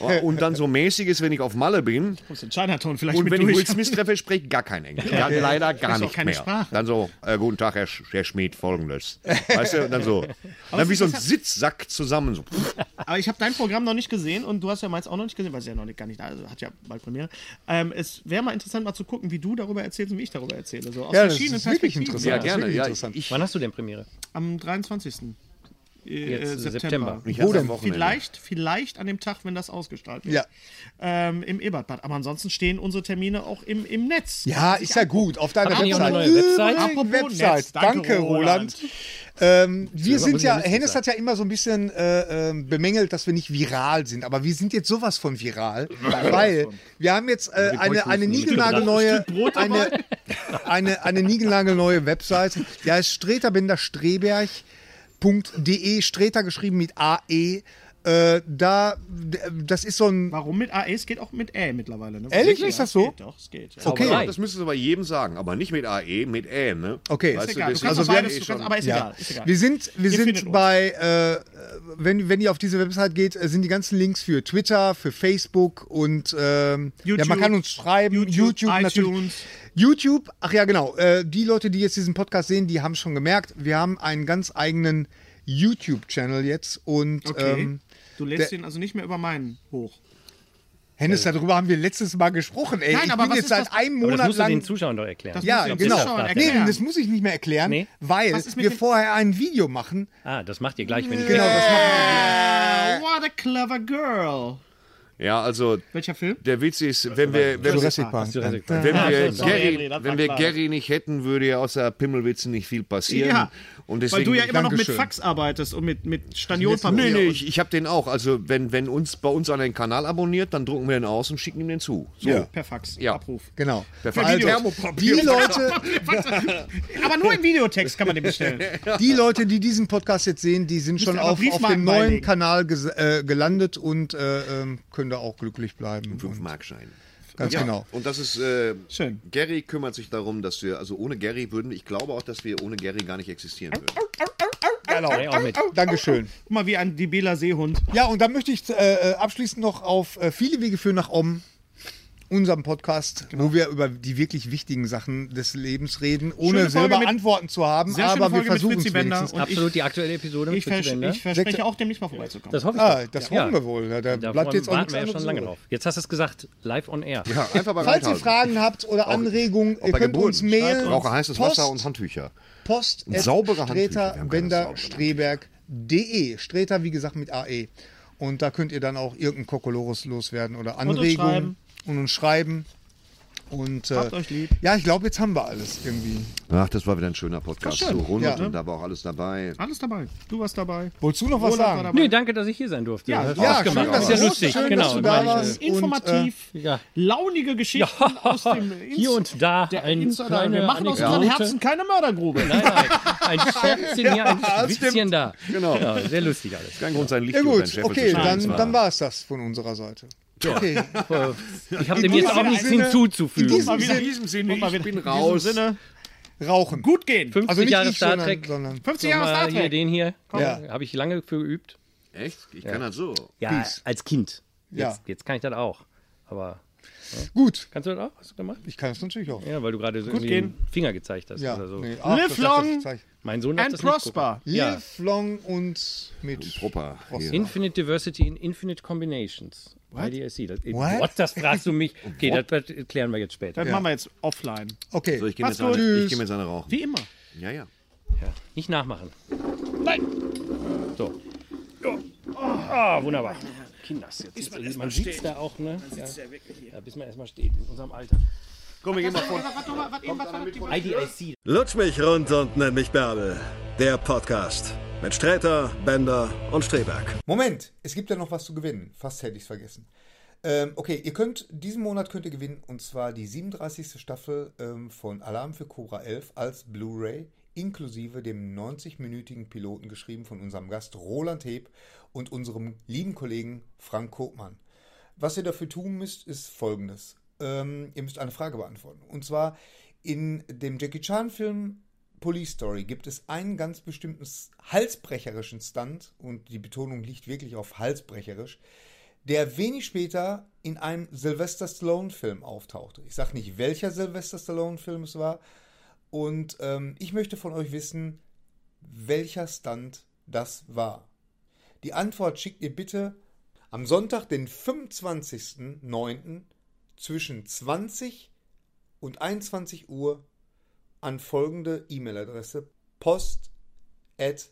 [SPEAKER 5] der-
[SPEAKER 4] und dann so mäßiges, wenn ich auf Malle bin.
[SPEAKER 2] Kommst in Chinatown vielleicht
[SPEAKER 4] Und
[SPEAKER 2] mit
[SPEAKER 4] wenn ich
[SPEAKER 2] durch.
[SPEAKER 4] Will Smith treffe, spreche ich gar kein Englisch. Dann leider gar
[SPEAKER 2] Ist auch
[SPEAKER 4] nicht
[SPEAKER 2] keine
[SPEAKER 4] mehr.
[SPEAKER 2] Sprache.
[SPEAKER 4] Dann so, äh, guten Tag, Herr, Sch- Herr Schmidt, folgendes. Weißt du, und dann so. Dann wie so ein Sitzsack zusammen. So.
[SPEAKER 2] Aber ich habe dein Programm noch nicht gesehen und du hast ja meins auch noch nicht gesehen, weil es ja noch nicht, gar nicht da also hat ja bald Premiere. Ähm, es wäre mal interessant, mal zu gucken, wie du darüber erzählst und wie ich darüber erzähle. So aus
[SPEAKER 5] Ja, das
[SPEAKER 2] verschiedenen
[SPEAKER 5] ist wirklich
[SPEAKER 2] Perspektiven.
[SPEAKER 4] Ja,
[SPEAKER 5] interessant.
[SPEAKER 4] gerne.
[SPEAKER 5] wirklich
[SPEAKER 4] Ja,
[SPEAKER 5] interessant.
[SPEAKER 4] ich,
[SPEAKER 3] Wann hast du denn Premiere?
[SPEAKER 2] Am 23. äh,
[SPEAKER 3] Jetzt, äh, September.
[SPEAKER 4] ich hasse
[SPEAKER 5] Oder
[SPEAKER 4] am Wochenende.
[SPEAKER 2] Vielleicht, vielleicht an dem Tag, wenn das ausgestrahlt wird.
[SPEAKER 5] Ja.
[SPEAKER 2] Ähm, Im Ebertbad. Aber ansonsten stehen unsere Termine auch im, im Netz.
[SPEAKER 5] Ja, ist ja gut. Auf deiner
[SPEAKER 3] Habt ihr
[SPEAKER 5] Website.
[SPEAKER 3] auch eine neue Website?
[SPEAKER 5] Übrigens,
[SPEAKER 2] Apropos
[SPEAKER 5] Website.
[SPEAKER 2] Netz.
[SPEAKER 5] Danke,
[SPEAKER 2] Danke,
[SPEAKER 5] Roland.
[SPEAKER 2] Roland.
[SPEAKER 5] Ähm, wir
[SPEAKER 3] Selber
[SPEAKER 5] sind
[SPEAKER 3] muss
[SPEAKER 5] ja,
[SPEAKER 3] ich ja
[SPEAKER 5] Hennes
[SPEAKER 3] sein.
[SPEAKER 5] hat ja immer so ein bisschen äh, ähm, bemängelt, dass wir nicht viral sind, aber wir sind jetzt sowas von viral, weil wir haben jetzt
[SPEAKER 3] Also
[SPEAKER 5] äh, eine, eine niegelnagelneue, eine, eine, eine niegelnagelneue Website, die heißt streterbinderstreberg.de, Streter geschrieben mit AE. Äh, da, d- das ist so ein,
[SPEAKER 2] Warum mit AE? Es geht auch mit Ä mittlerweile. Ne?
[SPEAKER 5] Ehrlich?
[SPEAKER 2] Ja,
[SPEAKER 5] Ist das
[SPEAKER 2] es
[SPEAKER 5] so?
[SPEAKER 2] Geht doch, es geht. Ja.
[SPEAKER 5] okay,
[SPEAKER 4] das müssen sie bei jedem sagen, aber nicht mit AE, mit Ä, ne?
[SPEAKER 5] Okay.
[SPEAKER 4] Weißt
[SPEAKER 5] Ist
[SPEAKER 2] Egal, du
[SPEAKER 4] deswegen-
[SPEAKER 2] kannst
[SPEAKER 4] also
[SPEAKER 2] also
[SPEAKER 4] wir
[SPEAKER 2] beides,
[SPEAKER 4] haben eh
[SPEAKER 2] du kannst,
[SPEAKER 4] schon-
[SPEAKER 2] aber ist
[SPEAKER 5] Ja.
[SPEAKER 2] egal. Ist egal.
[SPEAKER 5] Wir sind, wir
[SPEAKER 2] Ihr findet
[SPEAKER 5] sind
[SPEAKER 2] uns.
[SPEAKER 5] bei, äh, wenn, wenn ihr auf diese Website geht, äh, sind die ganzen Links für Twitter, für Facebook und ähm, ja,
[SPEAKER 2] YouTube,
[SPEAKER 5] man kann uns schreiben, YouTube,
[SPEAKER 2] YouTube,
[SPEAKER 5] natürlich.
[SPEAKER 2] iTunes.
[SPEAKER 5] YouTube, ach ja, genau. Äh, die Leute, die jetzt diesen Podcast sehen, die haben schon gemerkt, wir haben einen ganz eigenen YouTube-Channel jetzt und
[SPEAKER 2] okay.
[SPEAKER 5] ähm,
[SPEAKER 2] du lädst ihn also nicht mehr über meinen hoch.
[SPEAKER 5] Hennes, darüber haben wir letztes Mal gesprochen. Ey,
[SPEAKER 2] Nein,
[SPEAKER 5] ich
[SPEAKER 2] aber
[SPEAKER 5] bin
[SPEAKER 2] was
[SPEAKER 5] jetzt
[SPEAKER 2] ist
[SPEAKER 5] seit
[SPEAKER 2] das-
[SPEAKER 5] einem
[SPEAKER 3] Aber das
[SPEAKER 5] Monat
[SPEAKER 3] musst du
[SPEAKER 5] lang
[SPEAKER 3] den Zuschauern doch erklären.
[SPEAKER 5] ja,
[SPEAKER 2] musst du den
[SPEAKER 5] genau.
[SPEAKER 2] Zuschauern
[SPEAKER 5] Nee,
[SPEAKER 2] erklären.
[SPEAKER 5] das muss ich nicht mehr erklären,
[SPEAKER 3] Nee.
[SPEAKER 5] weil
[SPEAKER 2] Was ist mit
[SPEAKER 5] wir
[SPEAKER 2] den-
[SPEAKER 5] vorher ein Video machen.
[SPEAKER 3] Ah, das macht ihr gleich, wenn ich
[SPEAKER 5] Genau, das machen wir.
[SPEAKER 2] Oh, what a clever girl.
[SPEAKER 4] Ja, also
[SPEAKER 2] Welcher Film?
[SPEAKER 4] der Witz ist, wenn wir, wenn wir,
[SPEAKER 5] Jurassic Park.
[SPEAKER 3] Jurassic Park.
[SPEAKER 4] wenn wir,
[SPEAKER 2] sorry,
[SPEAKER 4] Gary,
[SPEAKER 2] Henry, das war
[SPEAKER 4] wenn wir
[SPEAKER 2] klar.
[SPEAKER 4] Gary nicht hätten, würde ja außer Pimmelwitzen nicht viel passieren.
[SPEAKER 2] Ja,
[SPEAKER 4] und deswegen,
[SPEAKER 2] Weil du ja immer noch mit
[SPEAKER 5] Dankeschön.
[SPEAKER 2] Fax arbeitest und mit, mit Staniolpapier.
[SPEAKER 4] Nee, nee, ich, ich hab den auch. Also, wenn, wenn uns bei uns einer den Kanal abonniert, dann drucken wir den aus und schicken ihm den zu. So.
[SPEAKER 5] Ja.
[SPEAKER 2] Per Fax.
[SPEAKER 4] Ja.
[SPEAKER 2] Abruf.
[SPEAKER 5] Genau.
[SPEAKER 4] Perfekt.
[SPEAKER 5] Also, die
[SPEAKER 4] Thermopapier.
[SPEAKER 5] Leute,
[SPEAKER 2] Aber nur im Videotext kann man den bestellen.
[SPEAKER 5] die Leute, die diesen Podcast jetzt sehen, die sind schon
[SPEAKER 2] aber
[SPEAKER 5] auf, auf
[SPEAKER 2] Briefmarken
[SPEAKER 5] dem neuen
[SPEAKER 2] beilegen.
[SPEAKER 5] Kanal ges- äh, gelandet und äh, ähm, können da auch glücklich bleiben.
[SPEAKER 4] Fünf Markschein.
[SPEAKER 5] Ganz genau.
[SPEAKER 4] Und das ist, äh,
[SPEAKER 2] Schön.
[SPEAKER 4] Gary kümmert sich darum, dass wir, also ohne Gary würden, ich glaube auch, dass wir ohne Gary gar nicht existieren würden.
[SPEAKER 3] Genau, auch mit.
[SPEAKER 5] Dankeschön.
[SPEAKER 2] Guck mal, wie ein debiler Seehund.
[SPEAKER 5] Ja, und dann möchte ich äh, äh, abschließend noch auf äh, viele Wege führen nach Om, unserem Podcast,
[SPEAKER 2] Genau.
[SPEAKER 5] wo wir über die wirklich wichtigen Sachen des Lebens reden, ohne
[SPEAKER 2] Schöne Folge
[SPEAKER 5] selber
[SPEAKER 2] mit-
[SPEAKER 5] Antworten zu haben,
[SPEAKER 2] Sehr schöne
[SPEAKER 5] aber wir
[SPEAKER 2] Folge mit
[SPEAKER 5] versuchen
[SPEAKER 2] Fritzi
[SPEAKER 5] es
[SPEAKER 2] Bender.
[SPEAKER 5] wenigstens.
[SPEAKER 2] Und ich,
[SPEAKER 3] Absolut die aktuelle Episode
[SPEAKER 2] ich,
[SPEAKER 3] mit Fritzi
[SPEAKER 2] vers
[SPEAKER 3] Bender.
[SPEAKER 2] ich verspreche auch, dem nicht mal vorbeizukommen.
[SPEAKER 3] ne? Das hoffe ich.
[SPEAKER 5] Ah,
[SPEAKER 3] doch.
[SPEAKER 5] das
[SPEAKER 3] Ja.
[SPEAKER 5] hoffen wir wohl. Ja, Da
[SPEAKER 3] Davon
[SPEAKER 5] bleibt jetzt auch nichts
[SPEAKER 3] warten wir ja
[SPEAKER 5] anderes
[SPEAKER 3] schon lange
[SPEAKER 5] übrig.
[SPEAKER 3] drauf. Jetzt hast du es gesagt, live on air.
[SPEAKER 4] Ja, einfach mal
[SPEAKER 5] Falls ihr
[SPEAKER 4] reinhalten.
[SPEAKER 5] Fragen habt oder Anregungen, ihr
[SPEAKER 4] bei
[SPEAKER 5] könnt
[SPEAKER 4] Geburten.
[SPEAKER 5] uns mailen.
[SPEAKER 4] Ich brauche heißes
[SPEAKER 5] Post-
[SPEAKER 4] Wasser und Handtücher.
[SPEAKER 5] Post
[SPEAKER 4] Und saubere Handtücher. Wir haben keine sauberen
[SPEAKER 5] streberg.de. Streter, wie gesagt, mit AE. Und da könnt ihr dann auch irgendeinen Kokolores loswerden oder
[SPEAKER 2] uns
[SPEAKER 5] Anregungen
[SPEAKER 2] schreiben.
[SPEAKER 5] und uns schreiben. Und, äh,
[SPEAKER 2] Habt euch lieb.
[SPEAKER 5] Ja, ich glaube, jetzt haben wir alles irgendwie.
[SPEAKER 4] Ach, das war wieder ein schöner Podcast.
[SPEAKER 2] War schön.
[SPEAKER 4] So rund
[SPEAKER 5] Ja.
[SPEAKER 4] und da war auch alles dabei.
[SPEAKER 2] Alles dabei. Du warst dabei.
[SPEAKER 5] Wolltest du noch was
[SPEAKER 2] Roland war
[SPEAKER 5] sagen?
[SPEAKER 2] dabei.
[SPEAKER 3] Nee, danke, dass ich hier sein durfte.
[SPEAKER 2] Ja,
[SPEAKER 3] Das
[SPEAKER 2] ja,
[SPEAKER 3] hat
[SPEAKER 4] schön,
[SPEAKER 3] Spaß gemacht.
[SPEAKER 4] dass
[SPEAKER 3] Das ist
[SPEAKER 4] du
[SPEAKER 3] ja
[SPEAKER 4] da
[SPEAKER 3] lustig.
[SPEAKER 5] warst. Schön,
[SPEAKER 3] genau.
[SPEAKER 5] dass du da
[SPEAKER 3] meine ich,
[SPEAKER 5] warst. Und, äh,
[SPEAKER 2] Informativ,
[SPEAKER 3] ja.
[SPEAKER 2] launige Geschichten aus dem
[SPEAKER 3] äh,
[SPEAKER 2] Inst-
[SPEAKER 3] Hier und da
[SPEAKER 2] der
[SPEAKER 3] ein
[SPEAKER 2] Insider.
[SPEAKER 3] kleine
[SPEAKER 2] Wir machen aus unseren
[SPEAKER 3] Anekdote.
[SPEAKER 2] Herzen keine Mördergrube.
[SPEAKER 3] Nein, nein. Ein Scherzchen hier, ein Witzchen da. Genau. Sehr lustig alles.
[SPEAKER 4] Kein Grund, sein Licht
[SPEAKER 5] Ja
[SPEAKER 4] und sein
[SPEAKER 5] gut,
[SPEAKER 4] Scheffel zu
[SPEAKER 5] okay,
[SPEAKER 4] stellen.
[SPEAKER 5] dann,
[SPEAKER 4] Das war-
[SPEAKER 5] dann war es das von unserer Seite. Okay.
[SPEAKER 3] Ich habe dem
[SPEAKER 5] diesem
[SPEAKER 3] jetzt auch nichts
[SPEAKER 5] Sinne- in
[SPEAKER 3] hinzuzufügen.
[SPEAKER 5] diesem-
[SPEAKER 4] In diesem Sinne, ich bin raus.
[SPEAKER 2] In diesem Sinne,
[SPEAKER 5] Rauchen.
[SPEAKER 2] gut gehen.
[SPEAKER 3] 50
[SPEAKER 5] Also nicht
[SPEAKER 3] Jahre
[SPEAKER 5] ich,
[SPEAKER 3] Star
[SPEAKER 5] sondern-
[SPEAKER 3] Trek.
[SPEAKER 5] sondern
[SPEAKER 2] 50 Jahre Star
[SPEAKER 3] Nochmal hier
[SPEAKER 2] Trek.
[SPEAKER 3] den hier.
[SPEAKER 5] Ja.
[SPEAKER 3] Habe ich lange für geübt.
[SPEAKER 4] Echt? Ich kann das so.
[SPEAKER 3] Ja, als Kind.
[SPEAKER 5] Ja.
[SPEAKER 3] Jetzt, jetzt kann ich das auch. Aber
[SPEAKER 7] Gut.
[SPEAKER 3] Kannst du das auch? Hast du gemacht?
[SPEAKER 7] Ich kann es natürlich auch.
[SPEAKER 3] Ja, weil du gerade so irgendwie
[SPEAKER 2] gehen.
[SPEAKER 3] den Finger gezeigt hast.
[SPEAKER 7] Ja,
[SPEAKER 3] oder so.
[SPEAKER 7] nee. Ach,
[SPEAKER 2] Live
[SPEAKER 7] das- das- das-
[SPEAKER 2] long.
[SPEAKER 7] das- das-
[SPEAKER 3] Mein Sohn darf
[SPEAKER 2] And
[SPEAKER 3] das nicht gucken.
[SPEAKER 2] prosper.
[SPEAKER 3] Ja.
[SPEAKER 7] Live long und mit.
[SPEAKER 4] Proper. hier.
[SPEAKER 3] Infinite Diversity in Infinite Combinations. What? IDSC. Das,
[SPEAKER 7] What?
[SPEAKER 3] What? Das fragst du mich. Okay, das das klären wir jetzt später.
[SPEAKER 2] Das machen wir jetzt offline.
[SPEAKER 7] Okay.
[SPEAKER 3] Also
[SPEAKER 4] So, ich gehe mir
[SPEAKER 2] Mach's
[SPEAKER 4] jetzt eine-
[SPEAKER 7] gut.
[SPEAKER 4] ich geh mir jetzt eine rauchen.
[SPEAKER 2] Wie immer.
[SPEAKER 4] Ja, ja.
[SPEAKER 3] Ja. Nicht nachmachen.
[SPEAKER 2] Nein.
[SPEAKER 3] So. Ja. Ah, wunderbar. Kinders, jetzt sitzt, man, man sieht da auch, ne? Ja. ja, bis man erstmal steht, in unserem Alter.
[SPEAKER 4] Komm, wir gehen mal vor.
[SPEAKER 3] IDIC,
[SPEAKER 8] Lutsch mich rund und nenn mich Bärbel. Der Podcast mit Sträter, Bender und Streberg.
[SPEAKER 5] Moment, es gibt ja noch was zu gewinnen. Fast hätte ich es vergessen. Ähm, okay, ihr könnt, diesen Monat könnt ihr gewinnen, und zwar die 37. Staffel ähm, von Alarm für Cobra 11 als Blu-ray, inklusive dem 90-minütigen Piloten, geschrieben von unserem Gast Roland Heb und unserem lieben Kollegen Frank Kopmann. Was ihr dafür tun müsst, ist folgendes. Ähm, ihr müsst eine Frage beantworten. Und zwar, in dem Jackie Chan-Film Police Story gibt es einen ganz bestimmten s- halsbrecherischen Stunt, und die Betonung liegt wirklich auf halsbrecherisch, der wenig später in einem Sylvester Stallone-Film auftauchte. Ich sage nicht, welcher Sylvester Stallone-Film es war. Und ähm, ich möchte von euch wissen, welcher Stunt das war. Die Antwort schickt ihr bitte am Sonntag, den 25.09. zwischen 20 und 21 Uhr an folgende E-Mail-Adresse post at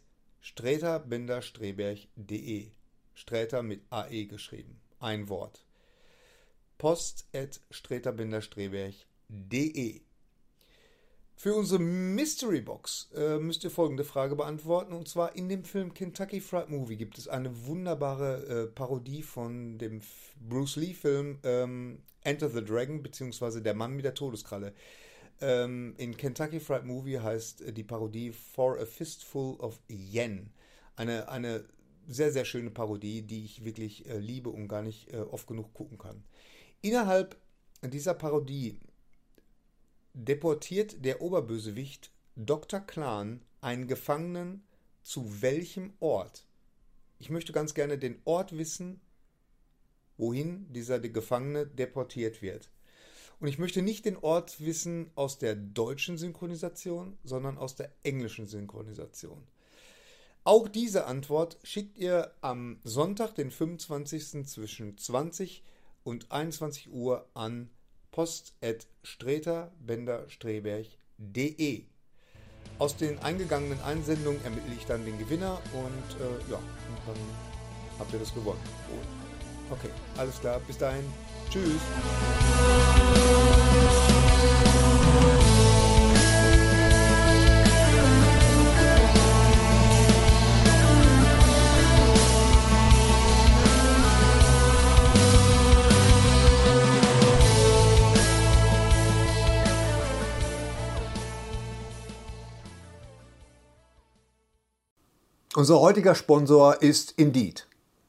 [SPEAKER 5] streberg.de Sträter mit AE geschrieben. Ein Wort. Post at streberg.de für unsere Mystery Box äh, müsst ihr folgende Frage beantworten. Und zwar in dem Film Kentucky Fried Movie gibt es eine wunderbare äh, Parodie von dem F- Bruce Lee-Film ähm, Enter the Dragon bzw. Der Mann mit der Todeskralle. Ähm, in Kentucky Fried Movie heißt äh, die Parodie For a Fistful of Yen. Eine, eine sehr, sehr schöne Parodie, die ich wirklich äh, liebe und gar nicht äh, oft genug gucken kann. Innerhalb dieser Parodie deportiert der Oberbösewicht Dr. Klan einen Gefangenen zu welchem Ort? Ich möchte ganz gerne den Ort wissen, wohin dieser Gefangene deportiert wird. Und ich möchte nicht den Ort wissen aus der deutschen Synchronisation, sondern aus der englischen Synchronisation. Auch diese Antwort schickt ihr am Sonntag, den 25. zwischen 20 und 21 Uhr an post.streterbender-streberg.de. Aus den eingegangenen Einsendungen ermittle ich dann den Gewinner und äh, ja, und dann habt ihr das gewonnen. Oh. Okay, alles klar, bis dahin. Tschüss.
[SPEAKER 1] Unser heutiger Sponsor ist Indeed.